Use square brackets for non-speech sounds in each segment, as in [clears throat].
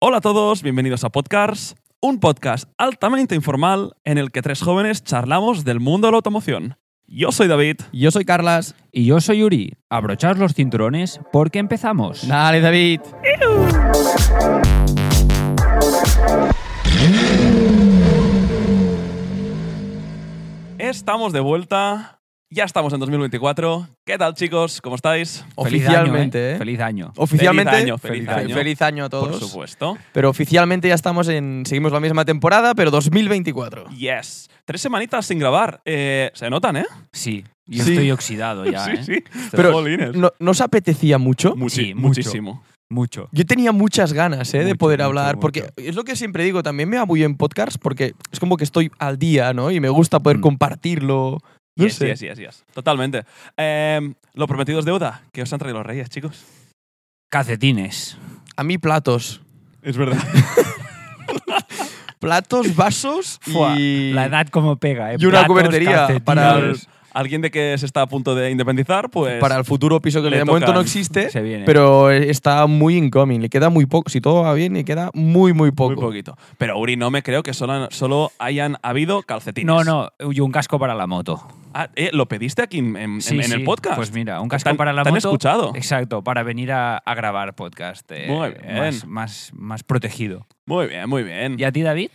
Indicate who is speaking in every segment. Speaker 1: Hola a todos, bienvenidos a Podcasts, un podcast altamente informal en el que tres jóvenes charlamos del mundo de la automoción. Yo soy David.
Speaker 2: Yo soy Carlas.
Speaker 3: Y yo soy Yuri. Abrochaos los cinturones porque empezamos.
Speaker 2: Dale, David.
Speaker 1: Estamos de vuelta. Ya estamos en 2024. ¿Qué tal, chicos? ¿Cómo estáis?
Speaker 3: Feliz
Speaker 2: Oficialmente,
Speaker 3: año, ¿eh?
Speaker 2: ¿eh?
Speaker 3: Feliz año.
Speaker 2: Oficialmente.
Speaker 1: Feliz año, feliz año.
Speaker 2: Feliz año a
Speaker 1: Por
Speaker 2: todos.
Speaker 1: supuesto.
Speaker 2: Pero oficialmente ya estamos en. Seguimos la misma temporada, pero 2024.
Speaker 1: Yes. Tres semanitas sin grabar. Eh, Se notan, ¿eh?
Speaker 3: Sí, yo
Speaker 2: Sí.
Speaker 3: estoy oxidado ya,
Speaker 1: [laughs] sí,
Speaker 3: ¿eh?
Speaker 1: sí.
Speaker 2: Pero-
Speaker 1: Jolines.
Speaker 2: No, ¿No os apetecía mucho?
Speaker 1: Muchi-
Speaker 3: Sí, mucho.
Speaker 1: muchísimo.
Speaker 3: Mucho.
Speaker 2: Yo tenía muchas ganas eh, de
Speaker 3: Mucho,
Speaker 2: poder
Speaker 3: mucho,
Speaker 2: hablar,
Speaker 3: mucho.
Speaker 2: porque es lo que siempre digo, también me apoyo en podcasts porque es como que estoy al día, ¿no? Y me gusta poder
Speaker 3: Mm.
Speaker 2: compartirlo. No
Speaker 1: yes,
Speaker 2: sé.
Speaker 1: yes, yes, yes. Totalmente. Eh, lo prometido es deuda. ¿Qué os han traído los reyes, chicos?
Speaker 3: Calcetines.
Speaker 2: A mí platos.
Speaker 1: Es verdad. [laughs]
Speaker 2: Platos, vasos
Speaker 3: Fua,
Speaker 2: y...
Speaker 3: La edad como pega, ¿eh?
Speaker 2: y una
Speaker 3: Platos,
Speaker 2: cubertería
Speaker 3: calcetines.
Speaker 2: para el-
Speaker 1: Alguien de que se está a punto de independizar, pues.
Speaker 2: Para el futuro piso que
Speaker 1: le
Speaker 2: de momento
Speaker 1: tocan.
Speaker 2: no existe,
Speaker 3: Se viene.
Speaker 2: pero está muy incoming. Le queda muy poco. Si todo va bien, le queda muy, muy poco.
Speaker 1: Muy poquito. Pero Uri, no me creo que solo, solo hayan habido calcetines.
Speaker 3: no, no, y un casco para la moto.
Speaker 1: Ah, eh, ¿Lo pediste aquí en, en-
Speaker 3: Sí,
Speaker 1: en- en
Speaker 3: sí.
Speaker 1: el podcast?
Speaker 3: Pues mira, un casco
Speaker 1: ¿Te han-
Speaker 3: para la
Speaker 1: te han
Speaker 3: moto.
Speaker 1: escuchado?
Speaker 3: Exacto, para venir a, a grabar podcast. eh,
Speaker 1: Muy bien.
Speaker 3: Más, más, más protegido.
Speaker 1: Muy bien, muy bien.
Speaker 3: ¿Y a ti, David?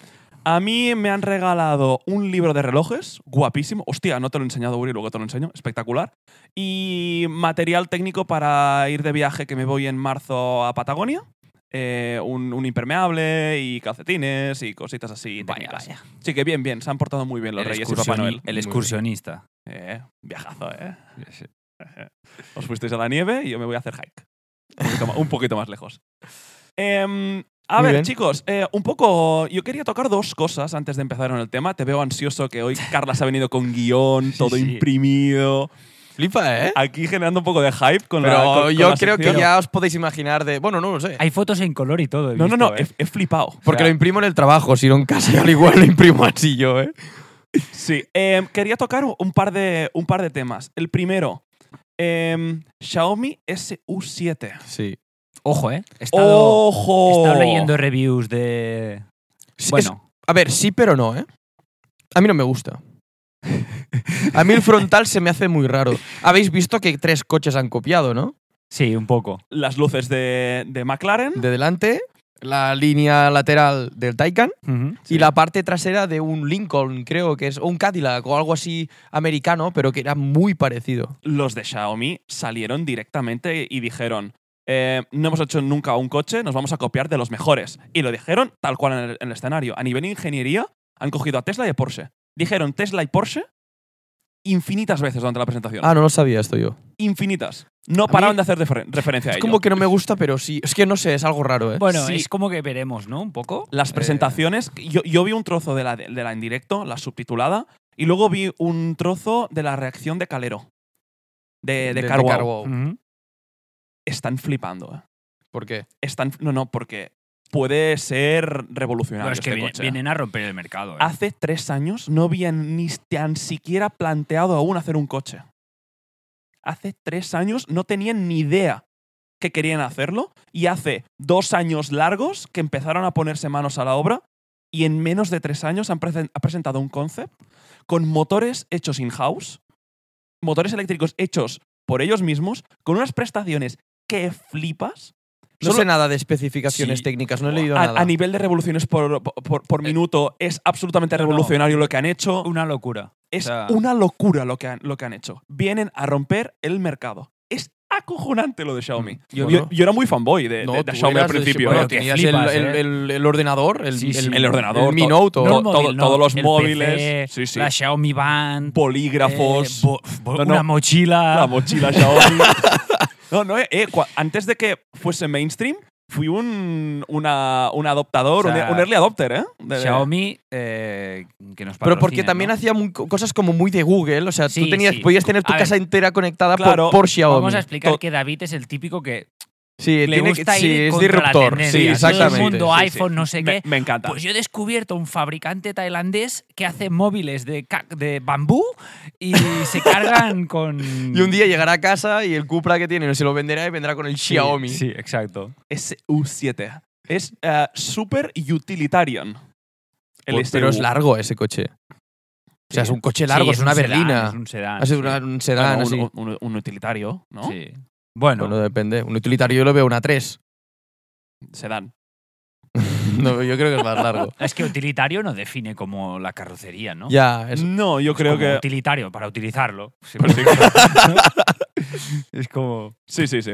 Speaker 1: A mí me han regalado un libro de relojes, guapísimo. Hostia, no te lo he enseñado, Uri, luego te lo enseño. Espectacular. Y material técnico para ir de viaje que me voy en marzo a Patagonia. Eh, un, un impermeable y calcetines y cositas así.
Speaker 3: Vaya,
Speaker 1: técnicas.
Speaker 3: vaya.
Speaker 1: Sí que bien, bien. Se han portado muy bien los
Speaker 3: el,
Speaker 1: Reyes y Papá
Speaker 3: excursioni-
Speaker 1: Noel.
Speaker 3: el
Speaker 2: Muy
Speaker 3: excursionista.
Speaker 1: Eh, viajazo, ¿eh? [laughs] Os fuisteis a la nieve y yo me voy a hacer hike. Un poquito ma- un poquito más, lejos. Em, a
Speaker 2: Muy
Speaker 1: ver,
Speaker 2: bien.
Speaker 1: chicos, eh, un poco. Yo quería tocar dos cosas antes de empezar con el tema. Te veo ansioso que hoy Carlas ha venido con guión,
Speaker 3: Sí,
Speaker 1: todo
Speaker 3: sí.
Speaker 1: imprimido.
Speaker 2: Flipa, ¿eh?
Speaker 1: Aquí generando un poco de hype Ah, con la.
Speaker 2: Pero
Speaker 1: con- con
Speaker 2: yo
Speaker 1: la
Speaker 2: creo que
Speaker 1: sección.
Speaker 2: ya os podéis imaginar de. Bueno, no lo sé.
Speaker 3: Hay fotos en color y todo. he
Speaker 1: No, no,
Speaker 3: visto,
Speaker 1: no,
Speaker 3: ¿eh?
Speaker 1: he, he flipado.
Speaker 2: Porque
Speaker 3: o sea-
Speaker 2: lo imprimo en el trabajo, si no en casa, [laughs] al igual lo imprimo así yo, ¿eh?
Speaker 1: Sí. em, quería tocar un par, de, un par de temas. El primero, em, Xiaomi SU7.
Speaker 2: Sí.
Speaker 3: Ojo, ¿eh? He estado- He
Speaker 1: ¡Ojo!
Speaker 3: estado leyendo reviews de. Bueno,
Speaker 2: a ver, sí, pero no, ¿eh? A mí no me gusta. A mí el frontal se me hace muy raro. Habéis visto que tres coches han copiado, ¿no?
Speaker 3: sí, un poco.
Speaker 1: las luces de, de McLaren.
Speaker 2: De delante, la línea lateral del Taycan
Speaker 1: Sí.
Speaker 2: y la parte trasera de un Lincoln, creo que es, o un Cadillac o algo así americano, pero que era muy parecido.
Speaker 1: Los de Xiaomi salieron directamente y dijeron, eh, no hemos hecho nunca un coche, nos vamos a copiar de los mejores. Y lo dijeron tal cual en el, en el escenario. A nivel de ingeniería, han cogido a Tesla y a Porsche. Dijeron Tesla y Porsche infinitas veces durante la presentación.
Speaker 2: Ah, no lo sabía esto yo.
Speaker 1: Infinitas. No
Speaker 2: mí-
Speaker 1: paraban de hacer defer- referencia a
Speaker 2: Eh, Es
Speaker 1: ello.
Speaker 2: como que no me gusta, pero sí. Es que no sé, es algo raro, ¿eh?
Speaker 3: Bueno,
Speaker 1: Sí.
Speaker 3: es como que veremos, ¿no? Un poco.
Speaker 1: Las presentaciones, yo, yo vi un trozo de la, de la en directo, la subtitulada, y luego vi un trozo de la reacción de Calero, de, de,
Speaker 2: De- de
Speaker 1: Car Wow.
Speaker 2: Carwow.
Speaker 3: Ujú.
Speaker 1: Están flipando, ¿eh?
Speaker 2: Mm. ¿Por qué?
Speaker 1: están. No, no, porque puede ser
Speaker 3: Pero
Speaker 1: revolucionario
Speaker 3: es que
Speaker 1: este
Speaker 3: viene-
Speaker 1: coche.
Speaker 3: vienen a romper el mercado. ¿eh?
Speaker 1: Hace tres años no habían ni tan siquiera planteado aún hacer un coche. Hace tres años no tenían ni idea que querían hacerlo y hace dos años largos que empezaron a ponerse manos a la obra y en menos de tres años han presen- ha presentado un concept con motores hechos in-house, motores eléctricos hechos por ellos mismos, con unas prestaciones que flipas.
Speaker 2: No
Speaker 1: Solo-
Speaker 2: sé nada de especificaciones
Speaker 3: Sí.
Speaker 2: técnicas, no he leído
Speaker 1: a,
Speaker 2: nada.
Speaker 1: a nivel de revoluciones por, por- por minuto, es absolutamente
Speaker 3: Eh, no, no.
Speaker 1: revolucionario lo que han hecho.
Speaker 3: Una locura.
Speaker 1: Es
Speaker 3: o sea-
Speaker 1: una locura lo que, han, lo que han hecho. Vienen a romper el mercado. Es acojonante lo de Xiaomi.
Speaker 2: Mm,
Speaker 1: Yo,
Speaker 2: bueno.
Speaker 1: yo- yo era muy fanboy de, de- de
Speaker 2: tú
Speaker 1: Xiaomi al
Speaker 2: eras de-
Speaker 1: principio.
Speaker 2: bueno,
Speaker 1: ¿eh?
Speaker 3: que
Speaker 2: tenías
Speaker 3: flipas,
Speaker 2: el,
Speaker 3: ¿eh?
Speaker 2: el- el- el ordenador, el,
Speaker 3: Sí, sí.
Speaker 1: el ordenador,
Speaker 2: el
Speaker 1: to-
Speaker 2: Mi Note,
Speaker 1: to-
Speaker 2: o-
Speaker 3: el
Speaker 1: todo-
Speaker 3: móvil,
Speaker 1: todos los
Speaker 3: el
Speaker 1: móviles,
Speaker 3: PC,
Speaker 1: sí, sí.
Speaker 3: La Xiaomi Band.
Speaker 1: Bolígrafos.
Speaker 3: eh, bo- bo-
Speaker 1: No, no.
Speaker 3: Una mochila.
Speaker 1: la mochila
Speaker 3: [laughs]
Speaker 1: Xiaomi. no, no, eh, eh, cua- antes de que fuese mainstream, fui un, una- un adoptador,
Speaker 3: O sea,
Speaker 1: un, un early adopter, ¿eh? De- de-
Speaker 3: Xiaomi, eh, que nos
Speaker 2: Pero porque
Speaker 3: patrocina,
Speaker 2: también
Speaker 3: ¿no?
Speaker 2: hacía mu- cosas como muy de Google, o sea, tú
Speaker 3: Sí,
Speaker 2: tenías,
Speaker 3: sí.
Speaker 2: podías tener tu
Speaker 3: A ver.
Speaker 2: casa entera conectada por-
Speaker 1: Claro,
Speaker 2: por, Xiaomi.
Speaker 3: Vamos a explicar
Speaker 1: To-
Speaker 3: que David es el típico que
Speaker 2: sí,
Speaker 3: le
Speaker 2: tiene que-
Speaker 3: gusta
Speaker 2: sí,
Speaker 3: ir
Speaker 2: es
Speaker 3: contra la
Speaker 2: disruptor,
Speaker 3: tendencia.
Speaker 2: sí,
Speaker 3: Todo el
Speaker 2: exactamente.
Speaker 3: mundo
Speaker 1: Sí, sí.
Speaker 3: iPhone, no sé
Speaker 1: me,
Speaker 3: qué.
Speaker 1: me encanta.
Speaker 3: Pues yo he descubierto un fabricante tailandés que hace móviles de, ca- de bambú y
Speaker 2: [laughs]
Speaker 3: se cargan con.
Speaker 2: Y un día llegará a casa y el Cupra que tiene se lo venderá y vendrá con el Xiaomi.
Speaker 3: Sí, exacto.
Speaker 1: SU7. Es eh, super utilitarian.
Speaker 3: Oh,
Speaker 1: El
Speaker 2: Pues, pero es
Speaker 1: SUV.
Speaker 2: largo ese coche. O sea, es un coche largo,
Speaker 3: Sí,
Speaker 2: es, una
Speaker 3: un sedán,
Speaker 2: berlina.
Speaker 3: es un sedán,
Speaker 2: Ha sido
Speaker 3: sí.
Speaker 2: una- un sedán
Speaker 1: Bueno,
Speaker 2: así.
Speaker 1: un, un- un utilitario, ¿no?
Speaker 3: Sí. Bueno,
Speaker 2: Bueno, depende. Un utilitario yo lo veo una 3.
Speaker 1: Sedán.
Speaker 2: [laughs] No, yo creo que es más largo.
Speaker 3: es que utilitario no define como la carrocería, [laughs] ¿no? Mm.
Speaker 2: Ya, es-
Speaker 1: No, yo
Speaker 3: Es
Speaker 1: creo
Speaker 3: como
Speaker 1: que.
Speaker 3: Utilitario, para utilizarlo. Sí,
Speaker 1: Pues sí, claro.
Speaker 3: [laughs] es como.
Speaker 1: sí, sí, sí.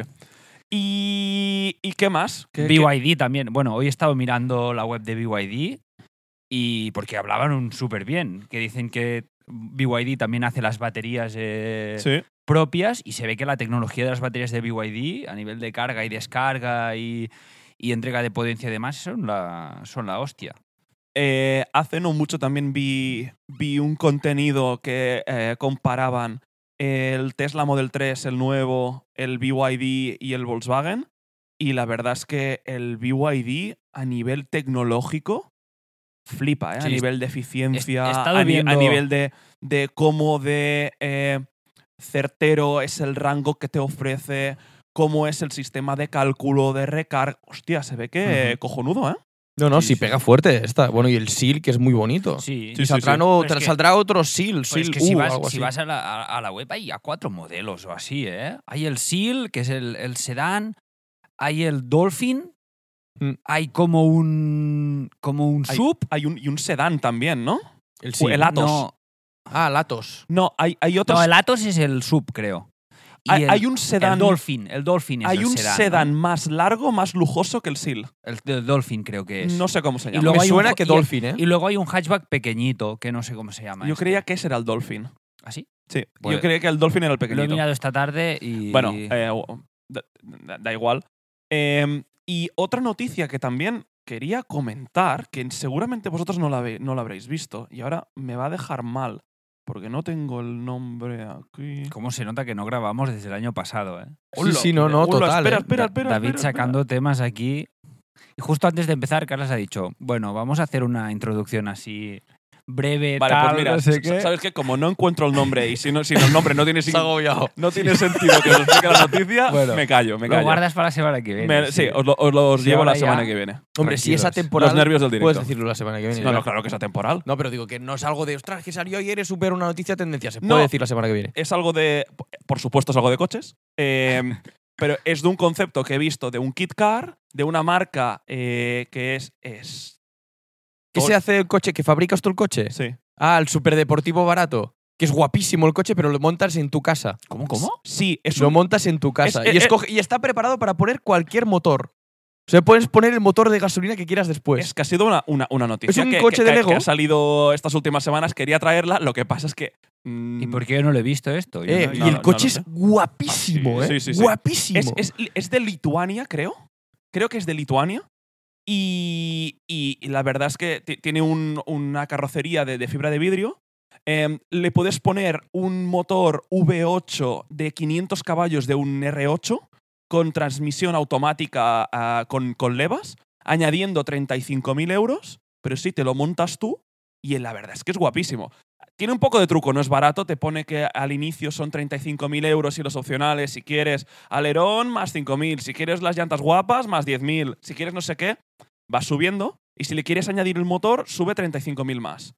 Speaker 1: ¿Y, ¿y qué más? ¿Qué- qué-
Speaker 3: BYD también. Bueno, hoy he estado mirando la web de BYD y porque hablaban un súper bien, que dicen que BYD también hace las baterías eh,
Speaker 1: Sí.
Speaker 3: propias y se ve que la tecnología de las baterías de BYD a nivel de carga y descarga y, y entrega de potencia y demás son la, son la hostia.
Speaker 1: Eh, hace no mucho también vi, vi un contenido que eh, comparaban el Tesla Model 3, el nuevo, el BYD y el Volkswagen. Y la verdad es que el BYD a nivel tecnológico flipa, ¿eh? a
Speaker 3: Sí,
Speaker 1: nivel de eficiencia,
Speaker 3: he estado
Speaker 1: a, ni- a
Speaker 3: viendo-
Speaker 1: nivel de, de cómo de eh, certero es el rango que te ofrece, cómo es el sistema de cálculo, de recarga. Hostia, se ve que eh,
Speaker 3: Ujú.
Speaker 1: cojonudo, ¿eh?
Speaker 2: No, no,
Speaker 3: Sí,
Speaker 2: sí,
Speaker 3: sí.
Speaker 2: pega fuerte esta. Bueno, y el SIL, que es muy bonito.
Speaker 3: Sí,
Speaker 2: Y
Speaker 1: sí,
Speaker 2: saldrán
Speaker 1: sí.
Speaker 2: o-
Speaker 3: Pero es que-
Speaker 2: saldrá otro SIL,
Speaker 3: Pues
Speaker 2: SIL
Speaker 3: es que si
Speaker 2: U,
Speaker 3: vas,
Speaker 2: algo
Speaker 3: si
Speaker 2: así.
Speaker 3: vas a, la, a- a la web hay a cuatro modelos o así, ¿eh? Hay el SEAL, que es el, el sedán, hay el Dolphin,
Speaker 2: Mm.
Speaker 3: hay como un como un
Speaker 1: Hay-
Speaker 3: sub.
Speaker 1: Hay un, y un sedán también, ¿no?
Speaker 2: El
Speaker 1: o el Atos.
Speaker 3: No,
Speaker 2: Ah, el Atos.
Speaker 1: No, hay, hay otros.
Speaker 3: no, el Atos es el sub, creo. Y
Speaker 1: hay,
Speaker 3: el,
Speaker 1: hay un sedán.
Speaker 3: el Dolphin, el Dolphin es
Speaker 1: hay
Speaker 3: el
Speaker 1: un
Speaker 3: sedán.
Speaker 1: sedán,
Speaker 3: ¿no?
Speaker 1: más largo, más lujoso que el SIL.
Speaker 3: El, el Dolphin creo que es.
Speaker 1: No sé cómo se
Speaker 3: Y
Speaker 1: llama.
Speaker 3: luego
Speaker 2: Me
Speaker 3: hay un
Speaker 2: suena
Speaker 3: jo-
Speaker 2: que
Speaker 3: y-
Speaker 2: Dolphin, ¿eh?
Speaker 3: Y luego hay un hatchback pequeñito, que no sé cómo se llama.
Speaker 1: Yo
Speaker 3: este.
Speaker 1: creía que ese era el Dolphin.
Speaker 3: ¿Así?
Speaker 1: Sí,
Speaker 2: Bueno.
Speaker 1: yo creía que el Dolphin era el
Speaker 3: Lo he
Speaker 1: pequeñito.
Speaker 3: mirado esta tarde y...
Speaker 1: Bueno, eh, o- da, da- da igual. Eh, y otra noticia que también quería comentar, que seguramente vosotros no la, ve- no la habréis visto, y ahora me va a dejar mal, porque no tengo el nombre aquí.
Speaker 3: ¿Cómo se nota que no grabamos desde el año pasado, eh?
Speaker 2: Sí, sí, no, no,
Speaker 1: Hola,
Speaker 2: total.
Speaker 1: Espera,
Speaker 2: ¿eh?
Speaker 1: espera,
Speaker 3: Da-
Speaker 1: espera.
Speaker 3: David
Speaker 1: espera, espera.
Speaker 3: sacando temas aquí. Y justo antes de empezar, Carlos ha dicho, bueno, vamos a hacer una introducción así breve,
Speaker 1: Vale,
Speaker 3: tal,
Speaker 1: pues mira,
Speaker 3: no sé
Speaker 1: s-
Speaker 3: qué.
Speaker 1: ¿sabes qué? Como no encuentro el nombre y si, no, si el nombre no tiene,
Speaker 2: Se
Speaker 1: sin-
Speaker 2: ha agobiado.
Speaker 1: no tiene sentido que os explique la noticia,
Speaker 2: Bueno,
Speaker 1: me callo, me
Speaker 3: Lo
Speaker 1: callo.
Speaker 3: guardas para la semana que viene.
Speaker 1: Me- sí, os lo- os los
Speaker 3: Sí,
Speaker 1: llevo la
Speaker 3: ahora ya.
Speaker 1: semana que viene.
Speaker 2: Hombre, si esa
Speaker 3: Tranquilos. Los
Speaker 1: Los
Speaker 2: temporada...
Speaker 1: nervios del
Speaker 2: Puedes
Speaker 1: directo.
Speaker 2: decirlo la semana que viene.
Speaker 1: No,
Speaker 2: claro.
Speaker 1: no, claro que es atemporal.
Speaker 2: No, pero digo que no es algo de, ostras, que salió ayer, es súper una noticia tendencia. Se
Speaker 1: No.
Speaker 2: puede decir la semana que viene.
Speaker 1: Es algo de. Por supuesto, es algo de coches. eh, pero es de un concepto que he visto de un kit car, de una marca eh, que es. es
Speaker 2: ¿Qué
Speaker 1: Todo-
Speaker 2: se hace el coche? ¿Que fabricas tú el coche?
Speaker 1: sí.
Speaker 2: Ah, el superdeportivo barato. Que es guapísimo el coche, pero lo montas en tu casa.
Speaker 3: ¿Cómo, cómo?
Speaker 1: Sí, es
Speaker 2: Lo
Speaker 1: un.
Speaker 2: montas en tu casa.
Speaker 1: Es-
Speaker 2: y,
Speaker 1: eh,
Speaker 2: escoge- y está preparado para poner cualquier motor. O sea, puedes poner el motor de gasolina que quieras después.
Speaker 1: Es que ha sido una, una, una noticia.
Speaker 2: Es un
Speaker 1: que, que-
Speaker 2: coche de
Speaker 1: que-
Speaker 2: Lego.
Speaker 1: que ha salido estas últimas semanas. Quería traerla. Lo que pasa es que. mm,
Speaker 3: ¿Y por qué yo no lo he visto esto? Yo
Speaker 2: Eh,
Speaker 3: no-
Speaker 2: y
Speaker 1: no,
Speaker 2: el
Speaker 1: no,
Speaker 2: coche
Speaker 1: no
Speaker 2: es
Speaker 1: sé.
Speaker 2: guapísimo,
Speaker 1: Ah, sí,
Speaker 2: ¿eh?
Speaker 1: sí, sí, sí.
Speaker 2: Guapísimo.
Speaker 1: Es, es- es de Lituania, creo. Creo que es de Lituania. Y, y- y la verdad es que ti- tiene un- una carrocería de, de fibra de vidrio. Em, le puedes poner un motor V8 de 500 caballos de un R8 con transmisión automática ah, con, con levas, añadiendo 35.000 euros, pero sí, te lo montas tú y la verdad es que es guapísimo. Tiene un poco de truco, no es barato, te pone que al inicio son 35.000 euros y los opcionales, si quieres alerón, más 5.000, si quieres las llantas guapas, más 10.000, si quieres no sé qué, vas subiendo y si le quieres añadir el motor, sube 35.000 más.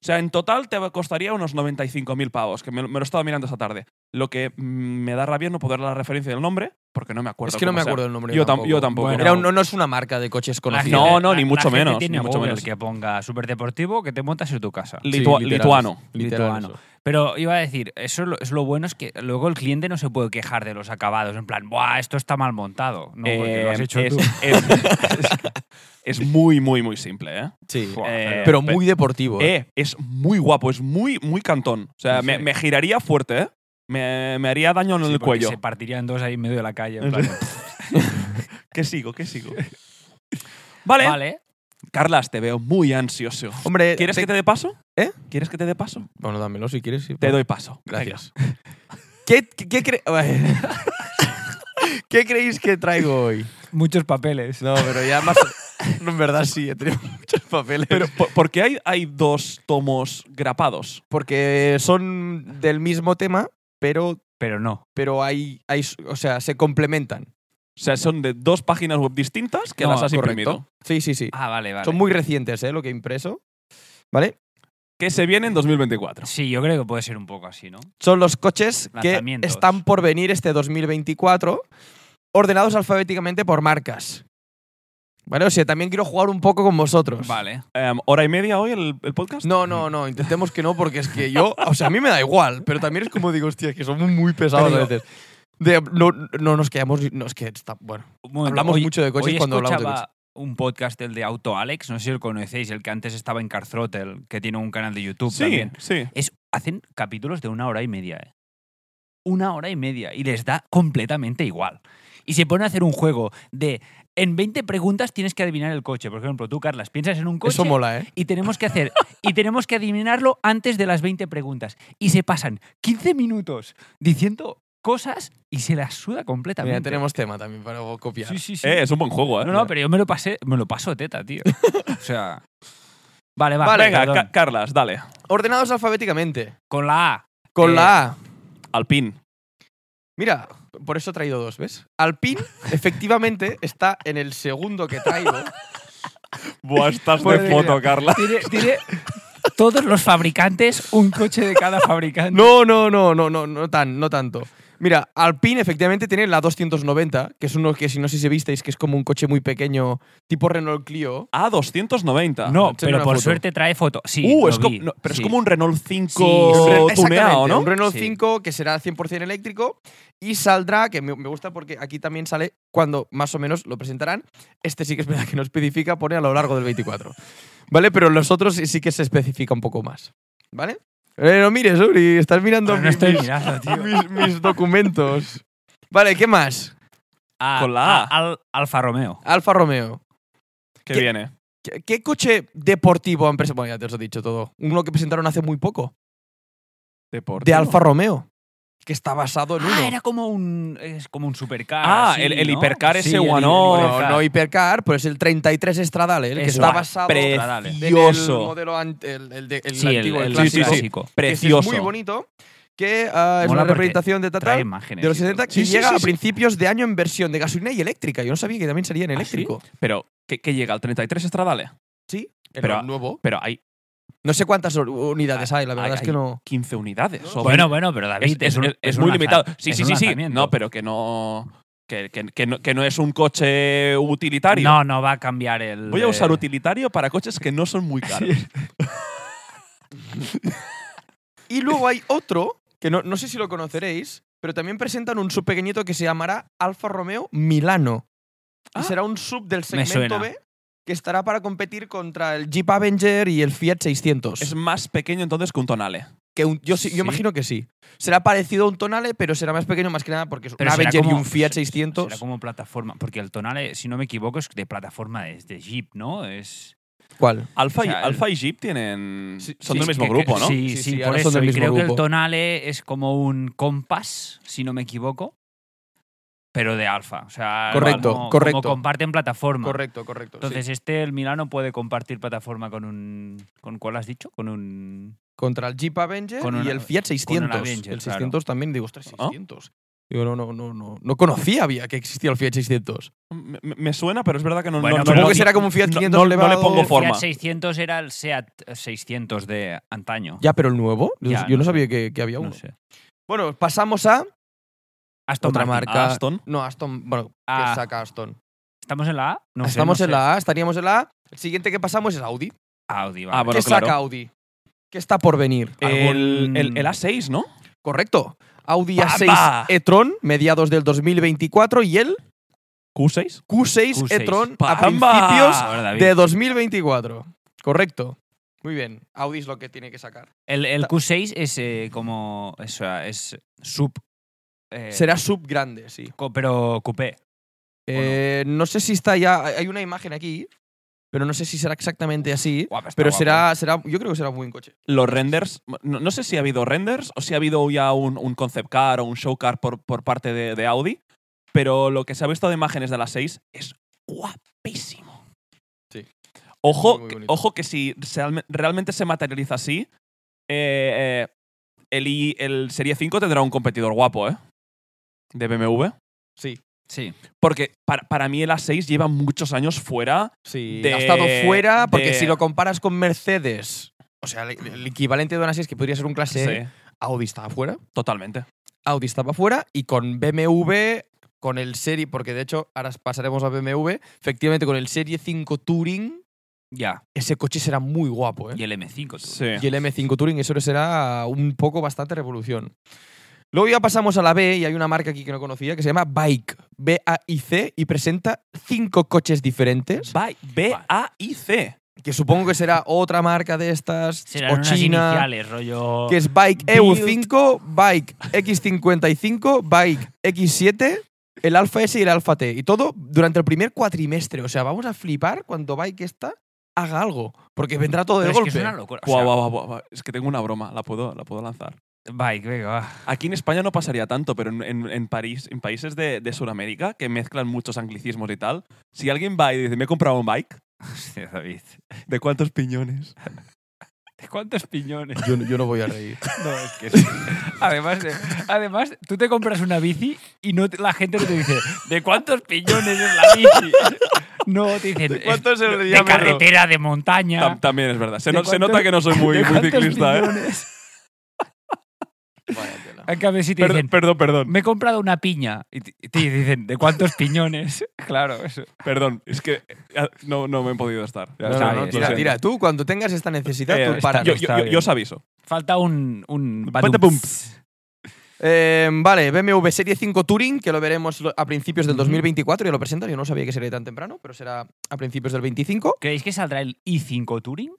Speaker 1: O sea, en total te costaría unos 95.000 pavos, que me, lo- me lo estaba mirando esta tarde. Lo que mm, me da rabia es no poder dar la referencia del nombre, porque no me acuerdo.
Speaker 2: Es que no
Speaker 1: cómo
Speaker 2: me
Speaker 1: se llama.
Speaker 2: acuerdo el nombre.
Speaker 1: Yo, tam- yo tampoco. Ah,
Speaker 3: Bueno,
Speaker 2: Era un- no, no es una marca de coches
Speaker 3: La
Speaker 2: conocida.
Speaker 3: gente-
Speaker 1: No, no,
Speaker 3: la-
Speaker 1: ni mucho
Speaker 3: la gente
Speaker 1: menos,
Speaker 3: tiene
Speaker 1: ni mucho
Speaker 3: agobio
Speaker 1: menos.
Speaker 3: el que ponga superdeportivo que te montas en tu casa.
Speaker 2: Sí,
Speaker 1: Litua-
Speaker 2: literal,
Speaker 1: lituano.
Speaker 2: Literal,
Speaker 3: Lituano.
Speaker 2: eso.
Speaker 3: Pero iba a decir, eso es lo, es lo bueno es que luego el cliente no se puede quejar de los acabados. En plan, ¡buah, esto está mal montado! No, porque lo has
Speaker 1: Eh,
Speaker 3: hecho
Speaker 1: es,
Speaker 3: tú.
Speaker 1: es- [laughs] es muy, muy, muy simple, ¿eh?
Speaker 2: Sí.
Speaker 3: Buah,
Speaker 1: Eh,
Speaker 2: Pero
Speaker 1: pe-
Speaker 2: muy deportivo. ¿eh?
Speaker 1: Eh, es muy guapo, es muy, muy cantón. O sea,
Speaker 3: Sí,
Speaker 1: me,
Speaker 3: sí.
Speaker 1: me giraría fuerte, ¿eh? Me, me haría daño en
Speaker 3: Sí,
Speaker 1: el
Speaker 3: porque
Speaker 1: cuello.
Speaker 3: Se partiría en dos ahí en medio de la calle. en
Speaker 1: En
Speaker 3: plan,
Speaker 1: ¿Qué sigo? ¿Qué sigo? [laughs] vale.
Speaker 3: vale.
Speaker 1: Carlas, te veo muy ansioso.
Speaker 2: Hombre,
Speaker 1: ¿Quieres
Speaker 2: Eh, te-
Speaker 1: que te dé paso?
Speaker 2: ¿Eh?
Speaker 1: ¿Quieres que te dé paso?
Speaker 2: Bueno, dámelo si quieres. sí,
Speaker 1: Te
Speaker 2: va.
Speaker 1: doy paso.
Speaker 2: Gracias. ¿Qué, qué, qué cre- [laughs] ¿Qué creéis que traigo hoy?
Speaker 3: Muchos papeles.
Speaker 2: No, pero ya más. no, en verdad sí, he tenido [laughs] muchos papeles.
Speaker 1: Pero, ¿por, por qué hay, hay dos tomos grapados?
Speaker 2: porque son del mismo tema, pero,
Speaker 3: Pero no.
Speaker 2: pero hay, hay. O sea, se complementan.
Speaker 1: O sea, son de dos páginas web distintas que
Speaker 2: No,
Speaker 1: las has
Speaker 2: correcto.
Speaker 1: imprimido.
Speaker 2: Sí, sí, sí.
Speaker 3: Ah, vale, vale.
Speaker 2: Son muy recientes, ¿eh? Lo que he impreso. ¿Vale?
Speaker 1: Que se viene en 2024.
Speaker 3: Sí, yo creo que puede ser un poco así, ¿no?
Speaker 2: Son los coches que
Speaker 3: Lanzamientos.
Speaker 2: están por venir este 2024, ordenados alfabéticamente por marcas. Vale, o sea, también quiero jugar un poco con vosotros.
Speaker 3: Vale.
Speaker 1: Em, ¿Hora y media hoy el, el podcast?
Speaker 2: No, no, no, intentemos que no, porque es que yo, o sea, a mí me da igual, pero también es como digo, hostia, es que somos muy pesados a
Speaker 3: Pero-
Speaker 2: veces. De- no, no nos quedamos, no, es que está, bueno,
Speaker 3: Un momento,
Speaker 2: hablamos
Speaker 3: hoy-
Speaker 2: mucho de coches
Speaker 3: hoy
Speaker 2: cuando hablamos de
Speaker 3: escuchaba un podcast el de Auto Alex, no sé si lo conocéis, el que antes estaba en Car Throttle, que tiene un canal de YouTube
Speaker 1: Sí,
Speaker 3: también.
Speaker 1: sí.
Speaker 3: Es, hacen capítulos de una hora y media, ¿eh? Una hora y media. Y les da completamente igual. Y se ponen a hacer un juego de. En 20 preguntas tienes que adivinar el coche. Por ejemplo, tú, Carlas, piensas en un coche.
Speaker 2: Eso mola, ¿eh?
Speaker 3: y tenemos que hacer y tenemos que adivinarlo antes de las 20 preguntas y se pasan 15 minutos diciendo cosas y se las suda completamente.
Speaker 2: Mira, tenemos tema también para copiar.
Speaker 3: Sí, sí, sí.
Speaker 1: Eh, es un buen juego, ¿eh?
Speaker 3: no, no, pero yo me lo pasé, me lo paso teta, tío. O sea, vale, va,
Speaker 2: Vale,
Speaker 1: Venga,
Speaker 3: perdón.
Speaker 1: Ca- Carlas, dale.
Speaker 2: Ordenados alfabéticamente.
Speaker 3: con la A.
Speaker 2: Con
Speaker 3: Eh,
Speaker 2: la A.
Speaker 1: Alpin.
Speaker 2: Mira, por eso he traído dos, ¿ves? Alpine, efectivamente, está en el segundo que traigo.
Speaker 3: [laughs]
Speaker 1: Buah, estás
Speaker 3: Madre
Speaker 1: de foto,
Speaker 3: mía.
Speaker 1: Carlas.
Speaker 3: Tiene, tiene todos los fabricantes un coche de cada fabricante.
Speaker 2: No, no, no, no, no, no tan, no tanto. Mira, Alpine efectivamente tiene la 290, que es uno que si no sé si visteis que es como un coche muy pequeño, tipo Renault Clio.
Speaker 1: Ah, 290.
Speaker 3: No,
Speaker 2: Tengo
Speaker 3: pero
Speaker 2: una
Speaker 3: por
Speaker 2: foto.
Speaker 3: suerte trae foto. Sí,
Speaker 1: uh,
Speaker 3: lo
Speaker 1: es como,
Speaker 3: vi,
Speaker 1: no, pero
Speaker 3: sí.
Speaker 1: es como un Renault
Speaker 3: Sí, sí.
Speaker 1: 5 tuneado,
Speaker 2: Exactamente,
Speaker 1: ¿no?
Speaker 2: Un Renault
Speaker 3: Sí.
Speaker 2: 5 que será 100% eléctrico y saldrá, que me me gusta porque aquí también sale cuando más o menos lo presentarán. Este sí que es verdad que no especifica, pone a lo largo del 24. ¿Vale? Pero los otros sí- sí que se especifica un poco más. ¿Vale? Eh, no mires, Uri, estás mirando
Speaker 3: Pero Ah, no
Speaker 2: mis-
Speaker 3: estoy
Speaker 2: mis-
Speaker 3: mirando, tío.
Speaker 2: mis- mis documentos. Vale, ¿qué más?
Speaker 3: Ah,
Speaker 1: Con la A.
Speaker 3: al- Alfa Romeo.
Speaker 2: Alfa Romeo.
Speaker 1: Que
Speaker 2: ¿Qué?
Speaker 1: viene.
Speaker 2: ¿Qué, qué coche deportivo han presentado? Bueno, ya te os he dicho todo. Uno que presentaron hace muy poco.
Speaker 1: Deportivo.
Speaker 2: De Alfa Romeo. Que está basado en uno.
Speaker 3: Ah, era como un, es como un supercar.
Speaker 1: Ah,
Speaker 3: así,
Speaker 1: el, el
Speaker 3: ¿no?
Speaker 1: hipercar
Speaker 3: Sí,
Speaker 1: ese
Speaker 3: el- el
Speaker 1: guano.
Speaker 2: Bueno,
Speaker 3: hipercar.
Speaker 2: no hipercar, pero es el 33 Estradale, el que
Speaker 3: Eso,
Speaker 2: está
Speaker 3: ah,
Speaker 2: basado
Speaker 1: pre-
Speaker 3: dale.
Speaker 2: en el
Speaker 1: precioso.
Speaker 2: modelo an- el, el de- el
Speaker 3: Sí, el,
Speaker 2: antiguo, el
Speaker 3: el
Speaker 1: sí, sí,
Speaker 2: clásico,
Speaker 1: sí.
Speaker 3: clásico.
Speaker 2: que
Speaker 1: Precioso.
Speaker 2: es muy bonito, que ah, es una
Speaker 3: Mola porque
Speaker 2: representación de Tata
Speaker 3: Trae
Speaker 2: de
Speaker 3: imágenes.
Speaker 2: los
Speaker 3: y todo.
Speaker 2: 70 que
Speaker 1: Sí, sí,
Speaker 2: llega
Speaker 1: sí,
Speaker 2: a
Speaker 1: sí.
Speaker 2: principios de año en versión de gasolina y eléctrica. Yo no sabía que también salía en
Speaker 1: ¿Ah, sí?
Speaker 2: eléctrico.
Speaker 1: Pero, ¿qué, qué llega? ¿Al 33 Estradale?
Speaker 2: Sí,
Speaker 1: Pero-
Speaker 2: era nuevo.
Speaker 1: Pero hay
Speaker 2: No sé cuántas or- unidades hay, la verdad
Speaker 1: Ay,
Speaker 2: es que
Speaker 1: ay.
Speaker 2: no.
Speaker 1: 15 unidades. o
Speaker 3: Bueno, bueno, pero David,
Speaker 1: Pues Es,
Speaker 3: es,
Speaker 1: es-
Speaker 3: un-
Speaker 1: es- es
Speaker 3: es un
Speaker 1: muy
Speaker 3: lanza-
Speaker 1: limitado. Sí,
Speaker 3: es
Speaker 1: sí,
Speaker 3: un
Speaker 1: sí, sí.
Speaker 3: lanzamiento.
Speaker 1: No, pero que no que, que- que no. que no es un coche utilitario.
Speaker 3: No, no va a cambiar el.
Speaker 1: Voy a usar
Speaker 3: eh,
Speaker 1: utilitario para coches que no son muy
Speaker 3: [laughs]
Speaker 1: caros.
Speaker 2: Y luego hay otro, que no, no sé si lo conoceréis, pero también presentan un sub pequeñito que se llamará Alfa Romeo Milano.
Speaker 1: Ah.
Speaker 2: Y será un sub del
Speaker 3: Me
Speaker 2: segmento
Speaker 3: suena.
Speaker 2: B que estará para competir contra el Jeep Avenger y el Fiat 600.
Speaker 1: es más pequeño entonces que un Tonale.
Speaker 2: que un- yo, sí-
Speaker 3: Sí.
Speaker 2: yo imagino que sí. Será parecido a un Tonale, pero será más pequeño más que nada porque es un
Speaker 3: pero será
Speaker 2: Avenger y
Speaker 3: como-
Speaker 2: un Fiat
Speaker 3: se-
Speaker 2: 600.
Speaker 3: Será como plataforma. Porque el Tonale, si no me equivoco, es de plataforma, es de Jeep, ¿no? Es.
Speaker 2: ¿Cuál?
Speaker 1: Alfa, y,
Speaker 3: O sea, el-
Speaker 1: Alfa y Jeep tienen.
Speaker 2: Sí,
Speaker 1: son
Speaker 2: sí,
Speaker 1: del
Speaker 2: es
Speaker 1: mismo
Speaker 2: que-
Speaker 1: grupo, ¿no?
Speaker 3: Sí,
Speaker 2: Sí,
Speaker 3: sí,
Speaker 2: sí,
Speaker 3: por
Speaker 2: ahora son
Speaker 3: eso.
Speaker 2: del
Speaker 3: Y
Speaker 2: mismo
Speaker 3: creo que el
Speaker 2: grupo.
Speaker 3: Tonale es como un compás, si no me equivoco. Pero de alfa. O sea,
Speaker 2: Correcto,
Speaker 3: como,
Speaker 2: correcto.
Speaker 3: como comparten plataforma.
Speaker 2: Correcto, correcto. sí.
Speaker 3: Entonces, este, el Milano, puede compartir plataforma con un. ¿Con cuál has dicho? Con un.
Speaker 2: Contra el Jeep Avenger
Speaker 3: Con
Speaker 2: y
Speaker 3: una-
Speaker 2: el Fiat 600.
Speaker 3: Avenger,
Speaker 2: el
Speaker 3: claro.
Speaker 2: 600 también, digo, ostras,
Speaker 1: ¿Ah?
Speaker 2: 600. Digo, no, no, no, no. No conocía había que existía el Fiat 600.
Speaker 1: Me, me- me suena, pero es verdad que no.
Speaker 3: Bueno,
Speaker 1: no-
Speaker 3: pero
Speaker 1: no-
Speaker 2: Supongo
Speaker 3: no-
Speaker 2: que será como un Fiat
Speaker 1: no-
Speaker 2: 500
Speaker 1: no le
Speaker 2: elevado.
Speaker 1: pongo fo- Forma.
Speaker 3: Fiat 600 era el Seat 600 de antaño.
Speaker 2: Ya, pero el nuevo. Yo-
Speaker 3: Ya,
Speaker 2: yo no,
Speaker 3: no sé.
Speaker 2: sabía que, que había uno.
Speaker 3: no sé.
Speaker 2: Bueno, pasamos a
Speaker 3: Aston
Speaker 2: otra
Speaker 3: Martin.
Speaker 2: marca.
Speaker 1: Aston.
Speaker 2: No, Aston. Bueno,
Speaker 3: Ah.
Speaker 2: que saca Aston.
Speaker 3: ¿Estamos en la A? No sé,
Speaker 2: Estamos
Speaker 3: no
Speaker 2: en
Speaker 3: sé.
Speaker 2: la A, estaríamos en la A. El siguiente que pasamos es Audi.
Speaker 3: Audi,
Speaker 1: Ah, bueno,
Speaker 2: ¿Qué saca
Speaker 1: claro.
Speaker 2: Audi? ¿Qué está por venir?
Speaker 3: Eh.
Speaker 2: Ah,
Speaker 1: El,
Speaker 3: Algún-
Speaker 1: el-
Speaker 2: Em,
Speaker 1: el A6, ¿no?
Speaker 2: Correcto. Audi
Speaker 1: ¡Pamba!
Speaker 2: A6 e-tron, mediados del 2024, y el
Speaker 1: Q6.
Speaker 2: Q6,
Speaker 3: Q6.
Speaker 2: e-tron
Speaker 1: ¡Pamba!
Speaker 2: a principios
Speaker 3: Ahora, David.
Speaker 2: de 2024. Correcto. Muy bien. Audi es lo que tiene que sacar.
Speaker 3: El, el Q6 es eh, como. o sea, es sub. eh,
Speaker 2: Será sub grande, sí.
Speaker 3: co- pero coupé.
Speaker 2: Eh, no sé si está ya. Hay una imagen aquí, pero no sé si será exactamente así.
Speaker 3: Guapa, está
Speaker 2: Pero
Speaker 3: guapo.
Speaker 2: será, será. Yo creo que será un buen coche.
Speaker 1: Los renders. No, no sé si ha habido renders o si ha habido ya un, un concept car o un show car por, por parte de, de Audi. Pero lo que se ha visto de imágenes de la 6 es guapísimo.
Speaker 2: Sí.
Speaker 1: Ojo,
Speaker 2: Muy, muy
Speaker 1: que-
Speaker 2: bonito.
Speaker 1: ojo que si se alme- realmente se materializa así, eh, eh, el, I- el Serie 5 tendrá un competidor guapo, ¿eh? De BMW.
Speaker 2: Sí.
Speaker 3: Sí.
Speaker 1: Porque para, para mí el A6 lleva muchos años fuera.
Speaker 2: Sí,
Speaker 1: de-
Speaker 2: ha estado fuera, porque
Speaker 1: de-
Speaker 2: si lo comparas con Mercedes, o sea, el, el equivalente de una 6 que podría ser un clase E,
Speaker 1: Sí,
Speaker 2: Audi estaba fuera,
Speaker 1: totalmente.
Speaker 2: Audi estaba fuera, y con BMW, con el Serie, porque de hecho ahora pasaremos a BMW, efectivamente con el Serie 5 Touring,
Speaker 3: Ya.
Speaker 2: ese coche será muy guapo, ¿eh?
Speaker 3: Y el M5. tú.
Speaker 1: Sí.
Speaker 2: Y el M5 Touring, eso será un poco bastante revolución. Luego ya pasamos a la B y hay una marca aquí que no conocía que se llama Bike, B-A-I-C, y presenta cinco coches diferentes,
Speaker 1: By- B, A y C.
Speaker 2: que supongo que será otra marca de estas,
Speaker 3: Serán
Speaker 2: o
Speaker 3: unas
Speaker 2: China,
Speaker 3: iniciales, rollo.
Speaker 2: que es Bike
Speaker 3: Build.
Speaker 2: EU5, Bike X55, Bike X7, el Alfa S y el Alfa T. Y todo durante el primer cuatrimestre. O sea, vamos a flipar cuando Bike esta haga algo, porque vendrá todo de
Speaker 3: Pero es que
Speaker 2: golpe.
Speaker 3: es una locura. O
Speaker 1: Guau,
Speaker 3: sea,
Speaker 1: guau, guau, guau, guau. Es que tengo una broma, la puedo, la puedo lanzar.
Speaker 3: Bike, venga, va.
Speaker 1: Aquí en España no pasaría tanto, pero en, en- en París, en países de, de Sudamérica, que mezclan muchos anglicismos y tal, si alguien va y dice, me he comprado un bike,
Speaker 3: Hostia, David.
Speaker 1: ¿de cuántos piñones?
Speaker 3: ¿Cuántos [laughs] piñones?
Speaker 2: [laughs] Yo, yo no voy a [laughs] reír.
Speaker 3: No, es que sí. además, de- además, tú te compras una bici y no te- la gente no te dice, ¿de cuántos piñones es la bici? No, te dicen,
Speaker 2: ¿De
Speaker 3: "Es
Speaker 2: cuántos es el
Speaker 3: de
Speaker 2: diámetro?".
Speaker 3: carretera, de montaña.
Speaker 1: Tam- también es verdad. Se,
Speaker 3: ¿De
Speaker 1: no- se
Speaker 3: cuántos-
Speaker 1: nota que no soy muy,
Speaker 3: ¿de
Speaker 1: muy
Speaker 3: cuántos
Speaker 1: ciclista, ¿eh?
Speaker 3: piñones? En cambio, si te
Speaker 1: Perdón,
Speaker 3: dicen,
Speaker 1: perdón, perdón,
Speaker 3: me he comprado una piña, y te, y te dicen, ¿de cuántos piñones? Claro, eso.
Speaker 1: perdón. Es que eh, no, no me he podido estar. Ya
Speaker 2: No,
Speaker 1: está,
Speaker 2: no,
Speaker 1: lo
Speaker 2: no,
Speaker 1: siento.
Speaker 2: Pues tira, tira. Tú, cuando tengas esta necesidad,
Speaker 1: Eh,
Speaker 2: tú
Speaker 1: está-
Speaker 2: para.
Speaker 1: yo, yo- yo- yo os aviso.
Speaker 3: Falta un. un
Speaker 1: Pata
Speaker 3: badumps.
Speaker 2: Eh, vale, BMW Serie 5 Touring, que lo veremos lo- a principios del 2024, ya lo presentan. Yo no sabía que sería tan temprano, pero será a principios del 25.
Speaker 3: ¿Creéis que saldrá el i5 Touring?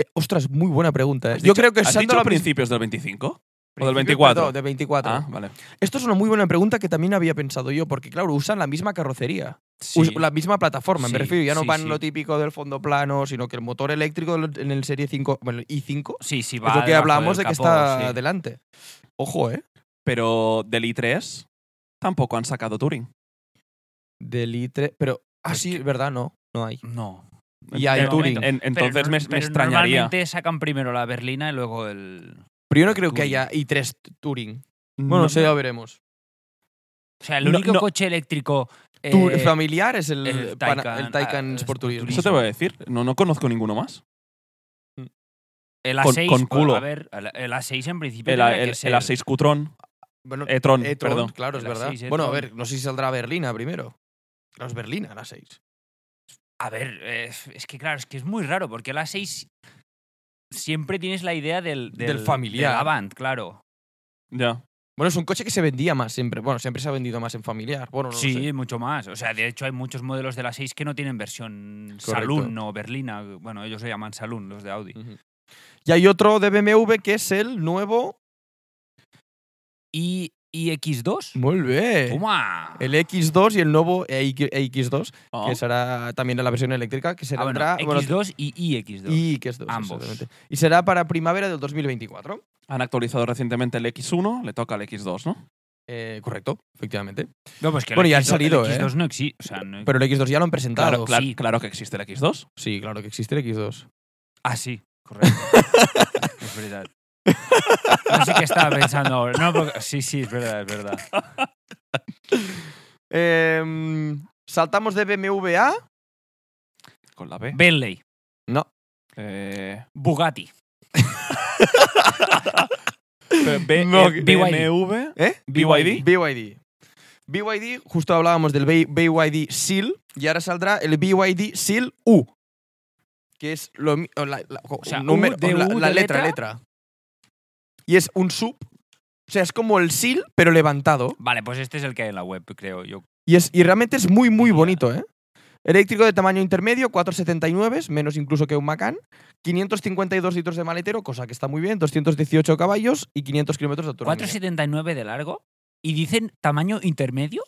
Speaker 2: Eh, ostras, muy buena pregunta. eh.
Speaker 1: ¿Has
Speaker 2: Yo
Speaker 1: dicho-
Speaker 2: creo que
Speaker 1: ¿Has
Speaker 2: Sandro
Speaker 1: dicho
Speaker 2: lo
Speaker 1: a
Speaker 2: ha pres-
Speaker 1: principios del 25? ¿O del
Speaker 2: principio,
Speaker 1: 24?
Speaker 2: perdón, del 24.
Speaker 1: Ah, vale.
Speaker 2: Esto es una muy buena pregunta que también había pensado yo, porque claro, usan la misma carrocería, us- la misma plataforma,
Speaker 3: Sí,
Speaker 2: me refiero. Ya no
Speaker 3: sí,
Speaker 2: van
Speaker 3: sí.
Speaker 2: lo típico del fondo plano, sino que el motor eléctrico del- en el Serie 5, bueno, el i5,
Speaker 3: Sí, sí, va.
Speaker 2: es lo que
Speaker 3: debajo
Speaker 2: hablamos de
Speaker 3: del
Speaker 2: que
Speaker 3: capó,
Speaker 2: está
Speaker 3: sí.
Speaker 2: delante. Ojo, ¿eh?
Speaker 1: Pero del i3 tampoco han sacado Turing.
Speaker 2: Del i3. Pero. Ah,
Speaker 3: Pues
Speaker 2: sí, es verdad, no. No hay.
Speaker 3: No.
Speaker 2: Y hay
Speaker 1: En-
Speaker 2: Turing.
Speaker 1: en- entonces
Speaker 3: Pero
Speaker 1: me,
Speaker 3: no-
Speaker 1: me
Speaker 3: pero
Speaker 1: extrañaría.
Speaker 3: Normalmente sacan primero la berlina y luego el.
Speaker 2: Pero yo no creo que
Speaker 3: Turing.
Speaker 2: haya i3 Turing.
Speaker 1: Mm.
Speaker 2: Bueno, no sé, ya veremos.
Speaker 3: O sea, el
Speaker 1: No,
Speaker 3: único
Speaker 1: no.
Speaker 3: coche eléctrico. eh,
Speaker 2: Tu familiar es el,
Speaker 3: el
Speaker 2: pana-
Speaker 3: Taycan,
Speaker 2: el Taycan
Speaker 3: ah,
Speaker 2: Sport
Speaker 3: Sport
Speaker 2: Turismo.
Speaker 1: Eso te voy a decir. No, no conozco ninguno más.
Speaker 3: el
Speaker 1: con-
Speaker 3: A6.
Speaker 1: con culo.
Speaker 3: A ver, el el A6 en principio.
Speaker 1: El,
Speaker 3: tendría
Speaker 1: el-
Speaker 3: que
Speaker 1: el
Speaker 3: ser.
Speaker 1: A6 Cutron.
Speaker 2: Bueno,
Speaker 1: E-tron,
Speaker 2: e-tron,
Speaker 1: E perdón.
Speaker 2: Eh, Claro, es
Speaker 3: La
Speaker 2: verdad.
Speaker 3: seis,
Speaker 2: bueno, a
Speaker 3: e-tron.
Speaker 2: ver, no sé si saldrá Berlina primero. No, es Berlina, la 6.
Speaker 3: A ver, eh, es que claro, es que es muy raro porque el A6 siempre tienes la idea del.
Speaker 2: Del familiar.
Speaker 3: Del Avant, claro.
Speaker 1: Ya.
Speaker 2: Bueno, es un coche que se vendía más siempre. Bueno, siempre se ha vendido más en familiar. Bueno, no lo
Speaker 3: sí,
Speaker 2: sé.
Speaker 3: mucho más. O sea, de hecho hay muchos modelos de la 6 que no tienen versión
Speaker 2: Correcto. Mm.
Speaker 3: Saloon o Berlina. Bueno, ellos lo llaman Saloon, los de Audi.
Speaker 2: Ujú. Y hay otro de BMW que es el nuevo.
Speaker 3: ¿Y, y X2?
Speaker 2: Muy bien.
Speaker 3: ¡Toma!
Speaker 2: El X2 y el nuevo E X2,
Speaker 1: Ah.
Speaker 2: que será también la versión eléctrica, que será
Speaker 3: Ah, bueno, X2 y iX2.
Speaker 2: y que es dos,
Speaker 3: Ambos.
Speaker 2: exactamente. Y será para primavera del 2024.
Speaker 1: Han actualizado recientemente el X1, le toca el X2, ¿no?
Speaker 2: Eh, correcto, efectivamente.
Speaker 3: No, pues que
Speaker 2: Bueno,
Speaker 3: el
Speaker 2: ya han
Speaker 3: X2
Speaker 2: salido, ¿eh?
Speaker 3: el X2 no existe. O sea, no-
Speaker 2: Pero el X2 ya lo han presentado.
Speaker 1: Claro, claro,
Speaker 3: sí.
Speaker 1: claro que existe el X2.
Speaker 2: Sí, claro que existe el X2.
Speaker 3: Ah, sí,
Speaker 2: [laughs]
Speaker 3: correcto. es verdad. No sé qué estaba pensando ahora. No, porque- Sí, sí, es verdad, es verdad.
Speaker 2: Eh, saltamos de BMW a.
Speaker 1: Con la B.
Speaker 3: Bentley,
Speaker 2: No.
Speaker 1: Eh,
Speaker 2: [laughs]
Speaker 3: Bugatti.
Speaker 1: B-
Speaker 2: No,
Speaker 1: eh,
Speaker 2: que-
Speaker 1: BMW.
Speaker 2: ¿Eh?
Speaker 1: BYD.
Speaker 2: BYD. BYD, justo hablábamos del B- BYD SEAL y ahora saldrá el BYD SEAL U. Que es lo mi- o la, la-
Speaker 3: O sea,
Speaker 2: un número-
Speaker 3: U de
Speaker 2: la,
Speaker 3: U
Speaker 2: la
Speaker 3: de
Speaker 2: letra, letra. Y es un sub. O sea, es como el SEAL, pero levantado.
Speaker 3: Vale, pues este es el que hay en la web, creo yo.
Speaker 2: Y, es, y realmente es muy, muy bonito, ¿eh? Eléctrico de tamaño intermedio, 4,79, menos incluso que un Macan. 552 litros de maletero, cosa que está muy bien, 218 caballos y 500 kilómetros de autonomía.
Speaker 3: 4,79 de largo. Y dicen tamaño intermedio.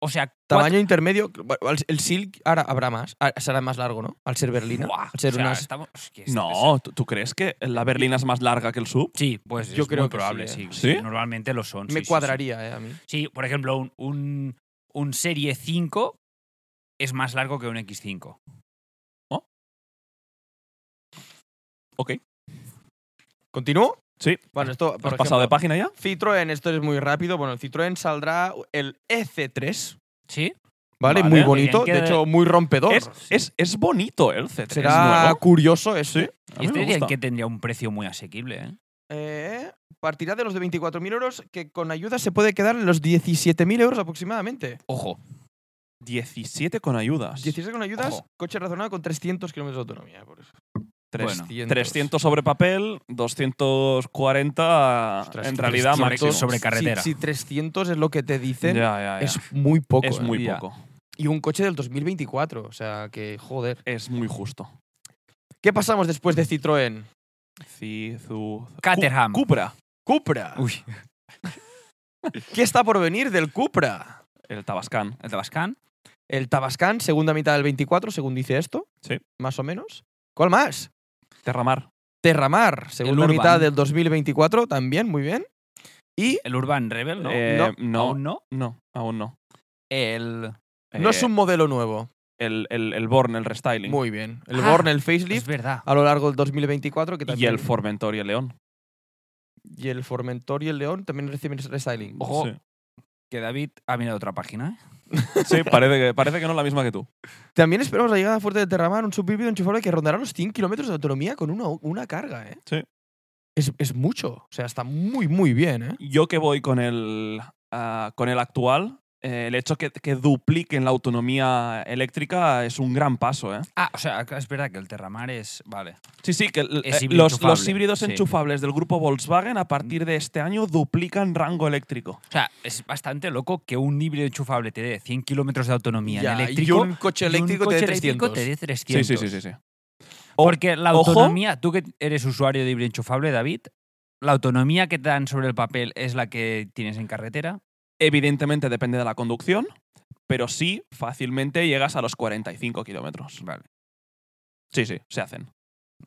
Speaker 3: O sea,
Speaker 2: Tamaño intermedio, bueno, el- el Silk ahora habrá más, ah, será más largo, ¿no? Al ser berlina.
Speaker 3: Buah,
Speaker 2: al ser
Speaker 3: o sea,
Speaker 2: unas-
Speaker 3: estamos- es que es- es-
Speaker 1: No, ¿tú, tú crees que la berlina es más larga que el sub?
Speaker 3: Sí, pues
Speaker 2: Yo
Speaker 3: es
Speaker 2: creo
Speaker 3: muy
Speaker 2: que
Speaker 3: probable,
Speaker 2: sí,
Speaker 3: sí,
Speaker 1: ¿eh?
Speaker 3: sí,
Speaker 1: ¿Sí?
Speaker 3: Normalmente lo son. sí,
Speaker 2: me
Speaker 3: sí, sí.
Speaker 2: cuadraría, ¿eh? A mí.
Speaker 3: Sí, por ejemplo, un, un, un Serie 5 es más largo que un X5.
Speaker 1: Ok.
Speaker 2: ¿Continúo?
Speaker 1: Sí.
Speaker 2: Bueno, esto, por
Speaker 1: ¿Has pasado de
Speaker 2: ejemplo,
Speaker 1: página ya?
Speaker 2: Citroën, esto es muy rápido. Bueno, el Citroën saldrá el EC3,
Speaker 3: Sí.
Speaker 2: ¿vale?
Speaker 1: Vale,
Speaker 2: muy
Speaker 1: bien,
Speaker 2: bonito,
Speaker 3: que-
Speaker 2: de hecho, muy rompedor.
Speaker 1: Es, E es, es bonito el C3.
Speaker 2: Será
Speaker 1: nuevo.
Speaker 2: curioso eso.
Speaker 1: A mí
Speaker 3: Y este
Speaker 1: me
Speaker 3: dirían
Speaker 1: gusta.
Speaker 3: que tendría un precio muy asequible, ¿eh?
Speaker 2: Eh, partirá de los de 24.000 euros, que con ayuda se puede quedar en los 17.000 euros aproximadamente.
Speaker 1: Ojo. 17 con ayudas.
Speaker 2: 17 con ayudas,
Speaker 1: Ojo.
Speaker 2: coche razonado con 300 kilómetros de autonomía. por eso.
Speaker 1: Tres-
Speaker 3: Bueno.
Speaker 2: 300.
Speaker 1: 300 sobre papel, 240
Speaker 2: Ostras,
Speaker 1: en
Speaker 2: que
Speaker 1: realidad
Speaker 2: 300
Speaker 1: máximo.
Speaker 3: sobre carretera.
Speaker 2: Si, si 300 es lo que te
Speaker 1: Ya,
Speaker 2: dicen,
Speaker 1: ya, ya.
Speaker 2: es muy poco.
Speaker 1: Es
Speaker 2: eh.
Speaker 1: muy
Speaker 2: Ya.
Speaker 1: poco.
Speaker 2: Y un coche del 2024, o sea, que joder.
Speaker 1: Es muy justo.
Speaker 2: ¿Qué pasamos después de Citroën?
Speaker 1: Cizu...
Speaker 3: Caterham.
Speaker 1: Cu- Cupra.
Speaker 2: Cupra.
Speaker 3: Uy,
Speaker 2: ¿Qué está por venir del Cupra?
Speaker 1: El Tabascan.
Speaker 3: el Tabascan.
Speaker 2: El Tabascan, segunda mitad del 24, según dice esto.
Speaker 1: Sí.
Speaker 2: Más o menos. ¿Cuál más?
Speaker 1: Terramar.
Speaker 2: Terramar, segunda
Speaker 3: Urban.
Speaker 2: mitad del 2024, también, muy bien. Y
Speaker 3: El Urban Rebel, ¿no?
Speaker 1: Eh,
Speaker 2: no,
Speaker 1: no,
Speaker 3: Aún no.
Speaker 1: no, aún no.
Speaker 3: El.
Speaker 2: no
Speaker 1: Eh,
Speaker 2: es un modelo nuevo.
Speaker 1: el, el, el Born, el restyling.
Speaker 2: Muy bien. El
Speaker 3: Ah,
Speaker 2: Born, el
Speaker 3: Es
Speaker 2: facelift,
Speaker 3: verdad.
Speaker 2: a lo largo del 2024, que
Speaker 1: y
Speaker 2: también.
Speaker 1: el Formentor y el León.
Speaker 2: y el Formentor y el León también reciben restyling.
Speaker 3: Ojo. Que David ha mirado otra página, ¿eh?
Speaker 1: Sí, Sí, parece, que, parece que no es la misma que tú.
Speaker 2: También esperamos la llegada a fuerte de Terramar, un subhíbrido enchufable que rondará los 100 kilómetros de autonomía con una, una carga, ¿eh?
Speaker 1: Sí.
Speaker 2: Es, es mucho. O sea, está muy, muy bien, ¿eh?
Speaker 1: Yo que voy con el, ah, con el actual, eh, el hecho que, que dupliquen la autonomía eléctrica es un gran paso. ¿eh?
Speaker 3: Ah, o sea, es verdad que el Terramar es. Vale.
Speaker 1: Sí, sí, que el-
Speaker 3: Es
Speaker 1: eh,
Speaker 3: híbrido
Speaker 1: los, los
Speaker 3: enchufable,
Speaker 1: híbridos
Speaker 3: sí.
Speaker 1: enchufables del grupo Volkswagen a partir de este año duplican rango eléctrico.
Speaker 3: O sea, es bastante loco que un híbrido enchufable te dé 100 kilómetros de autonomía
Speaker 2: Ya,
Speaker 3: en
Speaker 2: y
Speaker 3: eléctrico.
Speaker 2: un coche eléctrico
Speaker 3: coche
Speaker 2: te dé
Speaker 3: eléctrico
Speaker 2: 300.
Speaker 3: te dé 300.
Speaker 1: Sí, sí, sí, sí, sí.
Speaker 3: Porque la
Speaker 1: ojo.
Speaker 3: autonomía, tú que eres usuario de híbrido enchufable, David, la autonomía que te dan sobre el papel es la que tienes en carretera.
Speaker 1: Evidentemente depende de la conducción, pero sí fácilmente llegas a los 45 kilómetros.
Speaker 3: Vale,
Speaker 1: Sí, sí, se hacen.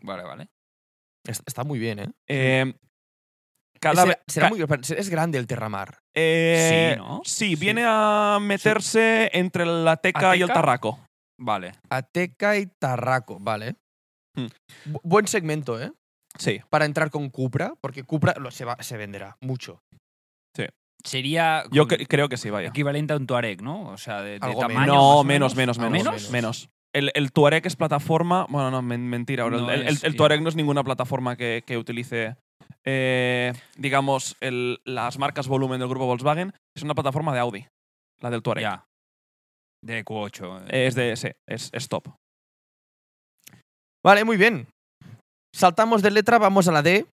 Speaker 3: vale, vale.
Speaker 2: Es- Está muy bien, ¿eh?
Speaker 1: Eh, cada
Speaker 2: Ese-
Speaker 1: vez-
Speaker 2: será
Speaker 1: ca-
Speaker 2: muy- es grande el Terramar.
Speaker 1: eh,
Speaker 3: Sí, ¿no?
Speaker 1: sí,
Speaker 3: Sí.
Speaker 1: viene a meterse entre la teca y el
Speaker 3: ¿Ateca?
Speaker 1: tarraco.
Speaker 3: Vale.
Speaker 2: Ateca y Tarraco, vale.
Speaker 1: Hmm.
Speaker 2: Bu- Buen segmento, ¿eh?
Speaker 1: Sí,
Speaker 2: Para entrar con Cupra, porque Cupra lo- se, va- se venderá mucho.
Speaker 3: Sería
Speaker 1: yo
Speaker 3: con-
Speaker 1: cre- creo que sí, vaya.
Speaker 3: equivalente a un Touareg, ¿no? O sea, de, de
Speaker 2: Algo
Speaker 3: tamaño.
Speaker 2: menos.
Speaker 3: más
Speaker 1: No,
Speaker 3: o
Speaker 1: menos, menos,
Speaker 3: ¿Ah,
Speaker 1: menos.
Speaker 2: menos?
Speaker 1: Menos. El, el Touareg es plataforma. Bueno, no, men- mentira. bro.
Speaker 3: No
Speaker 1: el, el-
Speaker 3: es,
Speaker 1: el
Speaker 3: tío.
Speaker 1: Touareg no es ninguna plataforma que, que utilice, eh, digamos, el- las marcas volumen del grupo Volkswagen. Es una plataforma de Audi, la del Touareg.
Speaker 3: Ya. De Q8. eh.
Speaker 1: Es de ese, es, es top.
Speaker 2: Vale, muy bien. Saltamos de letra, vamos a la D.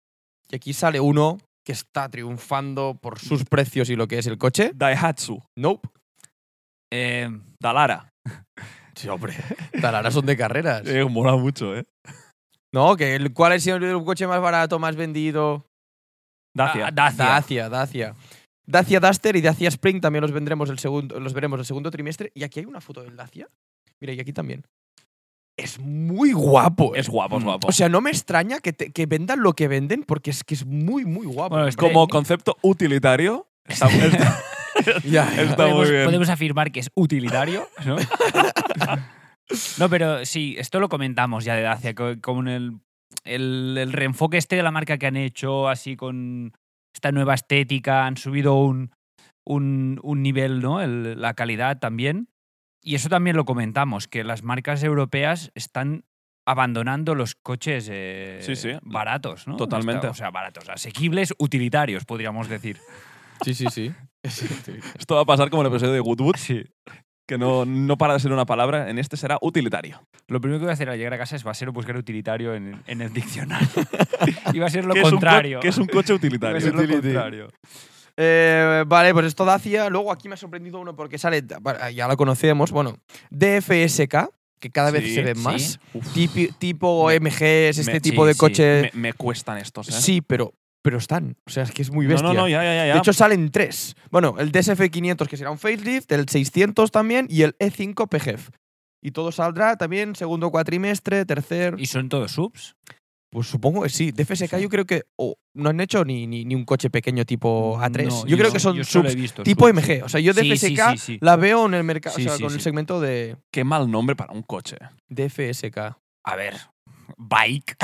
Speaker 2: Y aquí sale uno que está triunfando por sus precios y lo que es el coche.
Speaker 1: Daihatsu,
Speaker 2: Nope.
Speaker 3: Eh,
Speaker 1: Dalara.
Speaker 2: Sí, [laughs] hombre. Tarara son de carreras.
Speaker 1: mola mucho, ¿eh?
Speaker 2: No, que el, ¿cuál es el coche más barato, más vendido?
Speaker 1: Dacia.
Speaker 3: ah, Dacia.
Speaker 2: Dacia, Dacia. Dacia Duster y Dacia Spring también los vendremos el segundo, los veremos el segundo trimestre. Y aquí hay una foto del Dacia. Mira, y aquí también. Es muy guapo. eh.
Speaker 1: es guapo, es
Speaker 3: Mm. [laughs]
Speaker 1: guapo.
Speaker 2: O sea, no me extraña que, te- que vendan lo que venden porque es que es muy, muy guapo.
Speaker 3: Bueno, es
Speaker 1: Como concepto utilitario, está, está-
Speaker 2: Ya, ya.
Speaker 1: está muy
Speaker 3: podemos,
Speaker 1: bien.
Speaker 3: podemos afirmar que es utilitario,
Speaker 1: [laughs]
Speaker 3: ¿no? no, pero sí, esto lo comentamos ya de Dacia, co- con el, el, el reenfoque este de la marca que han hecho, así con esta nueva estética, han subido un, un, un nivel, ¿no? El- la calidad también. Y eso también lo comentamos, que las marcas europeas están abandonando los coches eh,
Speaker 1: Sí, sí.
Speaker 3: baratos, ¿no?
Speaker 1: Totalmente.
Speaker 3: O sea, baratos, asequibles, utilitarios, podríamos decir.
Speaker 2: Sí, sí,
Speaker 1: [laughs]
Speaker 2: sí.
Speaker 1: [laughs] Esto va a pasar como el episodio de Goodwood, que no, no para de ser una palabra. En este será utilitario.
Speaker 3: Lo primero que voy a hacer al llegar a casa es va a ser buscar utilitario en, en el
Speaker 1: [laughs]
Speaker 3: diccionario. y va a ser lo
Speaker 1: que es un co-
Speaker 3: contrario.
Speaker 1: que es un coche
Speaker 3: Va a
Speaker 1: utilitario.
Speaker 3: ser lo
Speaker 2: Utility.
Speaker 3: contrario.
Speaker 2: Eh, vale, pues esto Dacia. Luego aquí me ha sorprendido uno porque sale, bueno, ya lo conocemos, bueno, DFSK, que cada vez
Speaker 1: Sí,
Speaker 2: se ven
Speaker 3: sí.
Speaker 2: más.
Speaker 1: Uf,
Speaker 2: Tipi- tipo MGs, este
Speaker 1: me-
Speaker 2: tipo
Speaker 3: sí,
Speaker 2: de
Speaker 3: sí.
Speaker 2: coche.
Speaker 1: me, me cuestan estos, ¿eh?
Speaker 2: Sí, pero, pero están. O sea, es que es muy
Speaker 1: no,
Speaker 2: bestia.
Speaker 1: no, no, ya, ya, ya. ya.
Speaker 2: De hecho, salen tres. Bueno, el DSF500, que será un facelift, el 600 también, y el E E5 PGF. Y todo saldrá también segundo cuatrimestre, tercer...
Speaker 3: ¿Y son todos subs?
Speaker 2: Pues supongo que sí. DFSK yo creo que o no han hecho ni, ni, ni un coche pequeño tipo A3.
Speaker 3: No,
Speaker 2: yo, creo que son
Speaker 3: yo solo
Speaker 2: subs
Speaker 3: he visto
Speaker 2: tipo
Speaker 3: subs.
Speaker 2: MG. O sea, yo
Speaker 3: Sí,
Speaker 2: DFSK
Speaker 3: sí, sí, sí.
Speaker 2: la veo en el mercado,
Speaker 3: Sí,
Speaker 2: o sea,
Speaker 3: sí,
Speaker 2: con el
Speaker 3: sí.
Speaker 2: segmento de
Speaker 1: Qué mal nombre para un coche.
Speaker 2: DFSK.
Speaker 3: A ver, bike.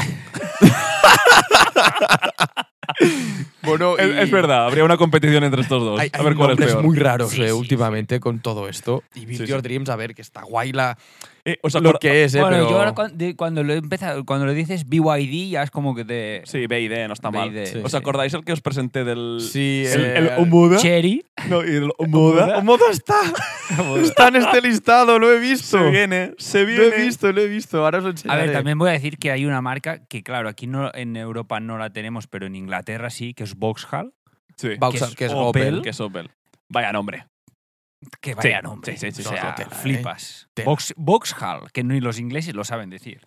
Speaker 2: Bueno,
Speaker 1: Es,
Speaker 2: y-
Speaker 1: es verdad, habría una competición entre estos dos.
Speaker 2: Hay,
Speaker 1: a ver cuál es
Speaker 2: nombres
Speaker 1: peor.
Speaker 2: muy raros
Speaker 3: Sí,
Speaker 2: eh,
Speaker 3: sí,
Speaker 2: últimamente con todo esto. Y Build
Speaker 1: Sí,
Speaker 2: Your
Speaker 1: sí.
Speaker 2: Dreams, a ver, que está guay la,
Speaker 1: Eh, ¿os
Speaker 2: lo
Speaker 1: acorda-
Speaker 2: que es, eh,
Speaker 3: bueno,
Speaker 2: pero...
Speaker 3: yo ahora cuan- de- cuando, lo he empezado- cuando lo dices BYD ya es como que te...
Speaker 1: Sí, BID, no está mal.
Speaker 3: BID,
Speaker 2: Sí.
Speaker 1: ¿Os acordáis el que os presenté del.
Speaker 2: Sí,
Speaker 1: el,
Speaker 2: eh,
Speaker 1: el Omuda?
Speaker 3: Cherry.
Speaker 1: No, y el Omuda.
Speaker 2: Omoda
Speaker 3: [laughs]
Speaker 2: está, está en este listado, lo he visto.
Speaker 1: Se viene, se
Speaker 2: Lo
Speaker 1: viene.
Speaker 2: he visto, lo he visto. Ahora os lo
Speaker 3: A
Speaker 2: enseñaré.
Speaker 3: ver, también voy a decir que hay una marca que, claro, aquí no, en Europa no la tenemos, pero en Inglaterra sí, que es Vauxhall.
Speaker 1: Sí.
Speaker 2: Vauxhall,
Speaker 3: que es
Speaker 2: que es
Speaker 3: Opel,
Speaker 2: Opel.
Speaker 1: Que es Opel. Vaya nombre.
Speaker 3: Que
Speaker 1: Sí,
Speaker 3: vaya nombre.
Speaker 1: sí, sí, sí,
Speaker 3: o sea,
Speaker 2: sí, tela, ¿eh?
Speaker 3: flipas.
Speaker 2: Tela.
Speaker 3: Vaux- Vauxhall, que ni los ingleses lo saben decir.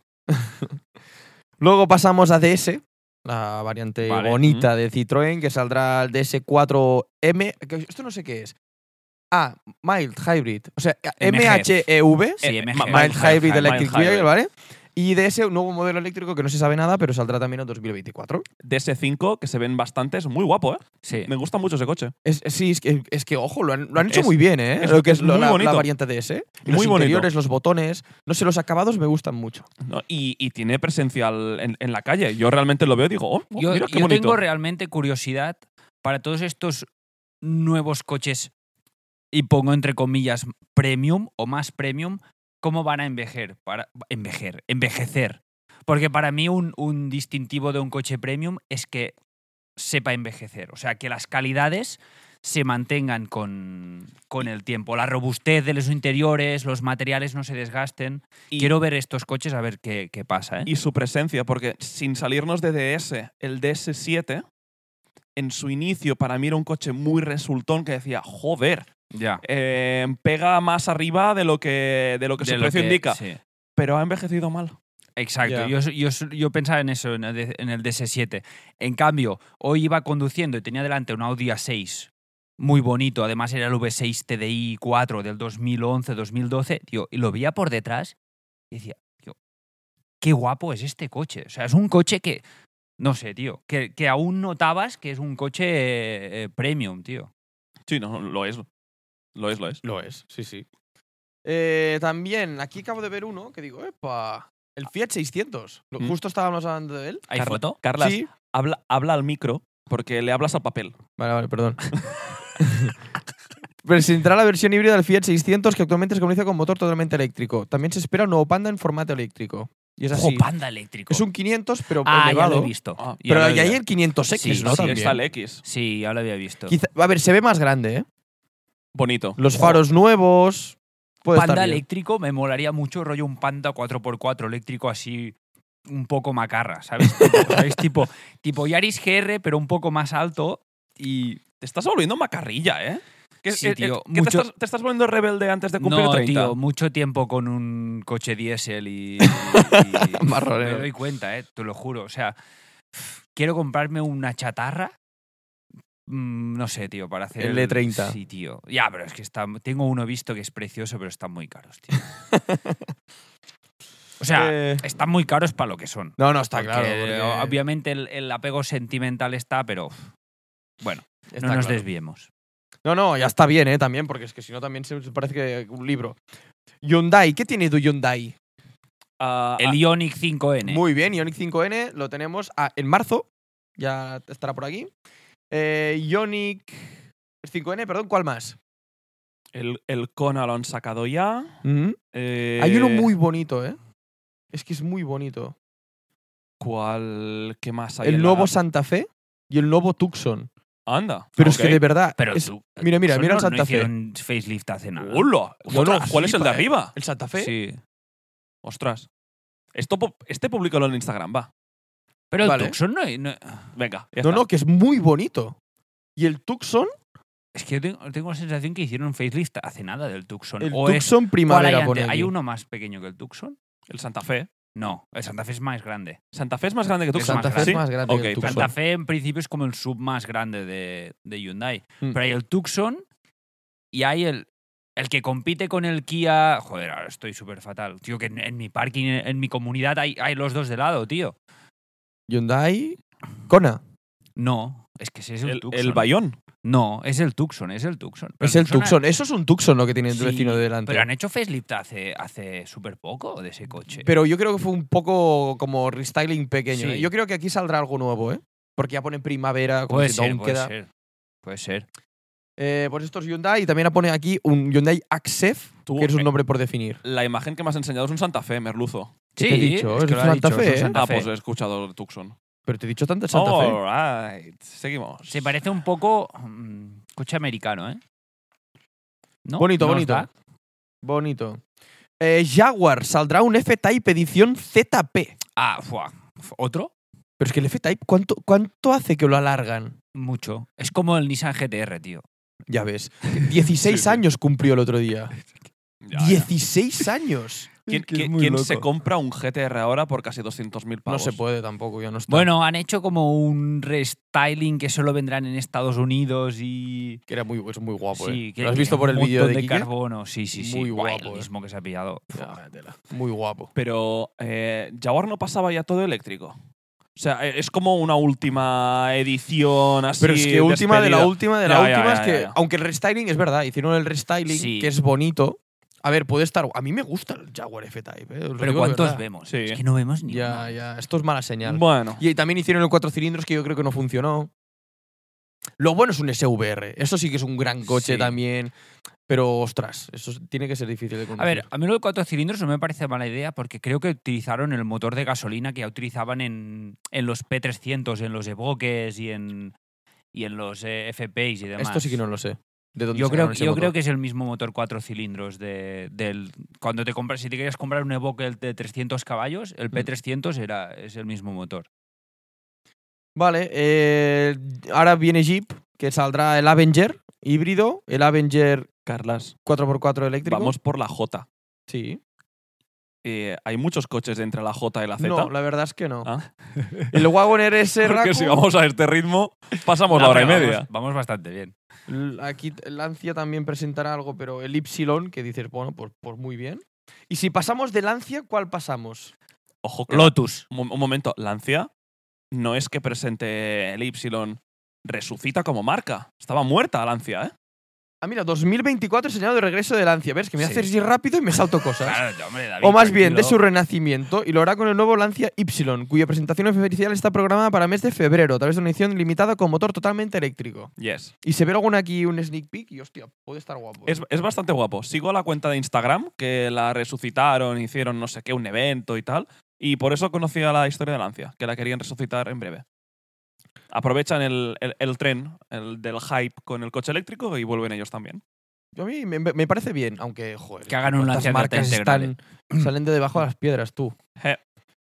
Speaker 2: Luego pasamos a DS, la variante
Speaker 1: Vale,
Speaker 2: bonita de Citroën, que saldrá el DS4M. que esto no sé qué es. Ah, Mild Hybrid. O sea,
Speaker 3: MGF.
Speaker 2: MHEV.
Speaker 3: Sí,
Speaker 1: Eh,
Speaker 3: MG.
Speaker 1: ma-
Speaker 2: Mild
Speaker 1: Mild
Speaker 2: Hybrid
Speaker 1: Hy-
Speaker 2: Electric
Speaker 1: Mild
Speaker 2: Vehicle,
Speaker 1: Hybrid.
Speaker 2: ¿vale? Y DS, un nuevo modelo eléctrico que no se sabe nada, pero saldrá también en 2024.
Speaker 1: DS5, que se ven bastantes. Muy guapo, ¿eh?
Speaker 3: Sí.
Speaker 1: Me gusta mucho ese coche.
Speaker 2: Es, es- sí, es que, es que, ojo, lo han, lo han hecho
Speaker 1: Es-
Speaker 2: muy bien, ¿eh?
Speaker 1: es-
Speaker 2: lo que es
Speaker 1: es
Speaker 2: lo-
Speaker 1: muy
Speaker 2: la, la
Speaker 1: bonito.
Speaker 2: variante DS.
Speaker 1: Muy
Speaker 2: los
Speaker 1: bonito.
Speaker 2: interiores, los botones. No sé, los acabados me gustan mucho.
Speaker 1: ¿no? Y, y tiene presencia al- en, en la calle. Yo realmente lo veo y digo, oh, oh,
Speaker 3: yo
Speaker 1: mira qué
Speaker 3: yo
Speaker 1: bonito.
Speaker 3: tengo realmente curiosidad para todos estos nuevos coches, y pongo entre comillas premium o más premium, cómo van a envejecer, para, envejecer, envejecer. Porque para mí un, un distintivo de un coche premium es que sepa envejecer, o sea, que las calidades se mantengan con, con el tiempo, la robustez de los interiores, los materiales no se desgasten.
Speaker 1: Y-
Speaker 3: Quiero ver estos coches a ver qué, qué pasa. ¿eh?
Speaker 1: y su presencia, porque sin salirnos de DS, el DS7, en su inicio para mí era un coche muy resultón que decía, joder,
Speaker 3: ya.
Speaker 1: eh, pega más arriba de lo que, de lo que
Speaker 3: De
Speaker 1: su
Speaker 3: lo
Speaker 1: precio
Speaker 3: que-
Speaker 1: indica,
Speaker 3: sí.
Speaker 1: pero ha envejecido mal.
Speaker 3: Exacto,
Speaker 2: Ya.
Speaker 3: yo, yo, yo pensaba en eso, en el, D- en el DS7. En cambio, hoy iba conduciendo y tenía delante un Audi A6 muy bonito, además era el V6 TDI 4 del 2011-2012, tío, y lo veía por detrás y decía, tío, qué guapo es este coche. O sea, es un coche que, no sé, tío, que, que aún notabas que es un coche eh, eh, premium, tío.
Speaker 1: Sí, no, lo es. Lo es, lo es.
Speaker 2: Lo es, sí, sí. Eh, también, aquí acabo de ver uno que digo, epa, el Fiat 600. Lo-
Speaker 1: ¿Mm?
Speaker 2: Justo estábamos hablando de él.
Speaker 3: ¿Hay
Speaker 1: Carla-
Speaker 3: foto?
Speaker 1: Carlas,
Speaker 2: Sí.
Speaker 1: habla, habla al micro porque le hablas al papel.
Speaker 2: Vale, vale, perdón. [laughs] Presentará la versión híbrida del Fiat 600 que actualmente se comienza con motor totalmente eléctrico. También se espera un nuevo Panda en formato eléctrico. Y es
Speaker 3: Ojo,
Speaker 2: así.
Speaker 3: panda eléctrico.
Speaker 2: Es un 500, pero
Speaker 3: ah, ya lo
Speaker 2: elevado.
Speaker 3: he visto.
Speaker 1: Ah,
Speaker 3: Ya
Speaker 2: pero
Speaker 3: lo
Speaker 2: ahí hay
Speaker 3: había-
Speaker 2: el 500X,
Speaker 3: Sí,
Speaker 2: ¿no?
Speaker 3: sí,
Speaker 2: También.
Speaker 1: está el X.
Speaker 3: Sí, ya lo había visto.
Speaker 2: Quizá- a ver, se ve más grande, ¿eh?
Speaker 1: Bonito.
Speaker 2: Los faros nuevos. Puede
Speaker 3: panda
Speaker 2: estar bien.
Speaker 3: eléctrico me molaría mucho, rollo un panda 4x4 eléctrico así un poco macarra, ¿sabes? Tipo,
Speaker 2: [laughs]
Speaker 3: ¿sabes? tipo, tipo Yaris GR, pero un poco más alto y...
Speaker 1: Te estás volviendo macarrilla, ¿eh? Que-
Speaker 3: Sí,
Speaker 1: eh, eh,
Speaker 3: tío,
Speaker 1: que
Speaker 3: mucho-
Speaker 1: te, estás, te estás volviendo rebelde antes de cumplir
Speaker 3: No,
Speaker 1: 30.
Speaker 3: tío, mucho tiempo con un coche
Speaker 2: [laughs]
Speaker 3: diésel y... y-
Speaker 2: Marronero.
Speaker 3: me doy cuenta, ¿eh? Te lo juro. O sea, quiero comprarme una chatarra. mm, No sé, tío, para hacer.
Speaker 2: El E30.
Speaker 3: Sí, tío. Ya, pero es que está, tengo uno visto que es precioso, pero están muy caros,
Speaker 2: [laughs]
Speaker 3: tío. O sea,
Speaker 2: Eh,
Speaker 3: están muy caros para lo que son.
Speaker 2: no, no, está
Speaker 3: Porque,
Speaker 2: claro.
Speaker 3: eh,
Speaker 2: porque-
Speaker 3: Obviamente el, el apego sentimental está, pero uf, bueno,
Speaker 2: Está
Speaker 3: no nos
Speaker 2: claro.
Speaker 3: desviemos.
Speaker 2: No, no, ya está bien, ¿eh? También, porque es que si no también se se parece que un libro. Hyundai, ¿qué tiene de Hyundai?
Speaker 1: Ah,
Speaker 3: El Ionic 5N.
Speaker 2: Muy bien, Ioniq 5N lo tenemos ah, en marzo, ya estará por aquí. Eh, Ioniq 5N, perdón, ¿cuál más?
Speaker 1: El, el Kona lo han sacado ya. Eh,
Speaker 2: Hay uno muy bonito, ¿eh? Es que es muy bonito.
Speaker 1: Eh, ¿Cuál? ¿Qué más hay?
Speaker 2: El
Speaker 1: en la
Speaker 2: nuevo
Speaker 1: gama?
Speaker 2: Santa Fe y el nuevo Tucson.
Speaker 1: Anda.
Speaker 2: Pero
Speaker 1: ok.
Speaker 2: es que de verdad.
Speaker 3: pero
Speaker 2: es-
Speaker 3: tú-
Speaker 2: mira, mira,
Speaker 3: eso
Speaker 2: mira
Speaker 3: no-
Speaker 2: el Santa
Speaker 3: no
Speaker 2: Fe.
Speaker 3: hicieron facelift hace nada.
Speaker 1: ¡Hola!
Speaker 2: No, no,
Speaker 1: Ostras, ¿Cuál es el de
Speaker 2: flipa, eh.
Speaker 1: arriba?
Speaker 2: ¿El Santa Fe?
Speaker 1: Sí. Ostras. Esto, pu- este públicalo en Instagram, va.
Speaker 3: Pero el
Speaker 2: Vale.
Speaker 3: Tucson no, no-
Speaker 1: Venga. ya
Speaker 2: No,
Speaker 1: está.
Speaker 2: no, que es muy bonito. Y el Tucson,
Speaker 3: Es que yo tengo, tengo la sensación que hicieron facelift hace nada del Tucson.
Speaker 2: el
Speaker 3: o es,
Speaker 2: Tucson
Speaker 3: ¿cuál hay,
Speaker 2: Primavera.
Speaker 3: ante-
Speaker 2: pone
Speaker 3: ¿Hay
Speaker 2: aquí.
Speaker 3: uno más pequeño que el Tucson?
Speaker 1: El Santa Fe.
Speaker 3: No, el Santa Fe es más grande.
Speaker 1: Santa Fe es más grande que tú.
Speaker 3: El Santa Fe es
Speaker 1: ¿Sí?
Speaker 2: más grande que
Speaker 1: Ok,
Speaker 2: el Tucson.
Speaker 3: Santa Fe en principio es como el sub más grande de, de Hyundai.
Speaker 2: Mm.
Speaker 3: Pero hay el Tucson y hay el, el que compite con el Kia. Joder, ahora estoy súper fatal. Tío, que en, en mi parking, en, en mi comunidad hay, hay los dos de lado, tío.
Speaker 2: Hyundai Kona.
Speaker 3: No, es que ese es el,
Speaker 1: El,
Speaker 3: Tucson.
Speaker 1: el Bayón.
Speaker 3: No, es el Tucson, es el Tucson. Pero
Speaker 2: Es el
Speaker 3: ha-
Speaker 2: Tucson. Eso es un Tucson lo que tiene el
Speaker 3: Sí,
Speaker 2: vecino de delante.
Speaker 3: Pero han hecho facelift hace, hace súper poco de ese coche.
Speaker 2: Pero yo creo que fue un poco como restyling pequeño.
Speaker 3: Sí.
Speaker 2: ¿eh? Yo creo que aquí saldrá algo nuevo, ¿eh? Porque ya ponen primavera, como
Speaker 3: Puede
Speaker 2: si
Speaker 3: ser,
Speaker 2: aún
Speaker 3: puede
Speaker 2: queda.
Speaker 3: ser. Puede ser.
Speaker 2: Eh, pues esto es Hyundai y también pone aquí un Hyundai Accef,
Speaker 1: Tú,
Speaker 2: que es un
Speaker 1: eh,
Speaker 2: nombre por definir.
Speaker 1: La imagen que me has enseñado es un Santa Fe, Merluzo.
Speaker 2: ¿Qué
Speaker 3: Sí,
Speaker 2: te he dicho?
Speaker 3: es
Speaker 2: Es
Speaker 3: que
Speaker 2: un
Speaker 3: lo ha
Speaker 2: Santa
Speaker 3: dicho, es
Speaker 2: Fe,
Speaker 3: un
Speaker 2: ¿eh?
Speaker 3: Santa
Speaker 1: ah,
Speaker 3: Fe.
Speaker 1: pues he escuchado el Tucson.
Speaker 2: Pero te he dicho tanto Santa
Speaker 3: Oh,
Speaker 2: Fe.
Speaker 1: All right. Seguimos.
Speaker 3: Se parece un poco mm, coche americano, ¿eh? ¿No?
Speaker 2: Bonito,
Speaker 3: ¿No os
Speaker 2: bonito.
Speaker 3: da?
Speaker 2: Bonito. Eh, Jaguar saldrá un F-Type edición ZP.
Speaker 3: Ah, fuá. ¿Otro?
Speaker 2: Pero es que el F-Type, ¿cuánto, ¿cuánto hace que lo alargan?
Speaker 3: Mucho. Es como el Nissan GTR, tío.
Speaker 2: Ya ves.
Speaker 1: [laughs]
Speaker 2: 16
Speaker 1: Sí, sí.
Speaker 2: años cumplió el otro día.
Speaker 1: Ya, ya. [laughs]
Speaker 2: 16 años.
Speaker 1: ¿Quién, quién- quién se compra un GTR ahora por casi 200.000
Speaker 2: No
Speaker 1: pavos?
Speaker 2: se puede tampoco, ya no está.
Speaker 3: Bueno, han hecho como un restyling que solo vendrán en Estados Unidos y.
Speaker 2: que era muy, es muy guapo.
Speaker 3: sí,
Speaker 2: eh.
Speaker 3: que
Speaker 2: ¿Lo has visto por el
Speaker 3: un
Speaker 2: vídeo
Speaker 3: montón
Speaker 2: de, Quique?
Speaker 3: carbono. Sí, sí, sí.
Speaker 2: Muy
Speaker 3: Buah, el
Speaker 2: guapo, eh.
Speaker 3: mismo que se ha pillado.
Speaker 2: Ah, Muy guapo.
Speaker 1: Pero eh, Jaguar no pasaba ya todo eléctrico. O sea, eh, es como una última edición así.
Speaker 2: Pero es que última de la
Speaker 1: despedida.
Speaker 2: última de la
Speaker 1: Ya, ya,
Speaker 2: última es
Speaker 1: ya,
Speaker 2: que,
Speaker 1: ya, ya.
Speaker 2: aunque el restyling es verdad, hicieron el restyling
Speaker 3: Sí.
Speaker 2: que es bonito. A ver, puede estar. A mí me gusta el Jaguar F-Type. eh, os lo digo de
Speaker 3: Pero ¿cuántos
Speaker 2: verdad.
Speaker 3: vemos?
Speaker 1: Sí.
Speaker 3: Es que no vemos ni.
Speaker 2: Ya,
Speaker 3: uno.
Speaker 2: ya. Esto es mala señal.
Speaker 1: Bueno,
Speaker 2: Y también hicieron el cuatro cilindros que yo creo que no funcionó. Lo bueno es un SVR. Eso sí que es un gran coche
Speaker 3: Sí.
Speaker 2: también. Pero ostras, eso es- tiene que ser difícil de
Speaker 3: A
Speaker 2: conducir.
Speaker 3: ver, a mí lo de cuatro cilindros no me parece mala idea porque creo que utilizaron el motor de gasolina que ya utilizaban en, en los P300, en los Evoques y en, y en los eh, FPs y demás.
Speaker 2: esto sí que no lo sé. ¿De dónde
Speaker 3: Yo, creo,
Speaker 2: sacaron ese
Speaker 3: yo
Speaker 2: motor?
Speaker 3: creo que es el mismo motor cuatro cilindros de, del cuando te compras si te querías comprar un Evoque de 300 caballos el
Speaker 2: Mm.
Speaker 3: P300 era es el mismo motor
Speaker 2: Vale, eh, ahora viene Jeep, que saldrá el Avenger híbrido, el Avenger
Speaker 1: Carlas,
Speaker 2: 4x4 eléctrico.
Speaker 1: vamos por la J.
Speaker 2: Sí.
Speaker 1: Eh, hay muchos coches entre la J y la Z. [laughs]
Speaker 2: No, la verdad es que no.
Speaker 1: Ah.
Speaker 2: El Wagoner
Speaker 3: [laughs]
Speaker 2: S
Speaker 1: Porque
Speaker 2: Raku,
Speaker 1: si vamos a este ritmo, pasamos
Speaker 3: Ah,
Speaker 1: la hora y
Speaker 3: pero vamos-
Speaker 1: media.
Speaker 3: vamos, bastante bien
Speaker 2: l- aquí Lancia también presentará algo, pero el Y, que dices, bueno, pues, pues muy bien. Y si pasamos de Lancia, ¿cuál pasamos?
Speaker 1: Ojo que.
Speaker 3: Lotus
Speaker 1: Un, un momento, Lancia no es que presente el Y, resucita como marca. Estaba muerta Lancia, ¿eh?
Speaker 2: Ah, mira, 2024 es el año de regreso de Lancia. ¿Ves? Que me
Speaker 3: Sí.
Speaker 2: haces ir rápido y me salto cosas.
Speaker 3: Claro, hombre, David,
Speaker 2: [laughs] O más bien, de su
Speaker 3: tranquilo.
Speaker 2: renacimiento, y lo hará con el nuevo Lancia Y, cuya presentación oficial está programada para el mes de febrero, a través de una edición limitada con motor totalmente eléctrico.
Speaker 1: Yes.
Speaker 2: Y se ve alguna aquí un sneak peek y, hostia, puede estar guapo. ¿eh?
Speaker 1: Es, es bastante guapo. Sigo la cuenta de Instagram, que la resucitaron, hicieron no sé qué, un evento y tal. Y por eso conocía la historia de Lancia, que la querían resucitar en breve. Aprovechan el, el- el tren el del hype con el coche eléctrico y vuelven ellos también.
Speaker 2: Yo a mí me, me parece bien, aunque, joder.
Speaker 3: Que hagan un
Speaker 2: cuántas
Speaker 3: Lancia de
Speaker 2: marcas
Speaker 3: alta
Speaker 2: están,
Speaker 1: [clears throat]
Speaker 2: salen de debajo de las piedras, tú.
Speaker 1: eh. Je.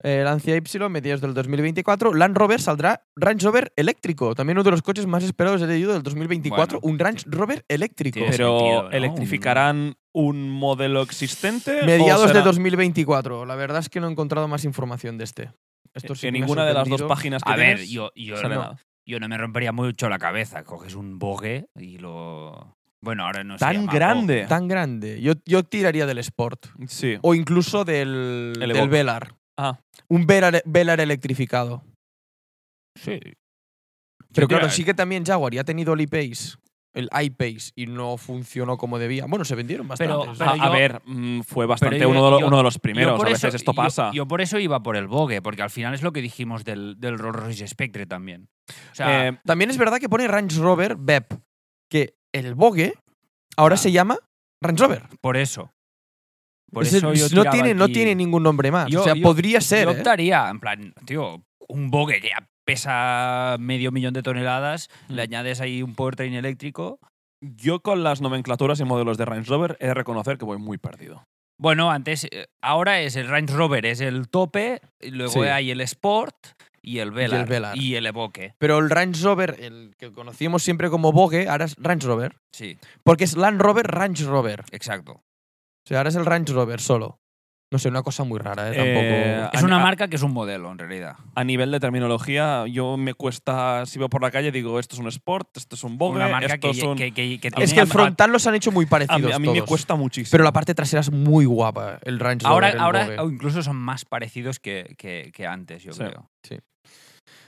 Speaker 2: Eh, Lancia Y, mediados del 2024. Land Rover saldrá Range Rover eléctrico. También uno de los coches más esperados de ello del 2024.
Speaker 3: Bueno,
Speaker 2: un Range Rover eléctrico.
Speaker 3: tiene
Speaker 1: Pero
Speaker 3: sentido, ¿no?
Speaker 1: electrificarán un modelo existente. o
Speaker 2: Mediados de
Speaker 1: será-
Speaker 2: 2024. La verdad es que no he encontrado más información de este. Esto sí
Speaker 1: en
Speaker 2: que me ha
Speaker 1: ninguna de las dos
Speaker 2: sorprendido.
Speaker 1: páginas que
Speaker 3: a ver
Speaker 1: tienes
Speaker 3: yo yo,
Speaker 1: sale
Speaker 3: no,
Speaker 1: nada.
Speaker 3: yo no me rompería mucho la cabeza coges un bogue y lo bueno ahora no se
Speaker 1: Tan
Speaker 3: llama
Speaker 1: grande.
Speaker 2: Tan grande. Yo, yo tiraría del Sport.
Speaker 1: Sí.
Speaker 2: O incluso del,
Speaker 1: El
Speaker 2: del
Speaker 1: Evoque.
Speaker 2: Velar.
Speaker 1: Ah.
Speaker 2: Un Velar, Velar electrificado.
Speaker 3: Bogue. sí
Speaker 2: Pero
Speaker 3: Yo creo-
Speaker 2: claro, sí que también Jaguar ya ha tenido el iPace, el iPace, y no funcionó como debía. Bueno, se vendieron Ah, bastante.
Speaker 3: Pero-
Speaker 1: A, a
Speaker 3: yo-
Speaker 1: ver, mm, fue bastante
Speaker 3: yo-
Speaker 1: uno, de, lo-
Speaker 3: yo-
Speaker 1: uno de los
Speaker 3: Yo
Speaker 1: primeros.
Speaker 3: por
Speaker 1: A veces
Speaker 3: eso-
Speaker 1: esto
Speaker 3: yo-
Speaker 1: pasa.
Speaker 3: Yo, por eso iba por el Vogue, porque al final es lo que dijimos del, del Rolls Royce Spectre también. O sea,
Speaker 1: Eh,
Speaker 2: También es verdad que pone Range Rover BEP, que el Vogue ahora
Speaker 3: Ah.
Speaker 2: se llama Range Rover.
Speaker 3: por eso. Por
Speaker 2: Es el-
Speaker 3: eso yo
Speaker 2: no,
Speaker 3: tiraba
Speaker 2: tiene, no
Speaker 3: aquí-
Speaker 2: tiene ningún nombre más.
Speaker 3: Yo-
Speaker 2: o sea,
Speaker 3: yo-
Speaker 2: podría ser.
Speaker 3: Yo
Speaker 2: ¿eh?
Speaker 3: optaría, en plan, tío, un Vogue que ya pesa medio millón de toneladas, le añades ahí un powertrain eléctrico.
Speaker 1: Yo con las nomenclaturas y modelos de Range Rover he de reconocer que voy muy perdido.
Speaker 3: Bueno, antes, eh, ahora es el Range Rover, es el tope, y luego
Speaker 2: Sí.
Speaker 3: hay el Sport y el Velar.
Speaker 2: Velar.
Speaker 3: Y el Evoque,
Speaker 2: Pero el Range Rover, el que conocíamos siempre como Vogue, ahora es Range Rover.
Speaker 3: sí,
Speaker 2: Porque es Land Rover Range Rover.
Speaker 3: exacto.
Speaker 2: O sea, ahora es el Range Rover solo. No sé, una cosa muy rara, ¿eh?
Speaker 1: Eh,
Speaker 2: Tampoco.
Speaker 3: Es
Speaker 1: A-
Speaker 3: una
Speaker 1: a-
Speaker 3: marca que es un modelo, en realidad.
Speaker 1: A nivel de terminología, yo me cuesta, si veo por la calle, digo, esto es un Sport, esto es un Vogue,
Speaker 3: Una marca
Speaker 1: esto
Speaker 3: que,
Speaker 1: es un...
Speaker 3: que, que- que
Speaker 2: Es
Speaker 3: tiene-
Speaker 2: que el
Speaker 1: a-
Speaker 2: frontal los han hecho muy
Speaker 1: a,
Speaker 2: parecidos.
Speaker 1: mí, a mí me
Speaker 2: todos.
Speaker 1: cuesta muchísimo.
Speaker 2: Pero la parte trasera es muy guapa, el Range Rover.
Speaker 3: Ahora,
Speaker 2: el
Speaker 3: ahora
Speaker 2: Vogue.
Speaker 3: o incluso son más parecidos que, que- que antes, yo
Speaker 1: Sí.
Speaker 3: creo.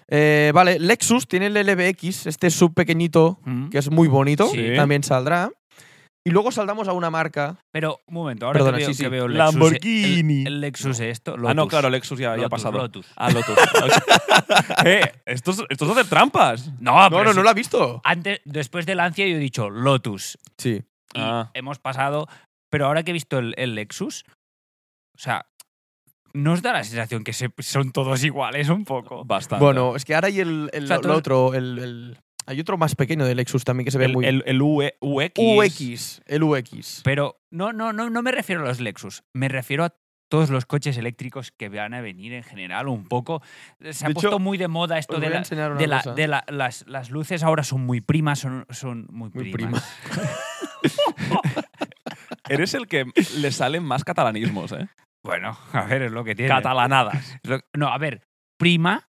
Speaker 2: Eh, vale, Lexus tiene el LBX, este sub pequeñito
Speaker 3: ¿Mm?
Speaker 2: que es muy bonito,
Speaker 3: Sí.
Speaker 2: también saldrá. Y luego saltamos a una marca.
Speaker 3: Pero un momento, ahora
Speaker 2: Perdona,
Speaker 3: que, veo,
Speaker 2: sí, sí.
Speaker 3: que veo el
Speaker 1: Lamborghini.
Speaker 3: Lexus, el, el Lexus esto,
Speaker 1: Ah, no,
Speaker 3: Lotus.
Speaker 1: claro, Lexus ya, ya ha
Speaker 3: Lotus,
Speaker 1: pasado.
Speaker 3: Lotus.
Speaker 1: Ah, Lotus.
Speaker 3: [laughs]
Speaker 1: eh, estos, estos hacen trampas.
Speaker 3: No,
Speaker 2: No,
Speaker 3: pero
Speaker 2: no,
Speaker 3: sí.
Speaker 2: no la ha visto.
Speaker 3: Antes, después del Lancia yo he dicho Lotus.
Speaker 2: Sí.
Speaker 3: Y
Speaker 1: Ah.
Speaker 3: hemos pasado. Pero ahora que he visto el, el Lexus, o sea, ¿no os da la sensación que se- son todos iguales un poco?
Speaker 1: Bastante.
Speaker 2: Bueno, es que ahora hay el, el-
Speaker 3: O sea,
Speaker 2: lo-
Speaker 3: tú-
Speaker 2: lo otro, el, el- hay otro más pequeño de Lexus también que se ve
Speaker 1: el,
Speaker 2: muy
Speaker 1: el, el E, UE UX.
Speaker 2: UX, el UX.
Speaker 3: Pero no, no, no, no me refiero a los Lexus, me refiero a todos los coches eléctricos que van a venir en general un poco. Se ha
Speaker 2: De hecho,
Speaker 3: puesto muy de moda esto
Speaker 2: os
Speaker 3: de,
Speaker 2: voy a
Speaker 3: la-
Speaker 2: enseñar una
Speaker 3: de, la,
Speaker 2: cosa.
Speaker 3: de la- las, las luces ahora son muy primas, son, son muy,
Speaker 2: Muy
Speaker 3: primas.
Speaker 1: Eres el que le salen más catalanismos, ¿eh?
Speaker 3: Bueno, [laughs] a ver, es lo que tiene.
Speaker 1: Catalanadas.
Speaker 3: [laughs] Es lo- No, a ver, prima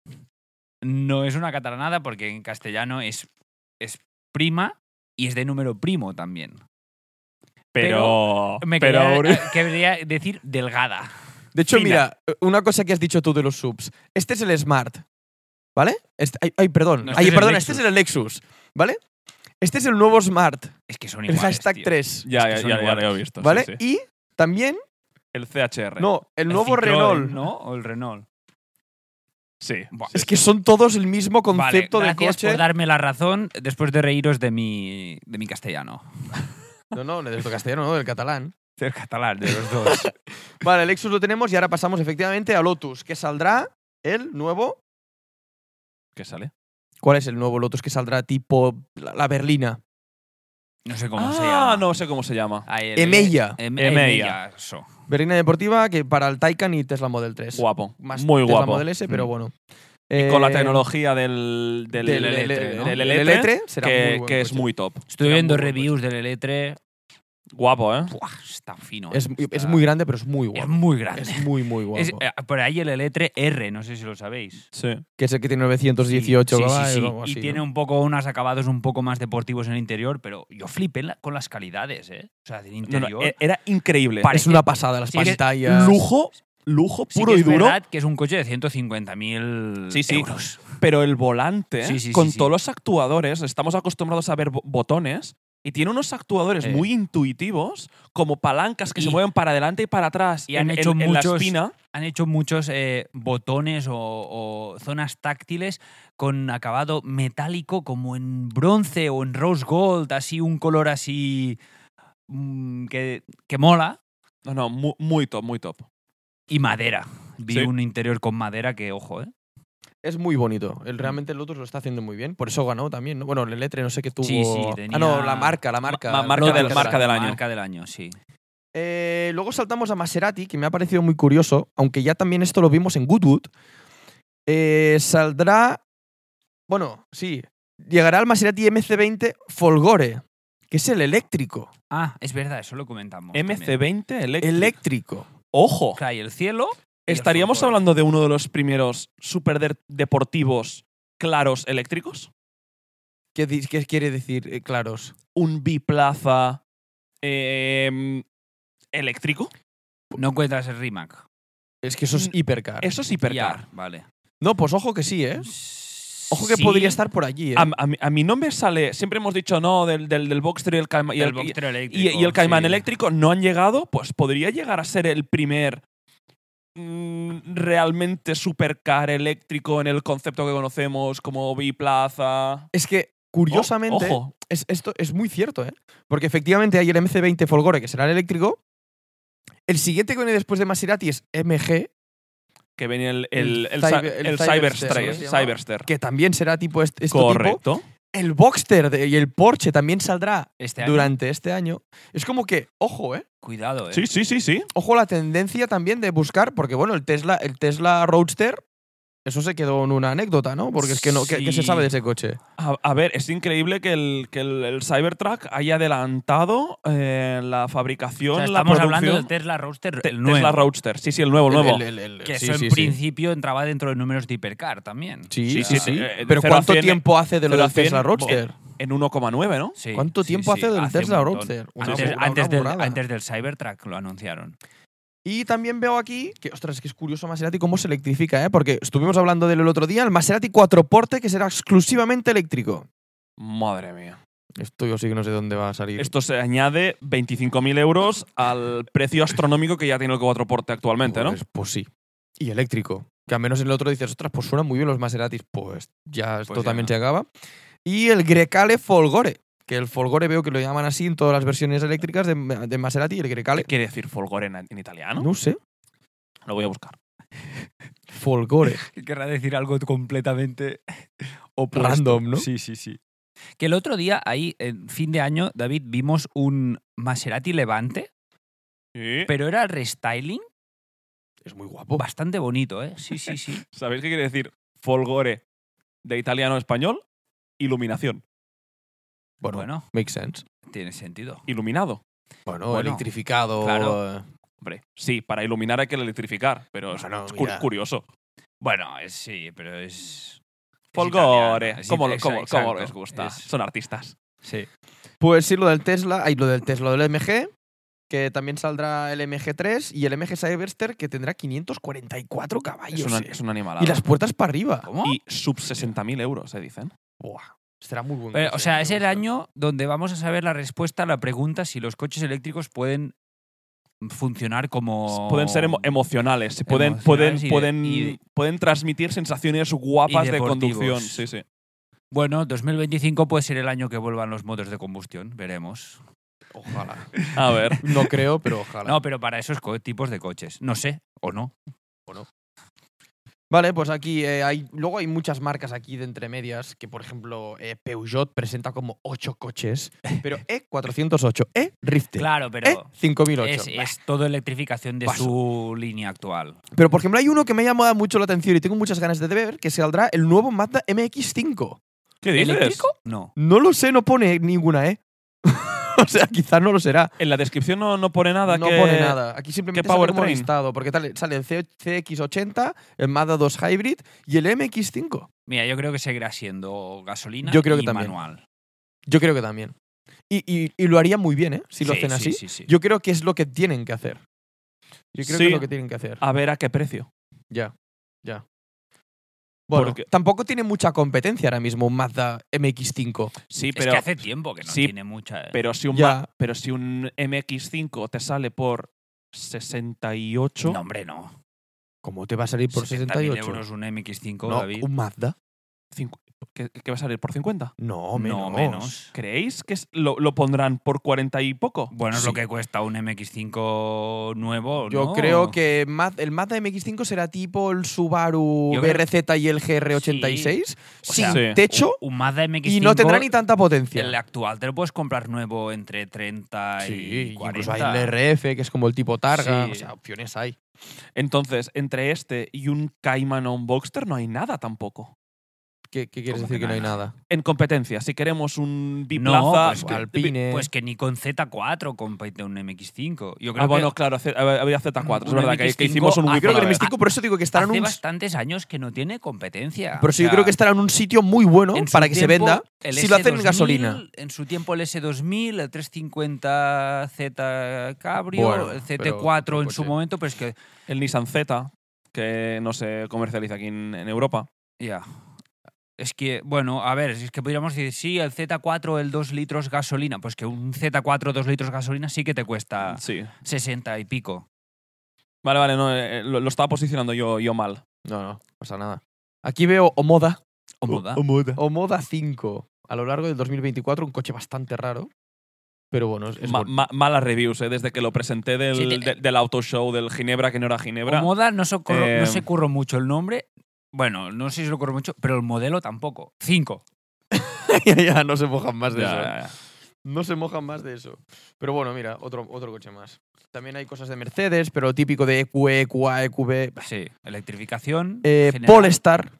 Speaker 3: no es una catalanada porque en castellano es, es prima y es de número primo también.
Speaker 1: Pero.
Speaker 3: Me
Speaker 1: pero
Speaker 3: quería,
Speaker 1: Uri-
Speaker 3: eh, quería decir delgada.
Speaker 2: De hecho,
Speaker 1: Fina.
Speaker 2: mira, una cosa que has dicho tú de los subs. Este es el Smart, ¿vale? Este- ay, ay, perdón.
Speaker 3: No, este
Speaker 2: ay,
Speaker 3: es el
Speaker 2: perdón,
Speaker 3: Lexus.
Speaker 2: este es el Lexus, ¿vale? Este es el nuevo Smart,
Speaker 3: Es que son
Speaker 2: el
Speaker 3: iguales.
Speaker 2: hashtag
Speaker 3: tío.
Speaker 2: 3,
Speaker 1: Ya,
Speaker 3: es
Speaker 1: ya,
Speaker 3: que son
Speaker 1: ya, ya lo he
Speaker 3: iguales.
Speaker 1: visto. sí,
Speaker 2: ¿vale?
Speaker 1: sí.
Speaker 2: Y también,
Speaker 1: El CHR.
Speaker 2: no, el
Speaker 3: El
Speaker 2: nuevo
Speaker 3: Citroën,
Speaker 2: Renault.
Speaker 3: ¿No? O el Renault.
Speaker 1: Sí.
Speaker 3: Buah.
Speaker 2: Es que son todos el mismo concepto
Speaker 3: Vale,
Speaker 2: de
Speaker 3: gracias
Speaker 2: coche.
Speaker 3: por darme la razón después de reíros de mi, de mi castellano.
Speaker 2: No, no, del castellano, no, del catalán.
Speaker 3: Del catalán, de los dos.
Speaker 2: Vale, el Lexus lo tenemos y ahora pasamos efectivamente a Lotus, que saldrá el nuevo.
Speaker 1: ¿Qué sale?
Speaker 2: ¿Cuál es el nuevo Lotus que saldrá tipo la, la berlina?
Speaker 3: [laughs] No sé cómo
Speaker 1: ah,
Speaker 3: se llama.
Speaker 1: no sé cómo se llama.
Speaker 3: Ahí el-
Speaker 2: Emeya.
Speaker 3: Em-
Speaker 1: Emeya.
Speaker 3: Emeya, eso.
Speaker 2: Berlina deportiva que para el Taycan y Tesla Model 3.
Speaker 1: Guapo.
Speaker 2: Más
Speaker 1: Muy
Speaker 2: Tesla
Speaker 1: guapo. Mm.
Speaker 2: Model S, pero bueno.
Speaker 1: Con la
Speaker 2: Eh,
Speaker 1: tecnología del. Del,
Speaker 2: del
Speaker 1: del
Speaker 2: L3, ¿no?
Speaker 1: del
Speaker 2: Del
Speaker 1: L3,
Speaker 2: L3 será muy
Speaker 1: que,
Speaker 2: buen
Speaker 1: que es
Speaker 2: coche.
Speaker 1: muy top.
Speaker 3: Estuve
Speaker 2: Era
Speaker 3: viendo
Speaker 2: muy buen
Speaker 3: reviews del E L3.
Speaker 1: Guapo, ¿eh?
Speaker 3: Buah, está fino.
Speaker 2: Es,
Speaker 3: eh.
Speaker 2: es
Speaker 3: Está-
Speaker 2: muy grande, pero es muy
Speaker 3: Es
Speaker 2: guapo.
Speaker 3: muy grande. [laughs]
Speaker 2: Es
Speaker 1: [laughs]
Speaker 2: muy, muy guapo.
Speaker 3: Es- eh, por ahí el L3 R, no sé si lo sabéis.
Speaker 1: Sí.
Speaker 2: que es el que tiene
Speaker 3: Sí,
Speaker 2: 918
Speaker 3: sí, sí,
Speaker 2: caballos
Speaker 3: sí.
Speaker 2: o algo
Speaker 3: Y
Speaker 2: así,
Speaker 3: tiene
Speaker 2: ¿no?
Speaker 3: un poco unos acabados un poco más deportivos en el interior, pero yo flipé la- con las calidades, ¿eh? O sea,
Speaker 1: No,
Speaker 3: del
Speaker 1: no,
Speaker 3: interior.
Speaker 1: e- era increíble.
Speaker 3: Parece-
Speaker 2: Es una pasada las
Speaker 3: Sí, es que-
Speaker 2: pantallas.
Speaker 1: Lujo, lujo
Speaker 3: Sí que
Speaker 1: puro y
Speaker 3: es
Speaker 1: duro,
Speaker 3: verdad que es un coche de 150.000
Speaker 1: Sí, sí.
Speaker 3: euros.
Speaker 1: pero el volante,
Speaker 3: Sí, sí, sí,
Speaker 1: con
Speaker 3: sí.
Speaker 1: todos los actuadores, estamos acostumbrados a ver bo- botones, y tiene unos actuadores
Speaker 3: Eh.
Speaker 1: muy intuitivos, como palancas que se
Speaker 3: Y-
Speaker 1: mueven para adelante y para atrás
Speaker 3: y han
Speaker 1: en,
Speaker 3: hecho
Speaker 1: en- en la
Speaker 3: muchos-
Speaker 1: espina.
Speaker 3: Han hecho muchos eh, botones o, o zonas táctiles con acabado metálico como en bronce o en rose gold, así un color así mm, que, que mola.
Speaker 1: No, no, mu- muy top, muy top.
Speaker 3: Y madera. Vi
Speaker 1: Sí.
Speaker 3: un interior con madera que, ojo, ¿eh?
Speaker 2: Es muy bonito.
Speaker 3: Mm.
Speaker 2: El, realmente el Lotus lo está haciendo muy bien. Por eso ganó también. ¿no? Bueno, el E Letre no sé qué tuvo.
Speaker 3: Sí, sí, tenía-
Speaker 2: Ah, no, la marca, la marca.
Speaker 1: Ma- ma- marca
Speaker 2: Lotus,
Speaker 1: del-
Speaker 2: la
Speaker 1: marca del año.
Speaker 3: Marca del año, sí.
Speaker 2: Eh, luego saltamos a Maserati, que me ha parecido muy curioso, aunque ya también esto lo vimos en Goodwood. Eh, saldrá. Bueno, sí. Llegará al Maserati MC20 Folgore, que es el eléctrico.
Speaker 3: Ah, es verdad, eso lo comentamos. también.
Speaker 1: MC20 eléctrico.
Speaker 2: Eléctrico.
Speaker 1: Ojo,
Speaker 3: Claro, y el cielo. y el
Speaker 1: ¿estaríamos
Speaker 3: folclore.
Speaker 1: hablando de uno de los primeros super de- deportivos claros eléctricos?
Speaker 2: ¿Qué, di- qué quiere decir, eh, claros?
Speaker 1: Un biplaza em, eléctrico.
Speaker 3: No encuentras el Rimac.
Speaker 2: Es que eso es
Speaker 1: Mm,
Speaker 2: hipercar.
Speaker 1: Eso es hipercar.
Speaker 3: Ya, vale.
Speaker 2: No, pues ojo que sí, ¿eh? Ojo que
Speaker 3: Sí,
Speaker 2: podría estar por allí, ¿eh?
Speaker 1: A, a mí, a mí no me sale. Siempre hemos dicho no del, del, del Boxster y el Caimán. Y
Speaker 3: el
Speaker 1: el,
Speaker 3: Boxster
Speaker 1: y-
Speaker 3: eléctrico,
Speaker 1: y el Caimán
Speaker 3: sí.
Speaker 1: eléctrico no han llegado. Pues podría llegar a ser el primer mm, realmente supercar eléctrico en el concepto que conocemos como biplaza.
Speaker 2: Es que, curiosamente,
Speaker 1: Oh, ojo.
Speaker 2: es- esto es muy cierto, ¿eh? Porque efectivamente hay el MC20 Folgore, que será el eléctrico. El siguiente que viene después de Maserati es MG,
Speaker 1: Que venía el, el,
Speaker 2: El
Speaker 1: el, Cy-
Speaker 2: Cyber- el
Speaker 1: el
Speaker 2: Cyberster,
Speaker 1: Cyberster.
Speaker 2: ¿no se llama?
Speaker 1: Cyberster.
Speaker 2: que también será tipo este, este tipo.
Speaker 1: Correcto.
Speaker 2: El Boxster de- y el Porsche también saldrá
Speaker 3: Este año,
Speaker 2: durante este año. Es como que, ojo, ¿eh?
Speaker 3: Cuidado, eh.
Speaker 1: Sí, sí, sí, sí.
Speaker 2: Ojo la tendencia también de buscar, porque bueno, el Tesla, el Tesla Roadster, eso se quedó en una anécdota, ¿no? Porque es que no, ¿qué- ¿qué se
Speaker 3: Sí.
Speaker 2: sabe de ese coche?
Speaker 1: A, a ver, es increíble que el, que el, el Cybertruck haya adelantado eh, la
Speaker 3: O
Speaker 1: fabricación,
Speaker 3: sea,
Speaker 1: la
Speaker 3: estamos
Speaker 1: producción.
Speaker 3: hablando del Tesla Roadster,
Speaker 1: Te-
Speaker 3: el nuevo.
Speaker 1: Tesla Roadster. Sí, sí, el nuevo, el nuevo.
Speaker 2: El- el- el- el-
Speaker 3: que
Speaker 2: sí,
Speaker 3: eso en
Speaker 2: sí, sí.
Speaker 3: principio entraba dentro de números de hipercar también.
Speaker 2: Sí,
Speaker 1: Sí,
Speaker 2: sí,
Speaker 1: sí,
Speaker 2: sí.
Speaker 1: sí. Eh,
Speaker 2: Pero
Speaker 1: cero a
Speaker 2: ¿cuánto
Speaker 1: cien-
Speaker 2: tiempo hace de lo
Speaker 1: cero a
Speaker 2: del Tesla
Speaker 1: cien,
Speaker 2: Roadster?
Speaker 1: En 1,9, ¿no?
Speaker 3: Sí,
Speaker 2: ¿Cuánto
Speaker 3: sí,
Speaker 2: tiempo
Speaker 3: sí,
Speaker 2: hace del
Speaker 3: un
Speaker 2: Tesla
Speaker 3: montón.
Speaker 2: Roadster? Una
Speaker 3: Antes,
Speaker 2: burrada,
Speaker 3: antes
Speaker 2: una
Speaker 3: del,
Speaker 2: burrada.
Speaker 3: antes del Cybertruck lo anunciaron.
Speaker 2: Y también veo aquí que, ostras, que es curioso Maserati cómo se electrifica, ¿eh? Porque estuvimos hablando del otro día, el Maserati 4 Porte, que será exclusivamente eléctrico.
Speaker 1: Madre mía.
Speaker 2: Esto yo sí que no sé dónde va a salir.
Speaker 1: Esto se añade 25.000 euros al precio astronómico que ya tiene el Q4 Actualmente, ¿no?
Speaker 2: Pues, pues sí. Y eléctrico. Que al menos en el otro dices, ostras, pues suenan muy bien los Maseratis. Pues ya esto
Speaker 3: ya
Speaker 2: también
Speaker 3: no.
Speaker 2: se acaba. Y el Grecale Folgore. Que el Folgore veo que lo llaman así en todas las versiones eléctricas de, de Maserati y el Grecale.
Speaker 1: ¿Qué quiere decir Folgore en, en italiano?
Speaker 2: No sé.
Speaker 1: Lo voy a buscar.
Speaker 2: [laughs] Folgore.
Speaker 3: Querrá decir algo completamente [laughs] opuesto.
Speaker 2: Random, ¿no?
Speaker 3: Sí, sí, sí. Que el otro día, ahí, en fin de año, David, vimos un Maserati Levante,
Speaker 1: Sí.
Speaker 3: pero era restyling
Speaker 2: Es muy guapo.
Speaker 3: bastante bonito, ¿eh? Sí, sí, sí.
Speaker 1: ¿Sabéis qué quiere decir Folgore de italiano a español? Iluminación.
Speaker 2: Bueno,
Speaker 3: Bueno,
Speaker 2: Makes sense.
Speaker 3: tiene sentido.
Speaker 1: Iluminado.
Speaker 2: Bueno,
Speaker 3: Bueno,
Speaker 2: electrificado.
Speaker 3: claro.
Speaker 2: eh,
Speaker 1: Hombre, sí, para iluminar hay que electrificar, pero es,
Speaker 2: Bueno,
Speaker 1: es cur-
Speaker 2: mira.
Speaker 1: curioso.
Speaker 3: Bueno, es- sí, pero es... es
Speaker 1: Folgore,
Speaker 3: italiano, es
Speaker 1: como,
Speaker 3: ita-
Speaker 1: como,
Speaker 3: exacto,
Speaker 1: les gusta.
Speaker 3: es-
Speaker 1: Son artistas.
Speaker 3: sí.
Speaker 2: Pues sí, lo del Tesla, hay lo del Tesla, lo del MG, que también saldrá el MG3 y el MG Cyberster que tendrá 544 caballos.
Speaker 1: Es, una,
Speaker 2: eh.
Speaker 1: es un animal.
Speaker 2: Y las puertas para arriba.
Speaker 3: ¿Cómo?
Speaker 1: Y sub 60.000 euros, se dicen.
Speaker 2: Buah, será muy bueno.
Speaker 3: Pero, Eh, o sea, es el año donde vamos a saber la respuesta a la pregunta si los coches eléctricos pueden funcionar como...
Speaker 1: Pueden ser emo-
Speaker 2: em-,
Speaker 1: emocionales, se pueden,
Speaker 3: Oh. Emocionales y de-
Speaker 1: pueden,
Speaker 3: y
Speaker 1: pueden,
Speaker 3: de-
Speaker 1: pueden transmitir sensaciones guapas de
Speaker 3: y deportivos.
Speaker 1: conducción. Sí, sí.
Speaker 3: Bueno, 2025 puede ser el año que vuelvan los motores de combustión, veremos.
Speaker 2: Ojalá.
Speaker 1: A ver.
Speaker 2: No creo, pero ojalá.
Speaker 3: No, pero para esos co- tipos de coches, no sé, o no.
Speaker 2: Vale, pues aquí eh, hay. Luego hay muchas marcas aquí de entre medias que, por ejemplo, eh, Peugeot presenta como 8 coches, pero E408, E Rift,
Speaker 3: Claro, pero
Speaker 2: E5008.
Speaker 1: Eh,
Speaker 3: es, es todo electrificación de
Speaker 2: Paso.
Speaker 3: su línea actual.
Speaker 2: Pero, por ejemplo, hay uno que me ha llamado mucho la atención y tengo muchas ganas de ver, que saldrá el nuevo Mazda MX5.
Speaker 1: ¿Qué dices?
Speaker 3: ¿Eléctrico? No.
Speaker 2: No lo sé, no pone ninguna E. [laughs] o sea, quizás no lo será.
Speaker 1: En la descripción no, no pone nada
Speaker 2: no
Speaker 1: que.
Speaker 2: pone nada. Aquí simplemente sale como
Speaker 1: powertrain?
Speaker 2: listado, porque tal, sale el CO- CX80, el Mazda 2 Hybrid y el MX5.
Speaker 3: Mira, yo creo que seguirá siendo gasolina
Speaker 2: Yo creo que
Speaker 3: y
Speaker 2: también.
Speaker 3: manual.
Speaker 2: Yo creo que también. Y, y- y lo haría muy bien, ¿eh? Si lo
Speaker 3: Sí,
Speaker 2: hacen
Speaker 3: sí,
Speaker 2: así.
Speaker 3: sí, sí.
Speaker 2: Yo creo que es lo que tienen que hacer. Yo
Speaker 1: Sí.
Speaker 2: creo que es lo que tienen que hacer.
Speaker 1: A ver a qué precio.
Speaker 2: Ya, ya. Bueno,
Speaker 1: Porque-
Speaker 2: tampoco tiene mucha competencia ahora mismo un Mazda MX5.
Speaker 1: Sí,
Speaker 3: Es
Speaker 1: pero,
Speaker 3: que hace tiempo que no
Speaker 1: sí,
Speaker 3: tiene mucha...
Speaker 1: pero, si un
Speaker 2: Ya.
Speaker 1: Ma- pero si un MX5 te sale por 68.
Speaker 3: no, hombre, no.
Speaker 2: ¿Cómo te va a salir por
Speaker 3: 70.000
Speaker 2: 68?
Speaker 3: euros un MX-5,
Speaker 2: No,
Speaker 3: David.
Speaker 2: un Mazda.
Speaker 1: cincu- ¿qué, qué va a salir? ¿Por 50?
Speaker 2: No,
Speaker 3: No,
Speaker 2: menos.
Speaker 3: menos.
Speaker 1: ¿Creéis que es- lo, lo pondrán por 40 y poco?
Speaker 3: Bueno, es lo
Speaker 2: Sí.
Speaker 3: que cuesta un MX-5 nuevo,
Speaker 2: Yo
Speaker 3: Pues ¿no?
Speaker 2: creo que Maz- el Mazda MX5 será tipo el Subaru
Speaker 3: Yo creo-
Speaker 2: BRZ y el GR86
Speaker 3: O
Speaker 2: sin
Speaker 3: sea,
Speaker 1: Sí.
Speaker 2: techo
Speaker 3: Un, un Mazda MX-5...
Speaker 2: y no tendrá ni tanta potencia.
Speaker 3: El actual te lo puedes comprar nuevo entre 30
Speaker 2: Sí,
Speaker 3: y
Speaker 2: incluso
Speaker 3: 40.
Speaker 2: hay el RF, que es como el tipo targa.
Speaker 3: Sí.
Speaker 2: O sea, opciones hay.
Speaker 1: Entonces, entre este y un Cayman o un Boxster no hay nada tampoco.
Speaker 2: ¿Qué, qué quieres
Speaker 3: ¿Cómo
Speaker 2: decir
Speaker 3: que
Speaker 2: que no hay
Speaker 3: no hay
Speaker 2: nada?
Speaker 1: En competencia, si queremos un
Speaker 3: no,
Speaker 1: biplaza.
Speaker 3: pues que,
Speaker 2: Alpine.
Speaker 3: pues que ni con Z4 compite un MX5. Yo creo
Speaker 1: ah, bueno,
Speaker 3: que
Speaker 1: claro, hace- hab- había Z4, es
Speaker 3: Un
Speaker 1: verdad, que, que
Speaker 3: MX5
Speaker 1: hicimos un
Speaker 3: hace-
Speaker 1: wiki.
Speaker 2: Yo creo que el
Speaker 3: Bueno,
Speaker 2: MX5, por eso digo que estará en
Speaker 3: hace
Speaker 2: un.
Speaker 3: bastantes años que no tiene competencia.
Speaker 2: Pero
Speaker 3: O
Speaker 2: sí, yo
Speaker 3: sea,
Speaker 2: creo que estará en un sitio muy bueno
Speaker 3: en su
Speaker 2: para que se
Speaker 3: tiempo,
Speaker 2: venda.
Speaker 3: el
Speaker 2: si lo hacen en
Speaker 3: S2000,
Speaker 2: gasolina.
Speaker 3: En su tiempo el S2000, el 350Z Cabrio,
Speaker 2: Bueno,
Speaker 3: el
Speaker 2: pero-
Speaker 3: CT4
Speaker 2: pero
Speaker 3: en su
Speaker 2: coche.
Speaker 3: momento, pero es que
Speaker 1: El Nissan Z, que no se comercializa aquí en, en Europa.
Speaker 3: Ya. Es que, bueno, a ver, si es que podríamos decir, sí, el Z4, el 2 litros gasolina. Pues que un Z4, 2 litros gasolina sí que te cuesta
Speaker 1: Sí.
Speaker 2: Mm.
Speaker 3: 60 y pico.
Speaker 1: Vale, vale, no, eh, lo, lo estaba posicionando yo, yo mal.
Speaker 2: No, no, pasa nada. Aquí veo Omoda.
Speaker 3: O moda.
Speaker 2: Omoda 5. A lo largo del 2024, un coche bastante raro. Pero bueno, es, es
Speaker 1: Ma-
Speaker 2: bueno.
Speaker 1: ma- malas reviews, eh, desde que lo presenté del,
Speaker 3: Sí,
Speaker 1: de-
Speaker 3: te-
Speaker 1: del auto show del Ginebra, que no era Ginebra.
Speaker 3: O
Speaker 1: [laughs]
Speaker 3: moda no, se curro-
Speaker 1: Eh,
Speaker 2: Em.
Speaker 3: no se curró mucho el nombre. Bueno, no sé si se lo curró mucho, pero el modelo tampoco. 5.
Speaker 2: ya, ya, no se mojan más de
Speaker 1: Ya,
Speaker 2: eso. ¿eh?
Speaker 1: ya, ya.
Speaker 2: No se mojan más de eso. Pero bueno, mira, otro, otro coche más. También hay cosas de Mercedes, pero lo típico de E EQE, EQA, EQB.
Speaker 3: Sí, electrificación.
Speaker 2: Eh,
Speaker 3: general.
Speaker 2: Polestar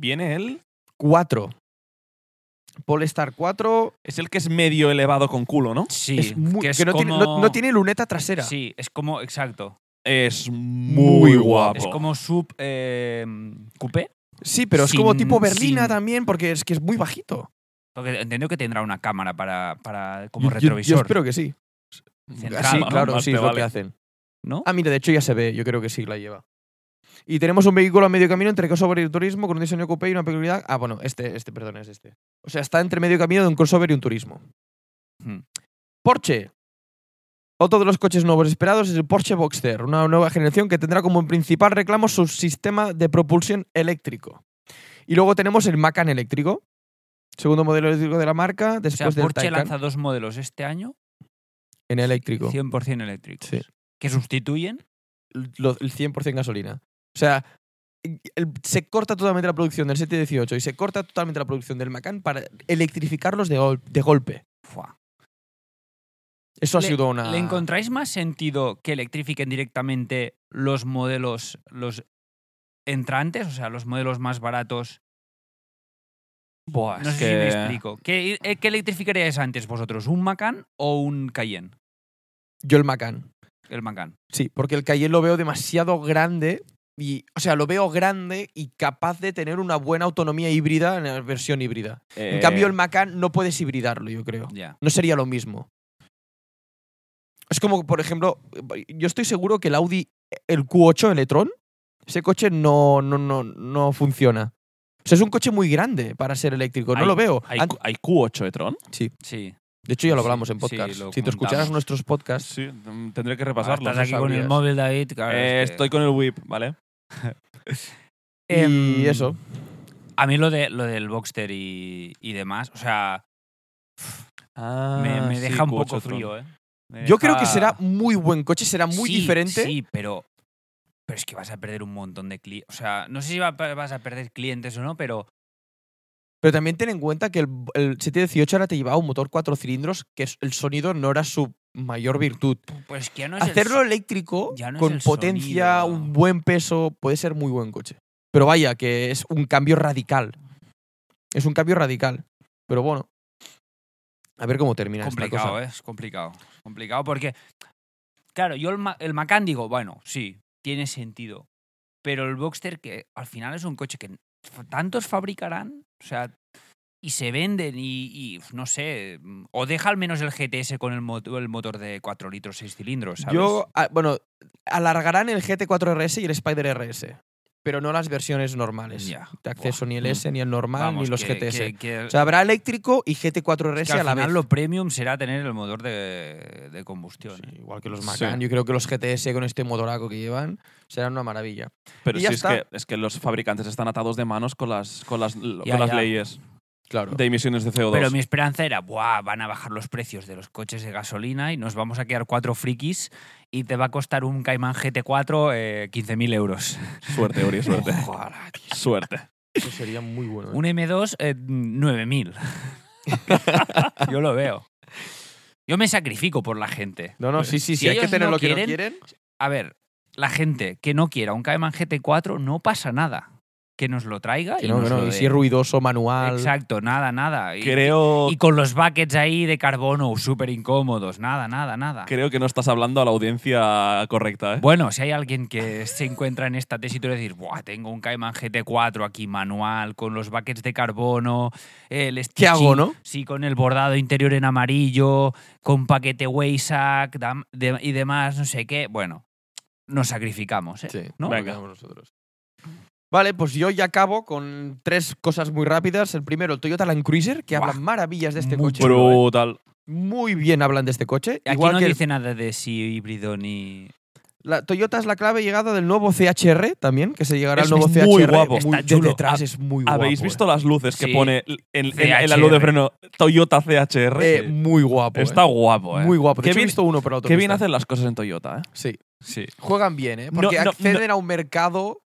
Speaker 1: Viene él,
Speaker 2: 4. Polestar 4
Speaker 1: es el que es medio elevado con culo, ¿no?
Speaker 3: Sí,
Speaker 2: es muy-
Speaker 3: que es
Speaker 2: que no, tiene, no-
Speaker 3: como-
Speaker 2: no tiene luneta trasera.
Speaker 3: Sí, es como, exacto.
Speaker 1: Es muy
Speaker 2: Ah,
Speaker 1: guapo.
Speaker 3: Es como sub eh, coupé.
Speaker 2: Sí, pero es
Speaker 3: Sin-
Speaker 2: como tipo berlina
Speaker 3: sin-
Speaker 2: también, porque es que es muy bajito.
Speaker 3: Porque entiendo que tendrá una cámara para, para como
Speaker 2: Yo- yo-
Speaker 3: retrovisor.
Speaker 2: Yo, espero que sí.
Speaker 3: Central,
Speaker 2: sí,
Speaker 1: Ah,
Speaker 3: ¿no?
Speaker 2: claro,
Speaker 1: Más
Speaker 2: sí,
Speaker 1: te
Speaker 2: es lo
Speaker 1: vale.
Speaker 2: que hacen.
Speaker 3: ¿no?
Speaker 2: Ah, mira, de hecho ya se ve, yo creo que sí la lleva. Y tenemos un vehículo a medio camino entre crossover y turismo con un diseño coupé y una peculiaridad. Ah, bueno, este, este, perdón, es este. O sea, está entre medio camino de un crossover y un turismo.
Speaker 3: Hmm.
Speaker 2: Porsche. Otro de los coches nuevos esperados es el Porsche Boxster, una nueva generación que tendrá como principal reclamo su sistema de propulsión eléctrico. Y luego tenemos el Macan eléctrico, segundo modelo eléctrico de la marca,
Speaker 3: O sea,
Speaker 2: después del
Speaker 3: Porsche
Speaker 2: Taycan
Speaker 3: lanza dos modelos este año,
Speaker 2: en eléctrico.
Speaker 3: 100% eléctricos,
Speaker 2: Sí.
Speaker 3: que sustituyen
Speaker 2: lo- el 100% gasolina. O sea, el- se corta totalmente la producción del 718 y se corta totalmente la producción del Macan para electrificarlos de, gol- de golpe.
Speaker 3: Fua.
Speaker 2: Eso ha
Speaker 3: Le-
Speaker 2: sido una...
Speaker 3: ¿Le encontráis más sentido que electrifiquen directamente los modelos, los entrantes, o sea, los modelos más baratos?
Speaker 1: Buah,
Speaker 3: No
Speaker 1: es
Speaker 3: sé si
Speaker 1: que-
Speaker 3: me explico. ¿Qué, eh, qué electrificaríais antes vosotros, un Macan o un Cayenne?
Speaker 2: Yo el Macan.
Speaker 3: El Macan.
Speaker 2: Sí, porque el Cayenne lo veo demasiado grande y, o sea, lo veo grande y capaz de tener una buena autonomía híbrida en la versión híbrida. En
Speaker 1: Eh,
Speaker 2: cambio, el Macan no puedes hibridarlo, yo creo.
Speaker 3: Ya.
Speaker 2: no sería lo mismo. Es como, por ejemplo, yo estoy seguro que el Audi, el Q8 Electron, ese coche no, no, no, no funciona. O sea, es un coche muy grande para ser eléctrico, no
Speaker 1: Hay-
Speaker 2: lo veo.
Speaker 1: ¿Hay,
Speaker 2: An-
Speaker 1: Q- hay Q8 de Tron?
Speaker 3: Sí.
Speaker 2: de hecho, ya lo
Speaker 3: sí,
Speaker 2: hablamos en
Speaker 3: sí,
Speaker 2: podcast.
Speaker 3: lo
Speaker 2: si te escucharas
Speaker 3: comentamos.
Speaker 2: nuestros podcasts,
Speaker 1: Sí, mm, tendré que
Speaker 3: Ahora
Speaker 1: repasarlo.
Speaker 3: Ah, estás
Speaker 1: no
Speaker 3: aquí con el
Speaker 1: sabrías.
Speaker 3: móvil, David. claro,
Speaker 1: Eh,
Speaker 3: es que-
Speaker 1: Estoy con el whip, ¿vale?
Speaker 2: y
Speaker 3: Em,
Speaker 2: eso.
Speaker 3: A mí lo, de, lo del Boxster y, y demás, o sea, me, me
Speaker 1: Ah, sí,
Speaker 3: deja un
Speaker 1: Q8
Speaker 3: poco
Speaker 1: Tron.
Speaker 3: frío, ¿eh? Me
Speaker 2: Yo creo que
Speaker 3: deja-
Speaker 2: será muy buen coche, será muy
Speaker 3: Sí,
Speaker 2: diferente.
Speaker 3: Sí, pero, pero es que vas a perder un montón de clientes. O sea, no sé si va- vas a perder clientes o no, pero
Speaker 2: Pero también ten en cuenta que el, el 718 ahora te llevaba un motor cuatro cilindros, que es- el sonido no era su mayor virtud.
Speaker 3: pues que ya no es el
Speaker 2: Hacerlo
Speaker 3: so-
Speaker 2: eléctrico,
Speaker 3: ya no es
Speaker 2: con
Speaker 3: el
Speaker 2: potencia,
Speaker 3: sonido.
Speaker 2: un buen peso, puede ser muy buen coche. Pero vaya, que es un cambio radical. Es un cambio radical. Pero bueno. A ver cómo termina esta
Speaker 3: complicado,
Speaker 2: cosa.
Speaker 3: ¿eh? Es complicado. Es complicado porque, claro, yo el, Ma- el Macan digo, bueno, sí, tiene sentido. Pero el Boxster, que al final es un coche que f- tantos fabricarán, o sea, y se venden y, y, no sé, mm, o deja al menos el GTS con el, moto- el motor de 4 litros, 6 cilindros, ¿sabes?
Speaker 2: Yo, a- Ah, bueno, alargarán el GT4 RS y el Spider RS. Pero no las versiones normales.
Speaker 3: Ya.
Speaker 2: De acceso
Speaker 3: Buah. mm.
Speaker 2: ni el S, ni el normal,
Speaker 3: Vamos,
Speaker 2: ni los
Speaker 3: que-
Speaker 2: GTS.
Speaker 3: que- que-
Speaker 2: O sea, habrá eléctrico y GT4 RS
Speaker 3: que al
Speaker 2: a la
Speaker 3: final
Speaker 2: vez.
Speaker 3: lo premium será tener el motor de, de combustión.
Speaker 2: Sí,
Speaker 3: ¿eh?
Speaker 2: igual que los
Speaker 1: Sí.
Speaker 2: Macan. Yo creo que los GTS con este motoraco que llevan serán una maravilla.
Speaker 1: Pero
Speaker 2: Y
Speaker 1: sí,
Speaker 2: ya
Speaker 1: es
Speaker 2: está.
Speaker 1: que, es que los fabricantes están atados de manos con las, con las, con
Speaker 3: Ya,
Speaker 1: las
Speaker 3: ya.
Speaker 1: leyes
Speaker 2: Claro.
Speaker 1: de emisiones de CO2.
Speaker 3: Pero mi esperanza era, Buah, van a bajar los precios de los coches de gasolina y nos vamos a quedar cuatro frikis y te va a costar un Cayman GT4 eh, 15.000 euros.
Speaker 1: Suerte, Ori,
Speaker 3: [laughs]
Speaker 1: suerte.
Speaker 2: Ojalá, tío.
Speaker 1: suerte.
Speaker 2: Eso sería muy bueno. ¿eh?
Speaker 3: Un M2, eh, 9.000. [laughs] Yo lo veo. Yo me sacrifico por la gente.
Speaker 2: No, no, sí, sí,
Speaker 3: Si
Speaker 2: sí. Hay que
Speaker 3: ellos
Speaker 2: tener
Speaker 3: no
Speaker 2: lo que no
Speaker 3: quieren,
Speaker 2: quieren.
Speaker 3: A ver, la gente que no quiera un Cayman GT4 no pasa nada. Que nos lo traiga
Speaker 2: Que
Speaker 3: y
Speaker 2: no,
Speaker 3: nos
Speaker 2: que no,
Speaker 3: lo
Speaker 2: Y
Speaker 3: dé.
Speaker 2: si es ruidoso, manual.
Speaker 3: Exacto, nada, nada. Y-
Speaker 1: Creo,
Speaker 3: Y con los buckets ahí de carbono súper incómodos. Nada, nada, nada.
Speaker 1: creo que no estás hablando a la audiencia correcta, ¿eh?
Speaker 3: Bueno, si hay alguien que se encuentra en esta tesitura de decir, Buah, tengo un Cayman GT4 aquí manual, con los buckets de carbono, el
Speaker 2: ¿Qué
Speaker 3: stitching-
Speaker 2: hago, no?
Speaker 3: Sí, con el bordado interior en amarillo, con paquete Waysac dam- de- y demás, no sé qué. Bueno, nos sacrificamos, ¿eh?
Speaker 2: Sí,
Speaker 3: ¿no?
Speaker 1: Venga.
Speaker 2: Lo hagamos nosotros. Vale, pues yo ya acabo con tres cosas muy rápidas. El primero, el Toyota Land Cruiser, que
Speaker 3: Buah.
Speaker 2: hablan maravillas de este
Speaker 3: Muy
Speaker 2: coche.
Speaker 3: chulo.
Speaker 1: Brutal.
Speaker 2: Muy bien hablan de este coche.
Speaker 3: Aquí
Speaker 2: Igual
Speaker 3: no
Speaker 2: que el-
Speaker 3: dice nada de si híbrido ni...
Speaker 2: la Toyota es la clave llegada del nuevo CHR también, que se llegará
Speaker 1: Es
Speaker 2: el nuevo
Speaker 1: muy
Speaker 2: CHR.
Speaker 1: guapo.
Speaker 2: muy-
Speaker 3: Está
Speaker 2: de
Speaker 3: chulo.
Speaker 2: detrás
Speaker 1: Ha-
Speaker 2: es muy guapo.
Speaker 1: ¿Habéis
Speaker 2: eh.
Speaker 1: visto las luces que
Speaker 3: Sí.
Speaker 1: pone en, en- en la luz de
Speaker 3: CHR.
Speaker 1: freno Toyota CHR?
Speaker 2: Eh, muy guapo. eh.
Speaker 1: Está guapo, ¿eh?
Speaker 2: Muy guapo.
Speaker 1: Qué
Speaker 2: De hecho, he
Speaker 1: bien,
Speaker 2: visto uno para otro.
Speaker 1: qué bien hacen las cosas en Toyota, ¿eh?
Speaker 2: Sí.
Speaker 1: Sí.
Speaker 2: Juegan bien, ¿eh?
Speaker 1: No,
Speaker 2: Porque
Speaker 1: no, no.
Speaker 2: acceden a un mercado.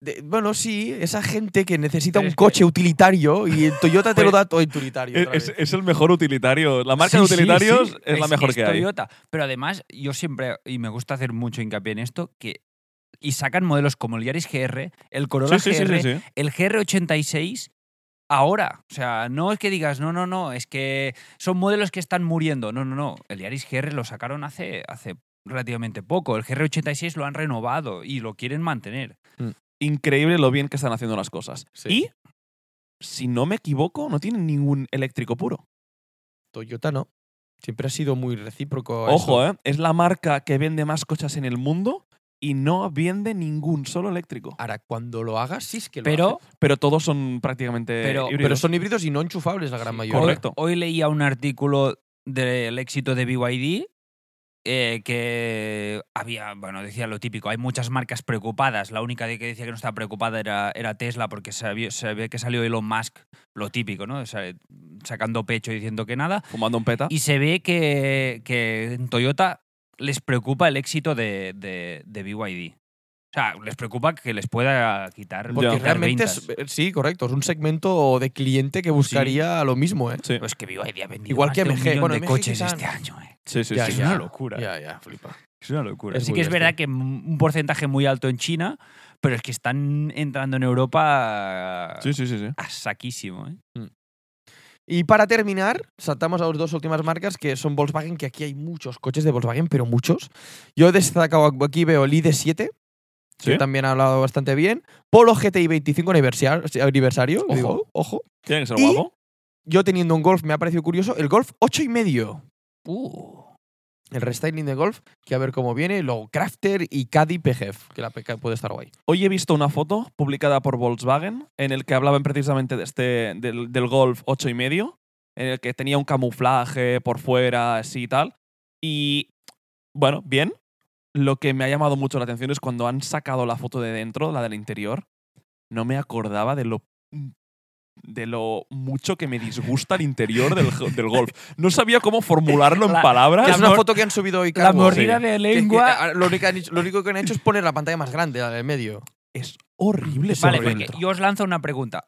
Speaker 2: de- bueno, sí, esa gente que necesita un
Speaker 3: Pero es que-
Speaker 2: coche utilitario y el Toyota te
Speaker 1: [laughs]
Speaker 2: lo
Speaker 1: Pues-
Speaker 2: da todo utilitario. otra
Speaker 1: Es,
Speaker 2: vez.
Speaker 1: es el mejor utilitario. La marca
Speaker 2: Sí,
Speaker 1: de
Speaker 2: sí,
Speaker 1: utilitarios
Speaker 2: sí.
Speaker 1: es, la mejor que hay.
Speaker 3: Toyota. Pero además, yo siempre, y me gusta hacer mucho hincapié en esto, que y sacan modelos como el Yaris GR, el Corolla
Speaker 1: Sí, sí, sí,
Speaker 3: GR,
Speaker 1: sí, sí.
Speaker 3: el GR86 ahora. O sea, no es que digas, no, no, no, es que son modelos que están muriendo. No, no, no. El Yaris GR lo sacaron hace, hace relativamente poco. El GR86 lo han renovado y lo quieren mantener.
Speaker 1: Increíble lo bien que están haciendo las cosas.
Speaker 2: Sí.
Speaker 1: Y, si no me equivoco, no tienen ningún eléctrico puro.
Speaker 2: Toyota no. Siempre ha sido muy recíproco.
Speaker 1: ¿eh? Ojo, ¿eh? Es la marca que vende más coches en el mundo y no vende ningún solo eléctrico.
Speaker 2: Ahora, cuando lo hagas, sí es que lo
Speaker 3: Pero
Speaker 2: hace.
Speaker 1: Pero todos son prácticamente
Speaker 3: Pero-
Speaker 1: híbridos.
Speaker 2: Pero son híbridos y no enchufables la gran mayoría.
Speaker 1: correcto.
Speaker 3: hoy leía un artículo del éxito de BYD eh, que había, bueno, decía lo típico, hay muchas marcas preocupadas. La única de que decía que no estaba preocupada era, era Tesla porque sabía, sabía que salió Elon Musk, lo típico, ¿no? O sea, sacando pecho y diciendo que nada.
Speaker 1: fumando un peta.
Speaker 3: Y se ve que, que en Toyota les preocupa el éxito de, de, de BYD. O sea, les preocupa que les pueda quitar.
Speaker 1: Ya.
Speaker 2: Porque
Speaker 3: quitar
Speaker 2: realmente
Speaker 3: ventas.
Speaker 2: es- eh, sí, correcto. Es un segmento de cliente que buscaría lo mismo, ¿eh?
Speaker 1: sí,
Speaker 3: Pues que BYD ha vendido
Speaker 2: Igual
Speaker 3: más
Speaker 2: que
Speaker 3: de un
Speaker 2: MG.
Speaker 3: millón
Speaker 2: Bueno,
Speaker 3: de
Speaker 2: MG
Speaker 3: coches
Speaker 2: quizá
Speaker 3: este
Speaker 2: no.
Speaker 3: año. eh.
Speaker 1: sí, sí.
Speaker 2: Ya,
Speaker 1: sí.
Speaker 3: es
Speaker 2: ya.
Speaker 3: una locura.
Speaker 2: Ya, ya, flipa.
Speaker 3: Es una locura.
Speaker 2: Es
Speaker 3: sí
Speaker 2: muy
Speaker 3: que es
Speaker 2: bestia.
Speaker 3: verdad que m- un porcentaje muy alto en China, pero es que están entrando en Europa
Speaker 1: Sí, sí, sí, sí.
Speaker 3: a saquísimo. ¿eh?
Speaker 2: Y para terminar, saltamos a las dos últimas marcas que son Volkswagen, que aquí hay muchos coches de Volkswagen, pero muchos. Yo he destacado aquí veo el ID7,
Speaker 1: ¿Sí?
Speaker 2: que también ha hablado bastante bien. Polo GTI 25 aniversario, aniversario
Speaker 1: Ojo.
Speaker 2: digo, ojo.
Speaker 1: Tiene que ser
Speaker 2: Y-
Speaker 1: guapo.
Speaker 2: Yo teniendo un Golf me ha parecido curioso, el Golf 8 y medio.
Speaker 3: Uh.
Speaker 2: El restyling de Golf, que a ver cómo viene, luego Crafter y Caddy PGF, que la PK puede estar guay.
Speaker 1: Hoy he visto una foto publicada por Volkswagen en el que hablaban precisamente de este, del, del Golf 8 y medio, en el que tenía un camuflaje por fuera, así y tal. Y bueno, bien. Lo que me ha llamado mucho la atención es cuando han sacado la foto de dentro, la del interior, no me acordaba de lo de lo mucho que me disgusta el interior del, del golf. No sabía cómo formularlo en
Speaker 3: Ah, La-
Speaker 1: palabras.
Speaker 2: Es una
Speaker 3: mor-
Speaker 2: foto que han subido hoy,
Speaker 3: La
Speaker 2: Carlos.
Speaker 3: mordida
Speaker 1: sí.
Speaker 3: de
Speaker 2: Que es que,
Speaker 3: lengua.
Speaker 2: ah, lo, único que han hecho- lo único que han hecho es poner la pantalla más grande, la del medio.
Speaker 1: es horrible. por
Speaker 3: Vale, porque
Speaker 1: dentro.
Speaker 3: yo os lanzo una pregunta.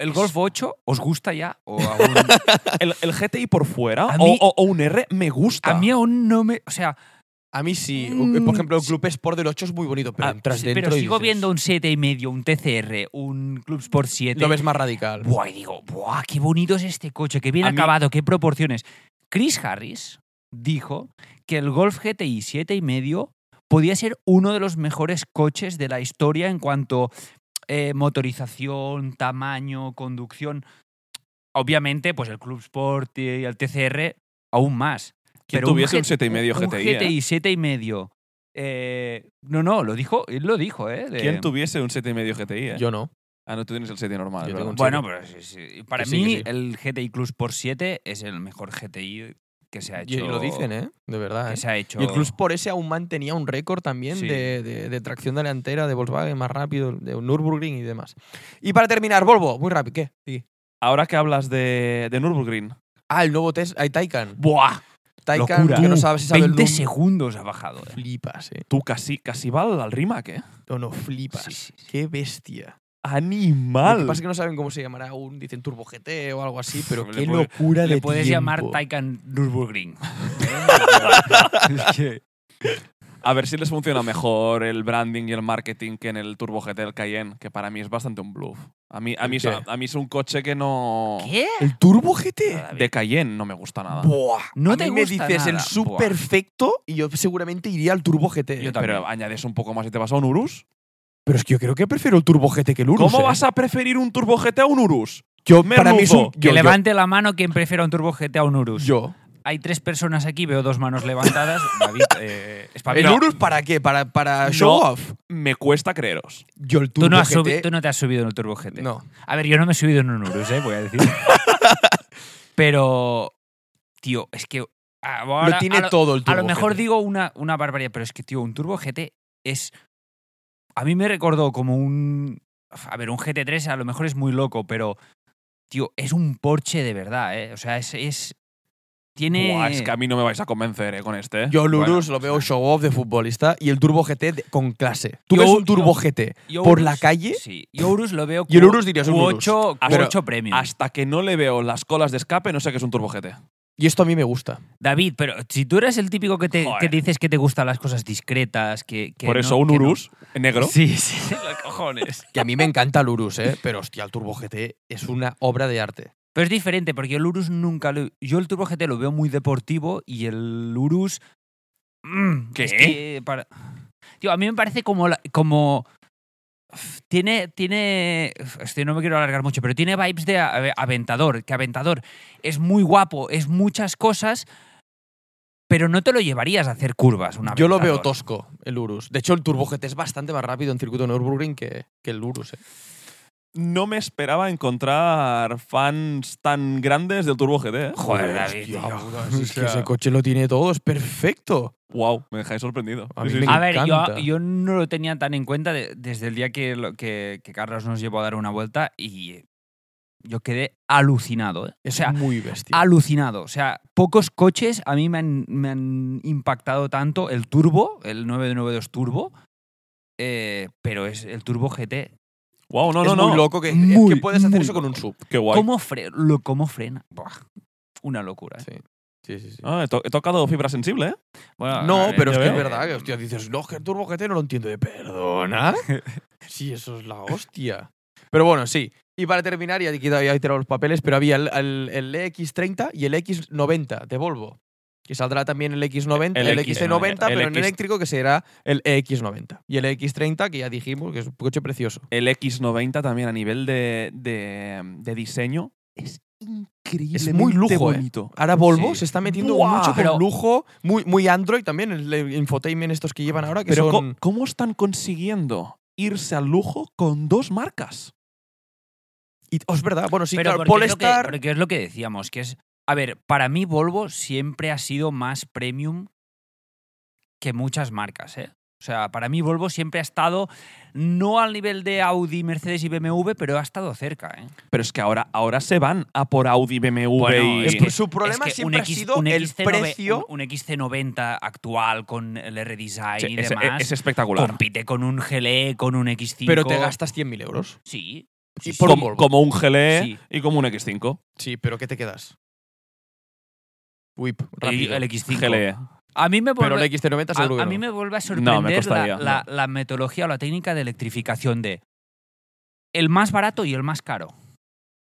Speaker 3: ¿El Golf 8 os gusta ya?
Speaker 2: [laughs]
Speaker 3: O aún-
Speaker 1: el, el GTI por fuera
Speaker 3: A
Speaker 1: o-
Speaker 3: mí-
Speaker 1: o, o un R me gusta.
Speaker 3: a mí aún no me. O sea,
Speaker 2: A mí sí. Eh,
Speaker 3: Mm,
Speaker 2: Por ejemplo, el
Speaker 3: sí.
Speaker 2: Club Sport del 8 es muy bonito, pero
Speaker 3: ah,
Speaker 2: entras
Speaker 3: sí,
Speaker 2: dentro
Speaker 3: pero
Speaker 2: y
Speaker 3: sigo
Speaker 2: dices,
Speaker 3: viendo un 7,5, un TCR, un Club Sport 7.
Speaker 2: Lo ves más radical.
Speaker 3: Buah, y digo, buah, qué bonito es este coche, qué bien
Speaker 1: A mí-
Speaker 3: acabado, qué proporciones. Chris Harris dijo que el Golf GTI 7,5 podía ser uno de los mejores coches de la historia en cuanto eh, motorización, tamaño, conducción. Obviamente, pues el Club Sport y el TCR aún más.
Speaker 1: Quien
Speaker 3: un
Speaker 1: tuviese un
Speaker 3: G-
Speaker 1: 7,5
Speaker 3: un
Speaker 1: GTI, ¿eh?
Speaker 3: GTI 7,5. Eh, no, no, lo dijo, él lo dijo, ¿eh? de-
Speaker 1: ¿Quién tuviese un 7,5 GTI? eh?
Speaker 2: Yo no.
Speaker 1: Ah, no, tú tienes el 7 normal.
Speaker 2: Yo
Speaker 1: ¿verdad?
Speaker 2: tengo un
Speaker 3: Bueno, pero sí, sí. para
Speaker 2: Que sí,
Speaker 3: mí
Speaker 2: que sí.
Speaker 3: el GTI Club Sport 7 es el mejor GTI que se ha
Speaker 2: Y
Speaker 3: hecho.
Speaker 2: lo dicen, ¿eh? De verdad.
Speaker 3: Que
Speaker 2: ¿eh?
Speaker 3: se ha hecho.
Speaker 2: Y el Club Sport ese aún mantenía un récord también
Speaker 3: Sí.
Speaker 2: de, de- de tracción delantera de Volkswagen más rápido, de Nürburgring y demás. Y para terminar, Volvo, muy rápido, ¿qué? Sí.
Speaker 1: Ahora que hablas de, de Nürburgring,
Speaker 2: Ah, el nuevo test, hay Taycan.
Speaker 3: ¡Buah!
Speaker 2: Taycan,
Speaker 3: Locura.
Speaker 2: que no sabes si sabe
Speaker 3: 20
Speaker 2: el número.
Speaker 3: segundos ha bajado. ¿eh?
Speaker 2: Flipas, ¿eh?
Speaker 1: tú casi, casi va al al RIMAC, ¿eh?
Speaker 2: No, no, flipas.
Speaker 3: Sí, sí, sí.
Speaker 2: Qué bestia. Lo
Speaker 1: ¡Animal!
Speaker 2: que pasa es que no saben cómo se llamará un, dicen Turbo GT o algo así, pero
Speaker 1: Le
Speaker 2: qué
Speaker 1: puede-
Speaker 2: locura de
Speaker 3: [laughs] Le puedes
Speaker 2: [laughs]
Speaker 3: llamar
Speaker 2: tiempo.
Speaker 3: Taycan
Speaker 2: [laughs]
Speaker 3: Nürburgring.
Speaker 1: A ver si les funciona mejor el branding y el marketing que en el Turbo GT del Cayenne, que para mí es bastante un bluff. A mí, a mí, es,
Speaker 2: ¿Qué?
Speaker 1: a mí es un coche que no...
Speaker 3: ¿Qué?
Speaker 2: ¿El Turbo GT?
Speaker 1: De Cayenne no me gusta nada.
Speaker 2: Buah,
Speaker 3: Ah. No
Speaker 2: a
Speaker 3: te
Speaker 2: mí me
Speaker 3: gusta
Speaker 2: dices el
Speaker 3: nada.
Speaker 2: sub
Speaker 3: Buah.
Speaker 2: perfecto y yo seguramente iría al Turbo GT.
Speaker 3: Yo también.
Speaker 1: Pero añades un poco más y te vas a un Urus.
Speaker 2: Pero es que yo creo que prefiero el Turbo GT que el Urus. ¿eh?
Speaker 1: ¿Cómo vas a preferir un Turbo GT a un Urus?
Speaker 2: Yo para mí es un-
Speaker 1: Merluzo,
Speaker 3: que
Speaker 2: yo, yo,
Speaker 3: levante la mano quien prefiera un Turbo GT a un Urus.
Speaker 2: yo.
Speaker 3: Hay tres personas aquí, veo dos
Speaker 2: [laughs]
Speaker 3: manos levantadas. David, eh,
Speaker 2: ¿El
Speaker 3: espabila.
Speaker 2: Urus para qué? ¿Para, para
Speaker 1: No.
Speaker 2: show off?
Speaker 1: Me cuesta creeros.
Speaker 2: Yo el Turbo
Speaker 3: Tú no, has
Speaker 2: GT.
Speaker 3: subi- tú no te has subido en el Turbo GT.
Speaker 2: No.
Speaker 3: A ver, yo no me he subido en un Urus, ¿eh? voy a
Speaker 2: [laughs]
Speaker 3: decir. pero, tío, es que ahora-
Speaker 2: lo tiene
Speaker 3: a, lo,
Speaker 2: todo el
Speaker 3: a
Speaker 2: Turbo
Speaker 3: lo mejor
Speaker 2: GT.
Speaker 3: digo una, una barbaridad, pero es que, tío, un Turbo GT es... A mí me recordó como un... A ver, un GT3 a lo mejor es muy loco, pero, tío, es un Porsche de verdad, ¿eh? O sea, es... es- tiene...
Speaker 1: Buah, es que a mí no me vais a convencer eh, con este. eh.
Speaker 2: Yo el
Speaker 3: Bueno,
Speaker 2: Urus lo veo show off de futbolista y el Turbo GT de- con clase. Tú
Speaker 3: Yo-
Speaker 2: ves un
Speaker 3: yo-
Speaker 2: Turbo GT
Speaker 3: Yo
Speaker 2: por
Speaker 3: Urus-
Speaker 2: la calle
Speaker 3: Sí, yo Urus lo veo...
Speaker 2: y el
Speaker 3: Q-
Speaker 2: Urus dirías un Urus.
Speaker 3: Q8,
Speaker 1: Pero-
Speaker 3: Q8 Premium.
Speaker 1: Hasta que no le veo las colas de escape, no sé qué es un Turbo GT.
Speaker 2: Y esto a mí me gusta.
Speaker 3: David, pero si tú eres el típico que, te,
Speaker 1: Joder.
Speaker 3: que dices que te gustan las cosas discretas, que. que
Speaker 1: Por
Speaker 3: no-
Speaker 1: eso un
Speaker 3: que no-
Speaker 1: Urus [laughs] negro.
Speaker 3: Sí, sí, los cojones.
Speaker 2: Que a mí me encanta el Urus, ¿eh? Pero hostia, el Turbo GT es una obra de arte.
Speaker 3: Pero es diferente, porque el Urus nunca lo. Yo el Turbo GT lo veo muy deportivo y el Urus. mm,
Speaker 1: ¿Qué?
Speaker 3: es que para- Tío, a mí me parece como. la- como Uf, tiene, tiene, uf, hostia, no me quiero alargar mucho, pero tiene vibes de eh, a- aventador, que aventador es muy guapo, es muchas cosas, pero no te lo llevarías a hacer curvas una vez
Speaker 2: Yo lo
Speaker 3: cada
Speaker 2: veo
Speaker 3: hora.
Speaker 2: tosco, el Urus. De hecho, el Turbo GT es bastante más rápido en circuito Nürburgring que, que el Urus. eh.
Speaker 1: No me esperaba encontrar fans tan grandes del Turbo GT, ¿eh?
Speaker 3: Joder, David. tío.
Speaker 2: puta,
Speaker 1: o
Speaker 2: si es que
Speaker 1: sea.
Speaker 2: ese coche lo tiene todo, es perfecto.
Speaker 1: Wow, me dejáis sorprendido.
Speaker 2: A
Speaker 1: Sí,
Speaker 2: mí
Speaker 1: sí,
Speaker 2: me
Speaker 1: sí.
Speaker 3: A ver, yo,
Speaker 2: encanta.
Speaker 3: yo no lo tenía tan en cuenta de- desde el día que, lo- que, que Carlos nos llevó a dar una vuelta y eh, yo quedé alucinado. ¿eh? O
Speaker 2: Es
Speaker 3: sea,
Speaker 2: muy bestia.
Speaker 3: alucinado. O sea, pocos coches a mí me han, me han impactado tanto el turbo, el 992 turbo, eh, pero es el turbo GT.
Speaker 1: Wow, no,
Speaker 2: es
Speaker 1: no, no.
Speaker 2: muy loco que, es
Speaker 3: Muy,
Speaker 2: que puedes hacer
Speaker 3: muy
Speaker 2: eso con un sub.
Speaker 1: Qué guay.
Speaker 3: ¿Cómo, fre- lo, ¿Cómo frena? Buah, una locura. ¿eh?
Speaker 2: Sí, sí, sí. sí.
Speaker 1: Ah, he, to- he tocado fibra sensible, ¿eh?
Speaker 3: Bueno,
Speaker 2: no,
Speaker 3: eh,
Speaker 2: pero es
Speaker 1: ya
Speaker 2: que es
Speaker 1: veo.
Speaker 2: verdad que hostia, dices, no, es que el Turbo GT no lo entiendo de perdona. [laughs] sí, eso es la hostia. Pero bueno, sí. Y para terminar, ya he quitado- ya he tirado los papeles, pero había el, el- el EX30 y el X90 de Volvo. Que saldrá también el X90, el,
Speaker 1: El
Speaker 2: XT90,
Speaker 1: el
Speaker 2: pero en
Speaker 1: X-
Speaker 2: eléctrico que será el EX90. Y el EX30, que ya dijimos que es un coche precioso.
Speaker 1: El X90 también a nivel de, de- de diseño es increíble.
Speaker 2: lujo, ¿eh?
Speaker 1: bonito.
Speaker 2: Ahora Volvo
Speaker 3: Sí.
Speaker 2: se está metiendo
Speaker 1: Buah,
Speaker 2: mucho con
Speaker 3: pero-
Speaker 2: lujo, muy, muy Android también, el infotainment estos que llevan ahora, que
Speaker 1: Pero
Speaker 2: son...
Speaker 1: co- ¿cómo están consiguiendo irse al lujo con dos marcas?
Speaker 2: y- oh, es verdad, bueno, sí,
Speaker 3: pero
Speaker 2: claro,
Speaker 3: porque es lo que-
Speaker 2: Polestar...
Speaker 3: porque es lo que decíamos, que es... A ver, para mí Volvo siempre ha sido más premium que muchas marcas, ¿eh? O sea, para mí Volvo siempre ha estado no al nivel de Audi, Mercedes y BMW, pero ha estado cerca, ¿eh?
Speaker 1: Pero es que ahora, ahora se van a por Audi, BMW
Speaker 3: Bueno,
Speaker 1: y...
Speaker 3: es
Speaker 2: Es
Speaker 3: que-
Speaker 2: por- su problema
Speaker 3: Es que
Speaker 2: siempre
Speaker 3: X-
Speaker 2: ha sido
Speaker 3: un
Speaker 2: el
Speaker 3: XC9
Speaker 2: precio.
Speaker 3: Un, un XC90 actual con el redesign
Speaker 1: Sí,
Speaker 3: y
Speaker 2: e,
Speaker 1: es,
Speaker 3: demás.
Speaker 1: es espectacular.
Speaker 3: compite con un GLE, con un X5.
Speaker 2: Pero te gastas 100.000 euros.
Speaker 3: Sí.
Speaker 2: Y
Speaker 3: sí,
Speaker 2: por
Speaker 3: sí.
Speaker 2: un
Speaker 1: como, como un GLE
Speaker 3: Sí.
Speaker 1: y como un X5.
Speaker 2: Sí, pero ¿qué te quedas? Whip,
Speaker 3: el,
Speaker 2: rápido. E.
Speaker 3: el X5.
Speaker 1: GLE.
Speaker 3: A mí me
Speaker 2: pero
Speaker 3: vuelve,
Speaker 2: el X90
Speaker 3: a,
Speaker 2: seguro que
Speaker 3: a
Speaker 2: no.
Speaker 3: mí me vuelve a
Speaker 1: No, me
Speaker 3: sorprender la-
Speaker 1: costaría,
Speaker 3: la, la metodología o la técnica de electrificación de el más barato y el más caro.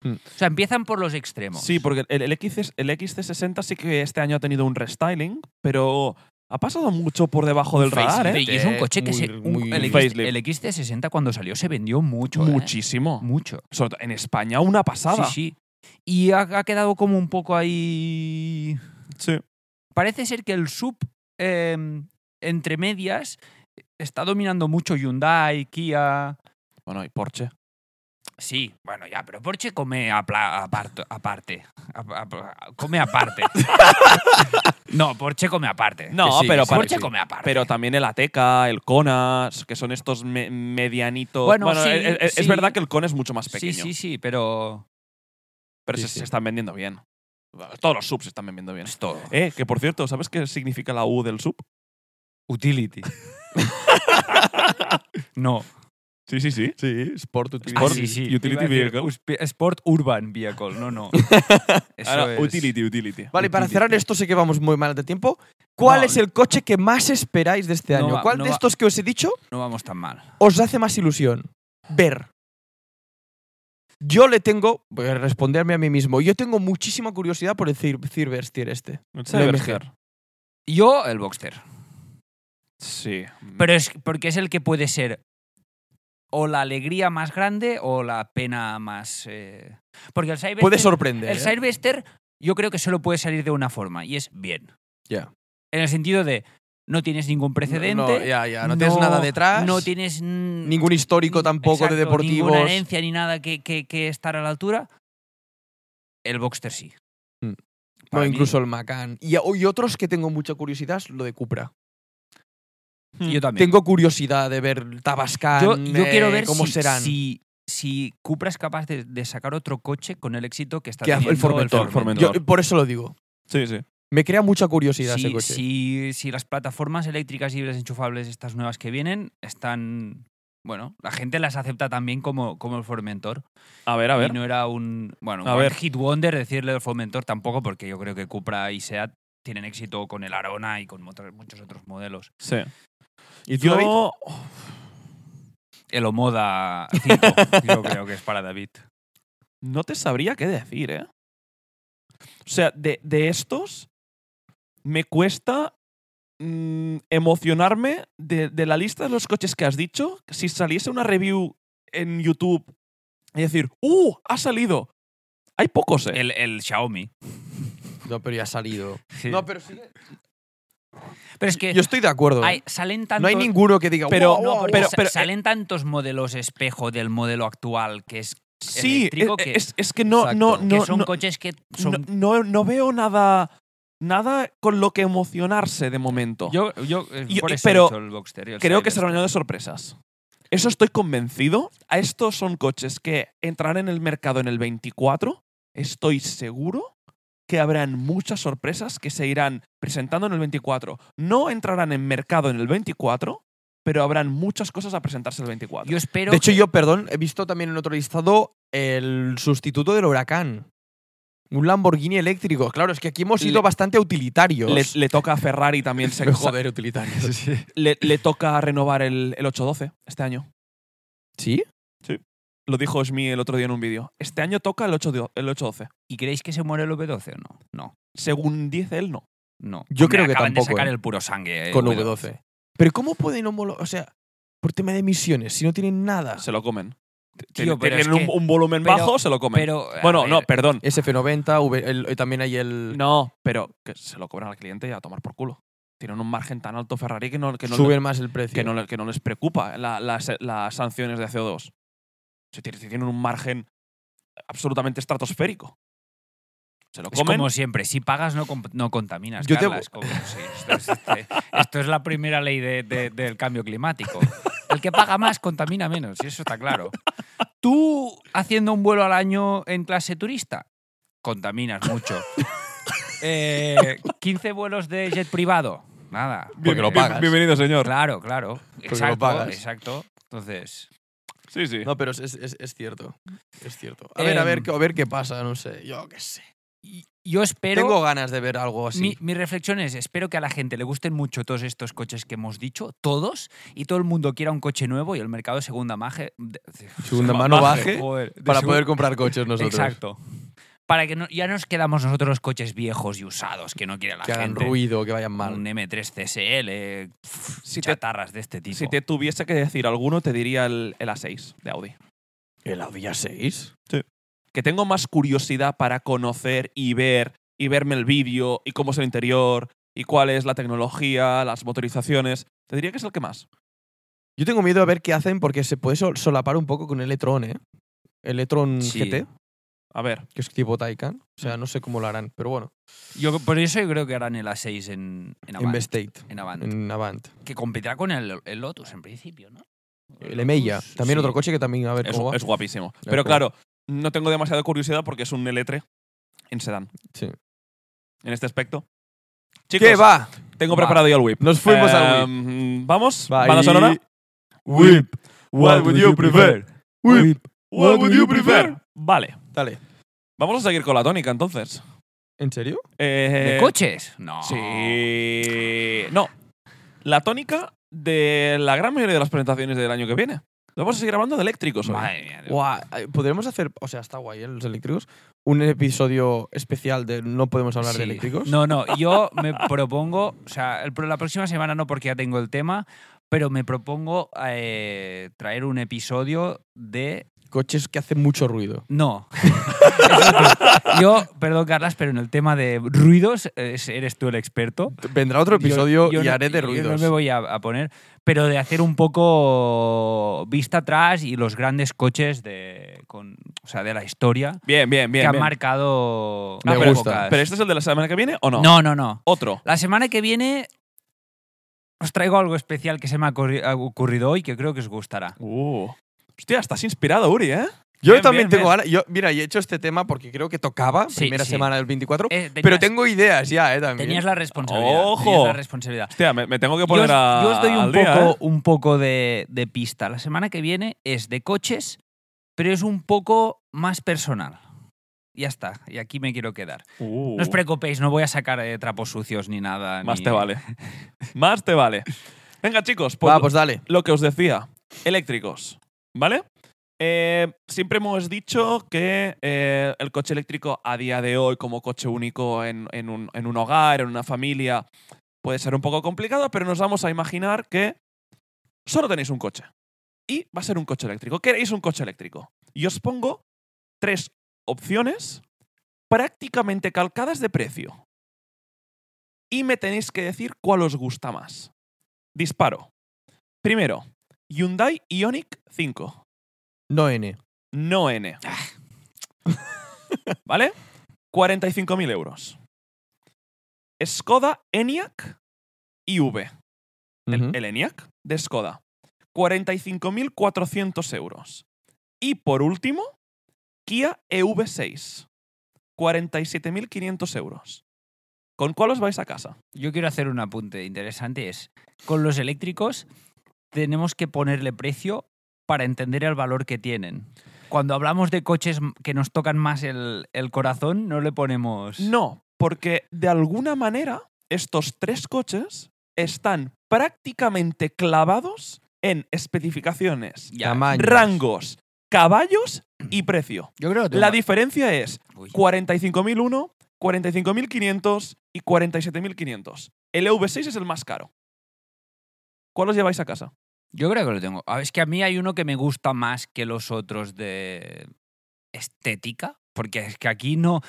Speaker 2: Hmm.
Speaker 3: O sea, empiezan por los extremos.
Speaker 1: Sí, porque el, el XC, el XC60 sí que este año ha tenido un restyling, pero ha pasado mucho por debajo del radar, ¿eh?
Speaker 3: Y es un coche que
Speaker 2: Muy-
Speaker 3: se. un-
Speaker 2: muy-
Speaker 3: el, X,
Speaker 1: Facelift.
Speaker 3: t 60 cuando salió se vendió mucho. ¿eh?
Speaker 1: Muchísimo.
Speaker 3: Mucho.
Speaker 1: Sobre todo en España, una pasada.
Speaker 3: Sí, sí. Y ha, ha quedado como un poco ahí.
Speaker 1: Sí.
Speaker 3: Parece ser que el sub, eh, entre medias, está dominando mucho Hyundai, Kia.
Speaker 1: Bueno, y Porsche.
Speaker 3: Sí, bueno, ya, pero Porsche come a pla- aparto- aparte. A- a- come
Speaker 1: [laughs]
Speaker 3: aparte. no, Porsche come aparte.
Speaker 1: No,
Speaker 2: Que sí,
Speaker 1: pero,
Speaker 2: que sí,
Speaker 1: para-
Speaker 3: Porsche
Speaker 2: sí.
Speaker 3: come aparte.
Speaker 1: pero también el Ateca, el Kona, que son estos me- medianitos.
Speaker 3: Bueno, sí,
Speaker 1: es, es- es
Speaker 3: sí.
Speaker 1: verdad que el Kona es mucho más
Speaker 3: sí,
Speaker 1: pequeño,
Speaker 3: sí, sí, pero.
Speaker 1: pero
Speaker 2: Sí,
Speaker 1: se,
Speaker 2: sí.
Speaker 1: se están vendiendo bien. Todos los subs se están vendiendo bien.
Speaker 3: Es todo.
Speaker 1: Eh, que por cierto, ¿sabes qué significa la U del sub?
Speaker 3: Utility. [laughs]
Speaker 1: [laughs]
Speaker 3: no.
Speaker 1: Sí, sí, sí.
Speaker 2: Sí, Sport
Speaker 3: Ah,
Speaker 2: Utility.
Speaker 3: sí, sí.
Speaker 1: Utility
Speaker 3: Iba a decir,
Speaker 1: vehicle.
Speaker 3: usp- Sport Urban Vehicle. No,
Speaker 1: [laughs]
Speaker 3: no. Eso
Speaker 1: Ah, no,
Speaker 3: es-
Speaker 1: Utility, utility.
Speaker 2: Vale, y para
Speaker 1: Utility.
Speaker 2: cerrar esto, sé que vamos muy mal de tiempo. ¿Cuál
Speaker 3: No.
Speaker 2: es el coche que más esperáis de este
Speaker 3: No
Speaker 2: año?
Speaker 3: va-
Speaker 2: ¿Cuál
Speaker 3: no
Speaker 2: de
Speaker 3: va-
Speaker 2: estos que os he dicho
Speaker 3: No vamos tan mal.
Speaker 2: os hace más ilusión? Ver. Yo le tengo, voy a responderme a mí mismo, yo tengo muchísima curiosidad por el Cyber- Cybersteer este.
Speaker 1: El Cyberster.
Speaker 2: Cyberster.
Speaker 3: Yo, el Boxster.
Speaker 1: Sí.
Speaker 3: Pero es porque es el que puede ser o la alegría más grande o la pena más. eh, Porque el Cyberster.
Speaker 2: Puede sorprender.
Speaker 3: El
Speaker 2: ¿eh?
Speaker 3: Cyberster, yo creo que solo puede salir de una forma y es bien.
Speaker 2: Ya.
Speaker 3: En el sentido de no tienes ningún precedente.
Speaker 2: No, no, ya, ya, no tienes nada detrás.
Speaker 3: No tienes. mm,
Speaker 2: ningún histórico
Speaker 3: ni-
Speaker 2: tampoco
Speaker 3: exacto,
Speaker 2: de deportivos.
Speaker 3: Ninguna herencia ni nada que, que- que estar a la altura. El Boxster sí.
Speaker 2: Mm. No,
Speaker 3: Para
Speaker 2: No,
Speaker 3: mí,
Speaker 2: incluso el Macan. Y, oh, y otros que tengo mucha curiosidad es lo de Cupra.
Speaker 3: Yo también.
Speaker 2: Tengo curiosidad de ver Tabascan.
Speaker 3: Yo, yo
Speaker 2: eh,
Speaker 3: quiero ver
Speaker 2: cómo
Speaker 3: si,
Speaker 2: serán.
Speaker 3: si- si Cupra es capaz de, de sacar otro coche con el éxito que está
Speaker 2: Que
Speaker 3: teniendo
Speaker 2: el Formentor.
Speaker 1: el Formentor.
Speaker 2: Yo- por eso lo digo.
Speaker 1: Sí, sí.
Speaker 2: Me crea mucha curiosidad ese
Speaker 3: Si,
Speaker 2: coche.
Speaker 3: si- si las plataformas eléctricas y desenchufables, estas nuevas que vienen, están. Bueno, la gente las acepta también como, como el Formentor.
Speaker 1: A ver, a
Speaker 3: Y
Speaker 1: ver.
Speaker 3: no era un. Bueno,
Speaker 1: A
Speaker 3: un
Speaker 1: ver.
Speaker 3: hit wonder decirle el Formentor tampoco, porque yo creo que Cupra y Seat tienen éxito con el Arona y con otros- muchos otros modelos.
Speaker 1: Sí.
Speaker 2: ¿Y tú, David?
Speaker 1: Yo,
Speaker 3: El Omoda 5, yo creo que es para David.
Speaker 1: No te sabría qué decir, ¿eh? O sea, de, de estos me cuesta mm, emocionarme de, de la lista de los coches que has dicho. Si saliese una review en YouTube y decir, ¡uh! ¡Ha salido! Hay pocos, ¿eh?
Speaker 3: El, el Xiaomi.
Speaker 2: No, pero ya ha salido.
Speaker 3: Sí.
Speaker 2: No, pero sigue.
Speaker 3: Pero es que
Speaker 2: Yo estoy de acuerdo. ¿eh?
Speaker 3: hay- salen tantos.
Speaker 2: no hay ninguno que diga.
Speaker 1: Pero-
Speaker 2: "Wow,
Speaker 3: No,
Speaker 2: wow,
Speaker 3: porque
Speaker 1: pero-
Speaker 2: wow".
Speaker 3: sa-
Speaker 1: pero-
Speaker 3: salen tantos modelos espejo del modelo actual que es
Speaker 1: Sí,
Speaker 3: eléctrico
Speaker 1: e-
Speaker 3: que-
Speaker 1: es, es que no,
Speaker 2: Exacto.
Speaker 1: no,
Speaker 3: que
Speaker 1: no,
Speaker 3: son
Speaker 1: no,
Speaker 3: coches que son.
Speaker 1: no- no- no veo nada, nada con lo que emocionarse de momento.
Speaker 3: yo, yo, eh,
Speaker 1: Yo-
Speaker 3: por eso
Speaker 1: pero
Speaker 3: he hecho el Boxster y el
Speaker 1: Creo que
Speaker 3: Silence.
Speaker 1: será un año de sorpresas. Eso estoy convencido. A estos son coches que entrarán en el mercado en el 24. Estoy seguro que habrán muchas sorpresas que se irán presentando en el 24. No entrarán en mercado en el 24, pero habrán muchas cosas a presentarse el 24.
Speaker 3: Yo espero.
Speaker 2: De hecho,
Speaker 3: que-
Speaker 2: yo, perdón, he visto también en otro listado el sustituto del huracán. Un Lamborghini eléctrico. Claro, es que aquí hemos sido
Speaker 1: Le-
Speaker 2: bastante utilitarios.
Speaker 1: le, le toca a Ferrari también. se-
Speaker 2: [laughs] Joder, utilitarios.
Speaker 3: [laughs]
Speaker 1: le, le toca renovar el, el 812 este año.
Speaker 2: ¿Sí?
Speaker 1: Lo dijo Shmi el otro día en un vídeo. Este año toca el, 8, el 812.
Speaker 3: ¿Y creéis que se muere el V12 o no? No.
Speaker 1: Según dice él, no.
Speaker 3: No.
Speaker 2: Yo creo que
Speaker 3: acaban
Speaker 2: tampoco,
Speaker 3: de sacar
Speaker 2: ¿eh?
Speaker 3: el puro sangre. eh,
Speaker 2: Con V12. Pero ¿cómo pueden homologar? O sea, por tema de emisiones, si no tienen nada.
Speaker 1: Se lo comen.
Speaker 3: Ah. Tío,
Speaker 1: Tien-
Speaker 3: pero
Speaker 1: tienen
Speaker 3: es
Speaker 1: un,
Speaker 3: que-
Speaker 1: un volumen
Speaker 3: pero-
Speaker 1: bajo, se lo comen.
Speaker 3: Pero. a
Speaker 1: bueno,
Speaker 3: ver,
Speaker 1: no, perdón.
Speaker 2: SF90, V- el- eh, también hay el.
Speaker 1: No, pero que se lo cobran al cliente y a tomar por culo. Tienen un margen tan alto Ferrari que no, que no,
Speaker 2: suben más el precio.
Speaker 1: que no, le- que no les preocupa la- las, las sanciones de CO2. Si tienen, si tienen un margen absolutamente estratosférico. Se lo
Speaker 3: Es
Speaker 1: comen.
Speaker 3: como siempre, si pagas no, comp- no contaminas.
Speaker 2: Yo te
Speaker 3: Carla,
Speaker 2: vo-
Speaker 3: es como- sí, esto, es, este- esto es la primera ley de- de- del cambio climático. El que paga más contamina menos, y eso está claro. Tú haciendo un vuelo al año en clase turista, contaminas
Speaker 2: [laughs]
Speaker 3: mucho. Eh, 15 vuelos de jet privado, nada.
Speaker 2: Bien- porque lo pagas.
Speaker 1: Bienvenido, señor.
Speaker 3: Claro, claro.
Speaker 2: lo
Speaker 3: Exacto,
Speaker 2: pagas.
Speaker 3: exacto. Entonces,
Speaker 1: Sí, sí.
Speaker 2: No, pero es, es- es- es cierto. Es cierto. A ver, a
Speaker 3: Em.
Speaker 2: ver, qué- a ver qué pasa, no sé. Yo qué sé.
Speaker 3: y- yo espero...
Speaker 2: Tengo ganas de ver algo así.
Speaker 3: Mi, mi reflexión es, espero que a la gente le gusten mucho todos estos coches que hemos dicho, todos, y todo el mundo quiera un coche nuevo y el mercado de segunda, maje- [laughs] de-
Speaker 2: Segunda mano baje
Speaker 3: joder, de
Speaker 2: para
Speaker 3: segun-
Speaker 2: poder comprar coches nosotros.
Speaker 3: Exacto. Para que no- ya nos quedamos nosotros los coches viejos y usados que no quiere la
Speaker 2: Que hagan
Speaker 3: gente.
Speaker 2: ruido, que vayan mal.
Speaker 3: Un M3 CSL, pff,
Speaker 1: Si te-
Speaker 3: eh, chatarras de este tipo.
Speaker 1: Si te tuviese que decir alguno, te diría el, el A6 de Audi.
Speaker 2: ¿El Audi A6?
Speaker 1: Que tengo más curiosidad para conocer y ver, y verme el vídeo, y cómo es el interior, y cuál es la tecnología, las motorizaciones. Te diría que es el que más.
Speaker 2: Yo tengo miedo a ver qué hacen porque se puede sol- solapar un poco con el e-tron, ¿eh? El e-tron
Speaker 3: Sí.
Speaker 2: GT,
Speaker 1: A ver,
Speaker 2: que es tipo Taycan. O sea, no sé cómo lo harán, pero bueno.
Speaker 3: Yo, por eso yo creo que harán el A6 en, en
Speaker 2: En
Speaker 3: Avant.
Speaker 2: Vestate,
Speaker 3: en Avant.
Speaker 2: en Avant.
Speaker 3: Que competirá con el, el Lotus en principio, ¿no?
Speaker 2: El Emeya,
Speaker 3: Lotus,
Speaker 2: también
Speaker 3: sí.
Speaker 2: otro coche que también, a ver
Speaker 1: es,
Speaker 2: cómo va.
Speaker 1: es guapísimo.
Speaker 2: Ya,
Speaker 1: Pero
Speaker 2: claro.
Speaker 1: claro, no tengo demasiada curiosidad porque es un L3 en sedán.
Speaker 2: Sí.
Speaker 1: En este aspecto. Chicos,
Speaker 2: ¿Qué va?
Speaker 1: tengo
Speaker 3: Va.
Speaker 1: preparado ya el whip.
Speaker 2: Nos fuimos al whip.
Speaker 1: al whip. ¿Vamos?
Speaker 2: Va,
Speaker 1: ¿Banda
Speaker 2: y-
Speaker 1: sonora?
Speaker 2: Whip. What would you prefer? Whip.
Speaker 1: What would you prefer? Vale.
Speaker 2: Dale.
Speaker 1: Vamos a seguir con la tónica entonces.
Speaker 2: ¿En serio?
Speaker 1: Eh,
Speaker 3: ¿De coches? No.
Speaker 1: Sí. No. La tónica de la gran mayoría de las presentaciones del año que viene. Vamos a seguir hablando de eléctricos. hoy.
Speaker 3: Madre mía.
Speaker 2: Guau, eh, Podríamos hacer, o sea, está guay, ¿eh? Los eléctricos. Un episodio especial de No podemos hablar
Speaker 3: Sí.
Speaker 2: de eléctricos.
Speaker 3: No, no, yo me propongo, o sea, el pro- la próxima semana no porque ya tengo el tema, pero me propongo eh, traer un episodio de...
Speaker 2: Coches que hacen mucho ruido.
Speaker 3: No. [laughs] yo, perdón Carlas, pero en el tema de ruidos eh, eres tú el experto.
Speaker 2: Vendrá otro
Speaker 3: Yo-
Speaker 2: episodio
Speaker 3: yo
Speaker 2: y
Speaker 3: no-
Speaker 2: haré de
Speaker 3: yo
Speaker 2: ruidos.
Speaker 3: no me voy a, a poner, pero de hacer un poco vista atrás y los grandes coches de, con, o sea, de la historia
Speaker 1: Bien, bien, bien.
Speaker 3: que han
Speaker 1: bien.
Speaker 3: marcado
Speaker 2: Me
Speaker 3: épocas.
Speaker 2: gusta.
Speaker 1: Pero este es el de la semana que viene o no?
Speaker 3: No, no, no.
Speaker 1: Otro.
Speaker 3: La semana que viene os traigo algo especial que se me ha ocurri- ha ocurrido hoy que creo que os gustará.
Speaker 1: Uh. Hostia, estás inspirado, Uri, ¿eh?
Speaker 2: Yo
Speaker 1: Bien,
Speaker 2: también
Speaker 1: bien,
Speaker 2: tengo
Speaker 1: bien.
Speaker 2: ganas. Yo, mira, y he hecho este tema porque creo que tocaba,
Speaker 3: Sí,
Speaker 2: primera
Speaker 3: sí.
Speaker 2: semana del 24.
Speaker 3: Eh, tenías-
Speaker 2: pero tengo ideas ya, ¿eh? También.
Speaker 3: Tenías la responsabilidad.
Speaker 1: ¡Ojo!
Speaker 3: tenías la responsabilidad.
Speaker 1: Hostia, me, me tengo que
Speaker 3: Yo os,
Speaker 1: poner a.
Speaker 3: yo os doy un
Speaker 1: al
Speaker 3: poco,
Speaker 1: día, ¿eh?
Speaker 3: un poco de, de pista. La semana que viene es de coches, pero es un poco más personal. Ya está, y aquí me quiero quedar.
Speaker 1: Uh.
Speaker 3: No os preocupéis, no voy a sacar eh, trapos sucios ni nada.
Speaker 1: Más
Speaker 3: ni-
Speaker 1: te vale. Más te vale. Venga, chicos, pues,
Speaker 2: Va, pues dale.
Speaker 1: lo que os decía, eléctricos, ¿vale? Eh, siempre hemos dicho que eh, el coche eléctrico a día de hoy como coche único en, en un, en un hogar, en una familia, puede ser un poco complicado, pero nos vamos a imaginar que solo tenéis un coche. Y va a ser un coche eléctrico. Queréis un coche eléctrico. Y os pongo tres opciones prácticamente calcadas de precio. y me tenéis que decir cuál os gusta más. Disparo. Primero, Hyundai Ioniq 5,
Speaker 2: No N.
Speaker 1: no N. ¿Vale? 45.000 euros. Skoda ENIAC IV.
Speaker 2: Ujú.
Speaker 1: el, el ENIAC de Skoda. 45.400 euros. Y por último, Kia E EV6. 47.500 euros. ¿Con cuál os vais a casa?
Speaker 3: Yo quiero hacer un apunte interesante. Es, con los eléctricos tenemos que ponerle precio para entender el valor que tienen. Cuando hablamos de coches m- que nos tocan más el, el corazón, no le ponemos...
Speaker 1: No, porque de alguna manera estos tres coches están prácticamente clavados en especificaciones,
Speaker 3: Ya.
Speaker 2: Tamaños.
Speaker 1: rangos, caballos y precio.
Speaker 3: Yo creo que...
Speaker 1: La diferencia es
Speaker 3: Uy.
Speaker 1: 45.001, 45.500 y 47.500. El EV6 es el más caro. ¿Cuál os lleváis a casa?
Speaker 3: Yo creo que lo tengo. A ver, Es que a mí hay uno que me gusta más que los otros de estética, porque es que aquí no...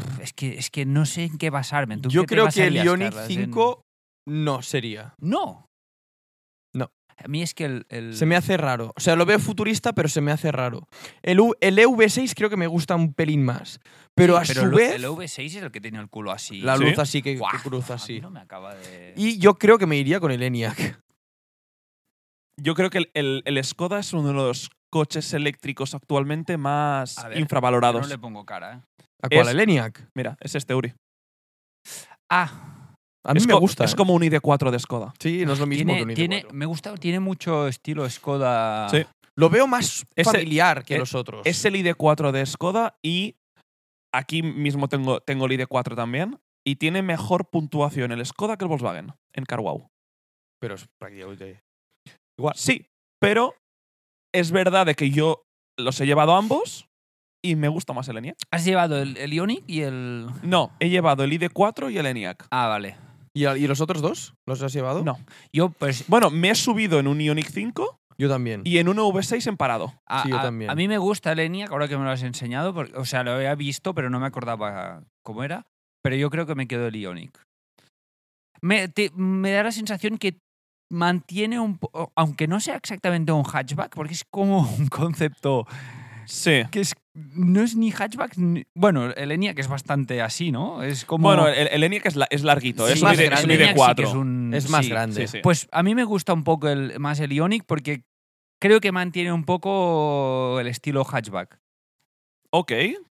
Speaker 3: Pff, Es que, es que no sé en qué basarme. ¿Tú
Speaker 2: Yo
Speaker 3: qué te
Speaker 2: creo que el
Speaker 3: basarías,
Speaker 2: Ioniq
Speaker 3: Carlas, en-
Speaker 2: 5 no sería.
Speaker 3: No.
Speaker 2: No.
Speaker 3: A mí es que el... el-
Speaker 2: Se me hace raro. O sea, lo veo futurista, pero se me hace raro. El, U- el EV6 creo que me gusta un pelín más. Pero a su
Speaker 3: el,
Speaker 2: vez,
Speaker 3: el V6 es el que tiene el culo así.
Speaker 2: la
Speaker 1: Sí.
Speaker 2: luz así que, que
Speaker 3: Guau,
Speaker 2: cruza
Speaker 3: a mí
Speaker 2: así.
Speaker 3: no me acaba de...
Speaker 2: Y yo creo que me iría con el ENIAC.
Speaker 1: Yo creo que el, el- el Skoda es uno de los coches eléctricos actualmente más
Speaker 3: A ver, Yo
Speaker 1: infravalorados.
Speaker 3: no le pongo cara, ¿eh?
Speaker 2: ¿A
Speaker 1: Es-
Speaker 2: cuál? ¿El ENIAC?
Speaker 1: Mira, es este Uri.
Speaker 3: Ah,
Speaker 2: A mí
Speaker 1: es
Speaker 2: me
Speaker 1: co-
Speaker 2: gusta.
Speaker 1: Es
Speaker 2: ¿eh?
Speaker 1: como un ID4 de Skoda.
Speaker 2: Sí, no es lo mismo
Speaker 3: tiene,
Speaker 2: que un ID4.
Speaker 3: tiene, me gusta, tiene mucho estilo Skoda.
Speaker 1: Sí.
Speaker 2: Lo veo más
Speaker 1: Es el-
Speaker 2: familiar que
Speaker 1: eh,
Speaker 2: los otros.
Speaker 1: Es el ID4 de Skoda y aquí mismo tengo, tengo el ID4 también. Y tiene mejor puntuación el Skoda que el Volkswagen en CarWow.
Speaker 2: pero es prácticamente...
Speaker 1: Sí, pero es verdad de que yo los he llevado ambos y me gusta más el ENIAC.
Speaker 3: ¿Has llevado el, el Ioniq y el...?
Speaker 1: No, he llevado el ID4 y el ENIAC.
Speaker 3: Ah, vale.
Speaker 2: ¿Y, a- y los otros dos? ¿Los has llevado?
Speaker 1: No.
Speaker 3: Yo, pues,
Speaker 1: Bueno, me he subido en un Ioniq 5
Speaker 2: Yo también.
Speaker 1: y en un V6 en parado.
Speaker 3: a,
Speaker 2: Sí, yo
Speaker 3: a-
Speaker 2: también.
Speaker 3: a mí me gusta el ENIAC, ahora que me lo has enseñado. porque- o sea, lo había visto, pero no me acordaba cómo era. Pero yo creo que me quedo el Ioniq. Me, te- me da la sensación que mantiene un... po- Aunque no sea exactamente un hatchback, porque es como [laughs] un concepto...
Speaker 1: Sí.
Speaker 3: que es, no es ni hatchback. ni- bueno, el ENIAC es bastante así, ¿no? Es como.
Speaker 1: Bueno, el, el ENIAC es, la- es larguito,
Speaker 3: Sí,
Speaker 1: es,
Speaker 2: más
Speaker 1: un ID,
Speaker 2: grande.
Speaker 1: es un
Speaker 3: el ENIAC sí que
Speaker 1: ID4.
Speaker 3: es un-
Speaker 2: es más
Speaker 3: sí.
Speaker 1: Sí,
Speaker 2: grande.
Speaker 1: sí.
Speaker 3: Pues a mí me gusta un poco el, más el Ionic porque creo que mantiene un poco el estilo hatchback.
Speaker 1: Ok,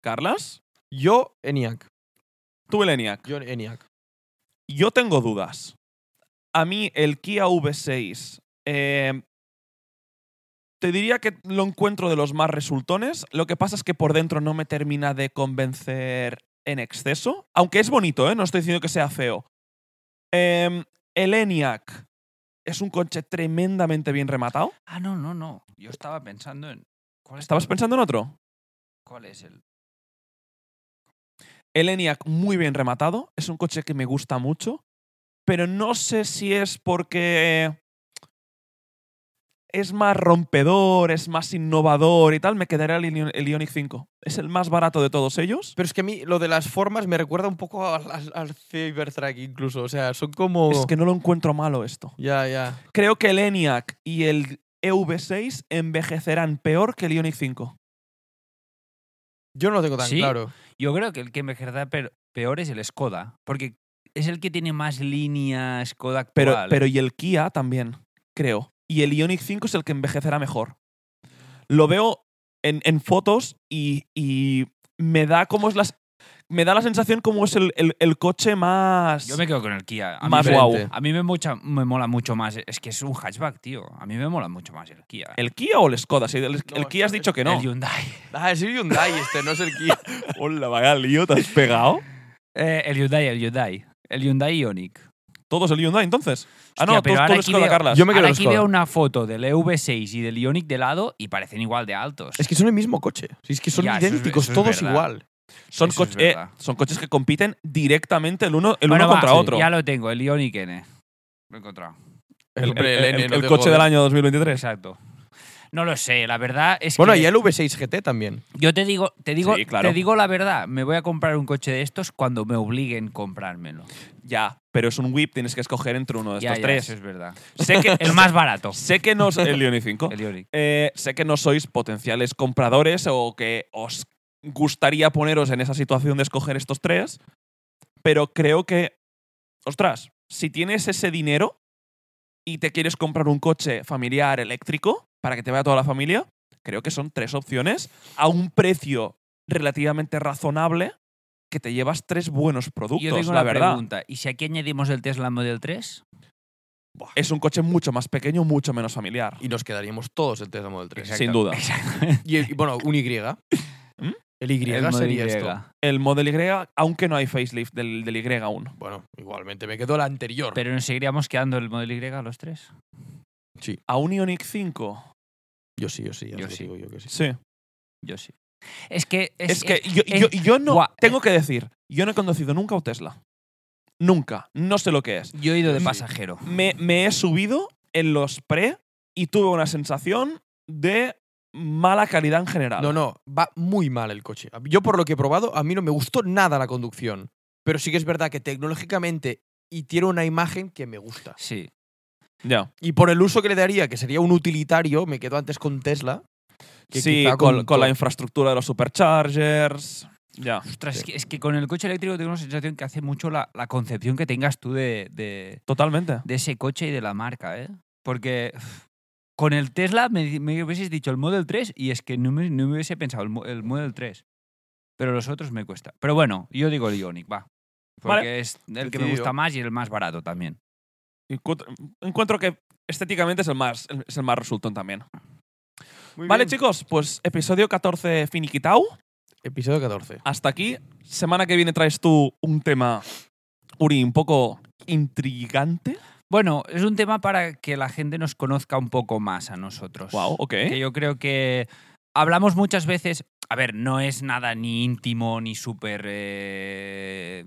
Speaker 1: Carlas,
Speaker 2: Yo, ENIAC.
Speaker 1: tú el ENIAC.
Speaker 2: Yo, ENIAC.
Speaker 1: Yo tengo dudas. A mí el Kia V6 eh, te diría que lo encuentro de los más resultones. Lo que pasa es que por dentro no me termina de convencer en exceso. Aunque es bonito, ¿eh? no estoy diciendo que sea feo. Em, el ENIAC es un coche tremendamente bien rematado.
Speaker 3: Ah, no, no, no. Yo estaba pensando en. ¿Cuál es-
Speaker 1: ¿Estabas pensando en otro?
Speaker 3: ¿Cuál es el.?
Speaker 1: El ENIAC muy bien rematado. Es un coche que me gusta mucho. Pero no sé si es porque es más rompedor, es más innovador y tal. Me quedaré el, Ion- el Ioniq 5. Es el más barato de todos ellos.
Speaker 2: Pero es que a mí lo de las formas me recuerda un poco al, al- al Cybertruck incluso. O sea, son como...
Speaker 1: Es que no lo encuentro malo esto.
Speaker 2: Ya, ya.
Speaker 1: Creo que el ENIAC y el EV6 envejecerán peor que el Ioniq 5.
Speaker 2: Yo no lo tengo tan
Speaker 3: ¿Sí?
Speaker 2: claro.
Speaker 3: Yo creo que el que me queda per- peor es el Skoda. Porque es el que tiene más línea Skoda
Speaker 1: Pero,
Speaker 3: actual.
Speaker 1: pero y el Kia también, creo. Y el Ioniq 5 es el que envejecerá mejor. Lo veo en, en fotos y, y me da como es las. Me da la sensación como es el, el- el coche más.
Speaker 3: Yo me quedo con el Kia. A mí
Speaker 1: más
Speaker 3: me-
Speaker 1: guau.
Speaker 2: diferente.
Speaker 3: A mí me, mucha- me mola mucho más. Es que es un hatchback, tío. A mí me mola mucho más el Kia.
Speaker 1: ¿El Kia o el Skoda? Si el, el
Speaker 2: No,
Speaker 1: Kia has dicho que no.
Speaker 3: El Hyundai. [laughs]
Speaker 2: Ah, es el Hyundai este, no es el Kia.
Speaker 1: Hola, vaya lío, te has pegado.
Speaker 3: Eh, el Hyundai, el Hyundai. El Hyundai Ioniq.
Speaker 1: Todos el Hyundai entonces. Ah,
Speaker 3: Hostia,
Speaker 1: no, tú,
Speaker 3: pero
Speaker 1: tú
Speaker 3: ahora
Speaker 1: el
Speaker 3: aquí
Speaker 1: Skoda,
Speaker 3: veo-
Speaker 1: Carlas.
Speaker 2: Yo me quedo
Speaker 3: Ahora
Speaker 2: con
Speaker 3: aquí
Speaker 2: Skoda.
Speaker 3: veo una foto del EV6 y del Ioniq de lado y parecen igual de altos.
Speaker 2: [laughs] Es que son el mismo coche. Si Es que son
Speaker 3: Ya, eso es-
Speaker 2: idénticos,
Speaker 3: eso es
Speaker 2: todos
Speaker 3: verdad.
Speaker 2: igual.
Speaker 1: son,
Speaker 3: eso es
Speaker 1: coche- eh,
Speaker 3: verdad.
Speaker 1: son coches que compiten directamente el uno, el
Speaker 3: Bueno,
Speaker 1: uno
Speaker 3: va,
Speaker 1: contra
Speaker 3: sí,
Speaker 1: otro.
Speaker 3: Ya lo tengo, el Ioniq N. Lo he encontrado.
Speaker 1: El, el- el- el coche del año 2023.
Speaker 3: Exacto. No lo sé, la verdad es
Speaker 2: Bueno,
Speaker 3: que.
Speaker 2: y el V6 GT también.
Speaker 3: Yo te digo, te digo,
Speaker 1: Sí, claro.
Speaker 3: te digo la verdad, me voy a comprar un coche de estos cuando me obliguen a comprármelo.
Speaker 1: Ya, pero es un whip, tienes que escoger entre uno de
Speaker 3: Ya,
Speaker 1: estos
Speaker 3: ya,
Speaker 1: tres.
Speaker 3: eso es verdad.
Speaker 1: [laughs] Sé que,
Speaker 3: El más barato.
Speaker 1: sé que no.
Speaker 3: [laughs]
Speaker 1: El Leoni 5.
Speaker 3: El Ioniq.
Speaker 1: Eh, sé que no sois potenciales compradores o que os gustaría poneros en esa situación de escoger estos tres, pero creo que, ostras, si tienes ese dinero y te quieres comprar un coche familiar eléctrico para que te vaya toda la familia, creo que son tres opciones a un precio relativamente razonable que te llevas tres buenos
Speaker 3: Y yo
Speaker 1: productos,
Speaker 3: tengo
Speaker 1: la
Speaker 3: una
Speaker 1: verdad.
Speaker 3: pregunta. ¿Y si aquí añadimos el Tesla Model 3?
Speaker 1: Es un coche mucho más pequeño, mucho menos familiar.
Speaker 2: Y nos quedaríamos todos el Tesla Model 3.
Speaker 1: Sin
Speaker 3: [laughs]
Speaker 1: duda.
Speaker 2: Y, y, bueno, un [laughs] Y. El Y
Speaker 3: El Model
Speaker 2: sería
Speaker 3: Y.
Speaker 2: esto.
Speaker 1: El Model Y, aunque no hay facelift del, del Y aún.
Speaker 2: Bueno, igualmente me quedó la anterior.
Speaker 3: Pero nos seguiríamos quedando el Model Y los tres.
Speaker 2: sí,
Speaker 1: ¿A un Ioniq 5?
Speaker 2: yo sí, yo sí. ya
Speaker 3: Yo
Speaker 2: te
Speaker 3: sí.
Speaker 2: digo yo que sí.
Speaker 1: Sí.
Speaker 3: Yo sí. Es que.
Speaker 1: Es,
Speaker 3: Es,
Speaker 1: que yo,
Speaker 3: es-
Speaker 1: yo- yo no.
Speaker 3: Buah,
Speaker 1: tengo que decir, yo no he conducido nunca un Tesla. Nunca. No sé lo que es.
Speaker 3: yo he ido de
Speaker 1: Sí.
Speaker 3: pasajero.
Speaker 1: Me, me he subido en los pre y tuve una sensación de mala calidad en general.
Speaker 2: No, no, va muy mal el coche. A mí- Yo por lo que he probado, a mí no me gustó nada la conducción. Pero sí que es verdad que tecnológicamente y tiene una imagen que me gusta.
Speaker 3: Sí.
Speaker 1: Ya.
Speaker 2: Y por el uso que le daría, que sería un utilitario, me quedo antes con Tesla. que
Speaker 1: Sí,
Speaker 2: quizá
Speaker 1: con, con la
Speaker 2: todo.
Speaker 1: infraestructura de los superchargers. Ya.
Speaker 3: Ostras,
Speaker 2: Sí.
Speaker 3: es, que, es que con el coche eléctrico tengo una sensación que hace mucho la, la concepción que tengas tú de- de,
Speaker 1: Totalmente.
Speaker 3: de ese coche y de la marca, ¿eh? Porque uf, con el Tesla me, me hubieses dicho el Model 3 y es que no me, no me hubiese pensado el, mo- el Model 3. Pero los otros me cuesta. Pero bueno, yo digo el Ionic, va. Porque
Speaker 1: Vale.
Speaker 3: es el que me
Speaker 2: Decidido.
Speaker 3: gusta más y el más barato también.
Speaker 1: Encuentro, encuentro que estéticamente es el más, es el más resultón también. Vale, chicos, pues episodio 14 finiquitao.
Speaker 2: Episodio 14.
Speaker 1: hasta aquí. Semana que viene traes tú un tema, Uri, un poco intrigante.
Speaker 3: Bueno, es un tema para que la gente nos conozca un poco más a nosotros.
Speaker 1: Wow, ok.
Speaker 2: ¿Eh?
Speaker 3: Que yo creo que hablamos muchas veces. A ver, no es nada ni íntimo ni súper. eh,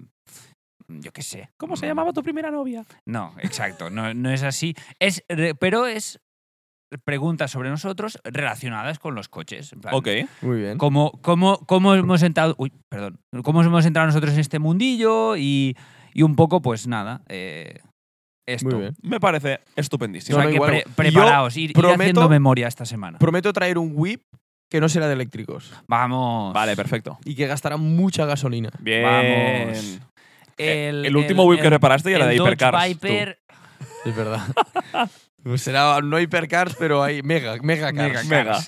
Speaker 3: yo qué sé.
Speaker 1: ¿Cómo
Speaker 2: Mm.
Speaker 1: se llamaba tu primera novia?
Speaker 3: No, exacto, no, no es así. Es, re- pero es preguntas sobre nosotros relacionadas con los coches. en plan,
Speaker 1: Ok.
Speaker 2: Muy bien.
Speaker 3: ¿Cómo, cómo, cómo hemos entrado, uy, perdón, cómo hemos entrado nosotros en este mundillo y, y un poco, pues nada, eh, esto.
Speaker 2: Muy bien.
Speaker 1: Me parece
Speaker 3: O
Speaker 1: estupendísimo.
Speaker 2: No,
Speaker 3: sea
Speaker 2: no,
Speaker 3: que
Speaker 2: igual.
Speaker 3: pre-
Speaker 2: Yo
Speaker 3: preparaos, ir, ir
Speaker 2: prometo-
Speaker 3: haciendo memoria esta semana.
Speaker 2: Prometo traer un whip que no será de eléctricos
Speaker 3: Vamos.
Speaker 1: Vale, perfecto.
Speaker 2: y que gastará mucha gasolina.
Speaker 1: Bien. Eh,
Speaker 3: Vamos.
Speaker 1: El, último whip que
Speaker 3: Eh, el-
Speaker 1: reparaste ya era
Speaker 3: el
Speaker 1: de
Speaker 3: Dodge
Speaker 1: Hypercars. tú.
Speaker 3: Viper,
Speaker 2: Es verdad.
Speaker 1: [laughs]
Speaker 2: Pues será no hipercars, pero hay mega, mega
Speaker 3: mega,
Speaker 2: cars.
Speaker 1: Mega.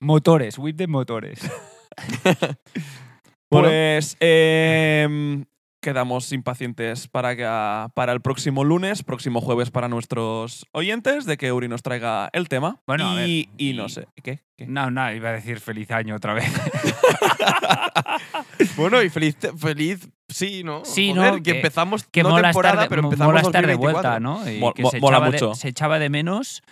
Speaker 3: Motores, whip de motores.
Speaker 2: Bueno.
Speaker 1: Pues em, quedamos impacientes para, que- para el próximo lunes, próximo jueves para nuestros oyentes, de que Uri nos traiga el tema.
Speaker 3: Bueno, a
Speaker 1: y,
Speaker 3: ver,
Speaker 1: y
Speaker 3: y-
Speaker 1: no sé. ¿Qué? ¿Qué?
Speaker 3: No, no, iba a decir feliz año otra vez.
Speaker 2: Bueno, y feliz, feliz sí, ¿no?
Speaker 3: Sí,
Speaker 2: Joder,
Speaker 3: ¿no?
Speaker 2: Que
Speaker 3: Que-
Speaker 2: empezamos
Speaker 3: [laughs] que
Speaker 2: no
Speaker 3: mola
Speaker 2: temporada,
Speaker 3: estar de,
Speaker 2: pero
Speaker 3: mo-
Speaker 2: empezamos
Speaker 3: mola estar de
Speaker 2: 2024.
Speaker 3: vuelta, ¿no? Y
Speaker 1: Mol-
Speaker 3: que
Speaker 1: mo-
Speaker 3: se
Speaker 1: mola
Speaker 3: echaba
Speaker 1: mucho.
Speaker 3: De, se echaba de menos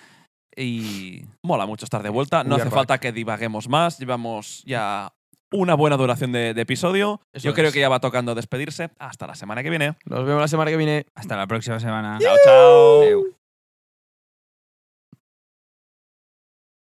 Speaker 3: y
Speaker 1: Mola mucho estar de vuelta. No
Speaker 2: We
Speaker 1: hace
Speaker 2: are
Speaker 1: falta que divaguemos más. Llevamos ya una buena duración de, de episodio.
Speaker 2: Eso
Speaker 1: Yo creo
Speaker 2: es.
Speaker 1: que ya va tocando despedirse. Hasta la semana que viene.
Speaker 2: Nos vemos la semana que viene.
Speaker 3: hasta la próxima semana.
Speaker 1: Chao, chao.
Speaker 3: Adeu.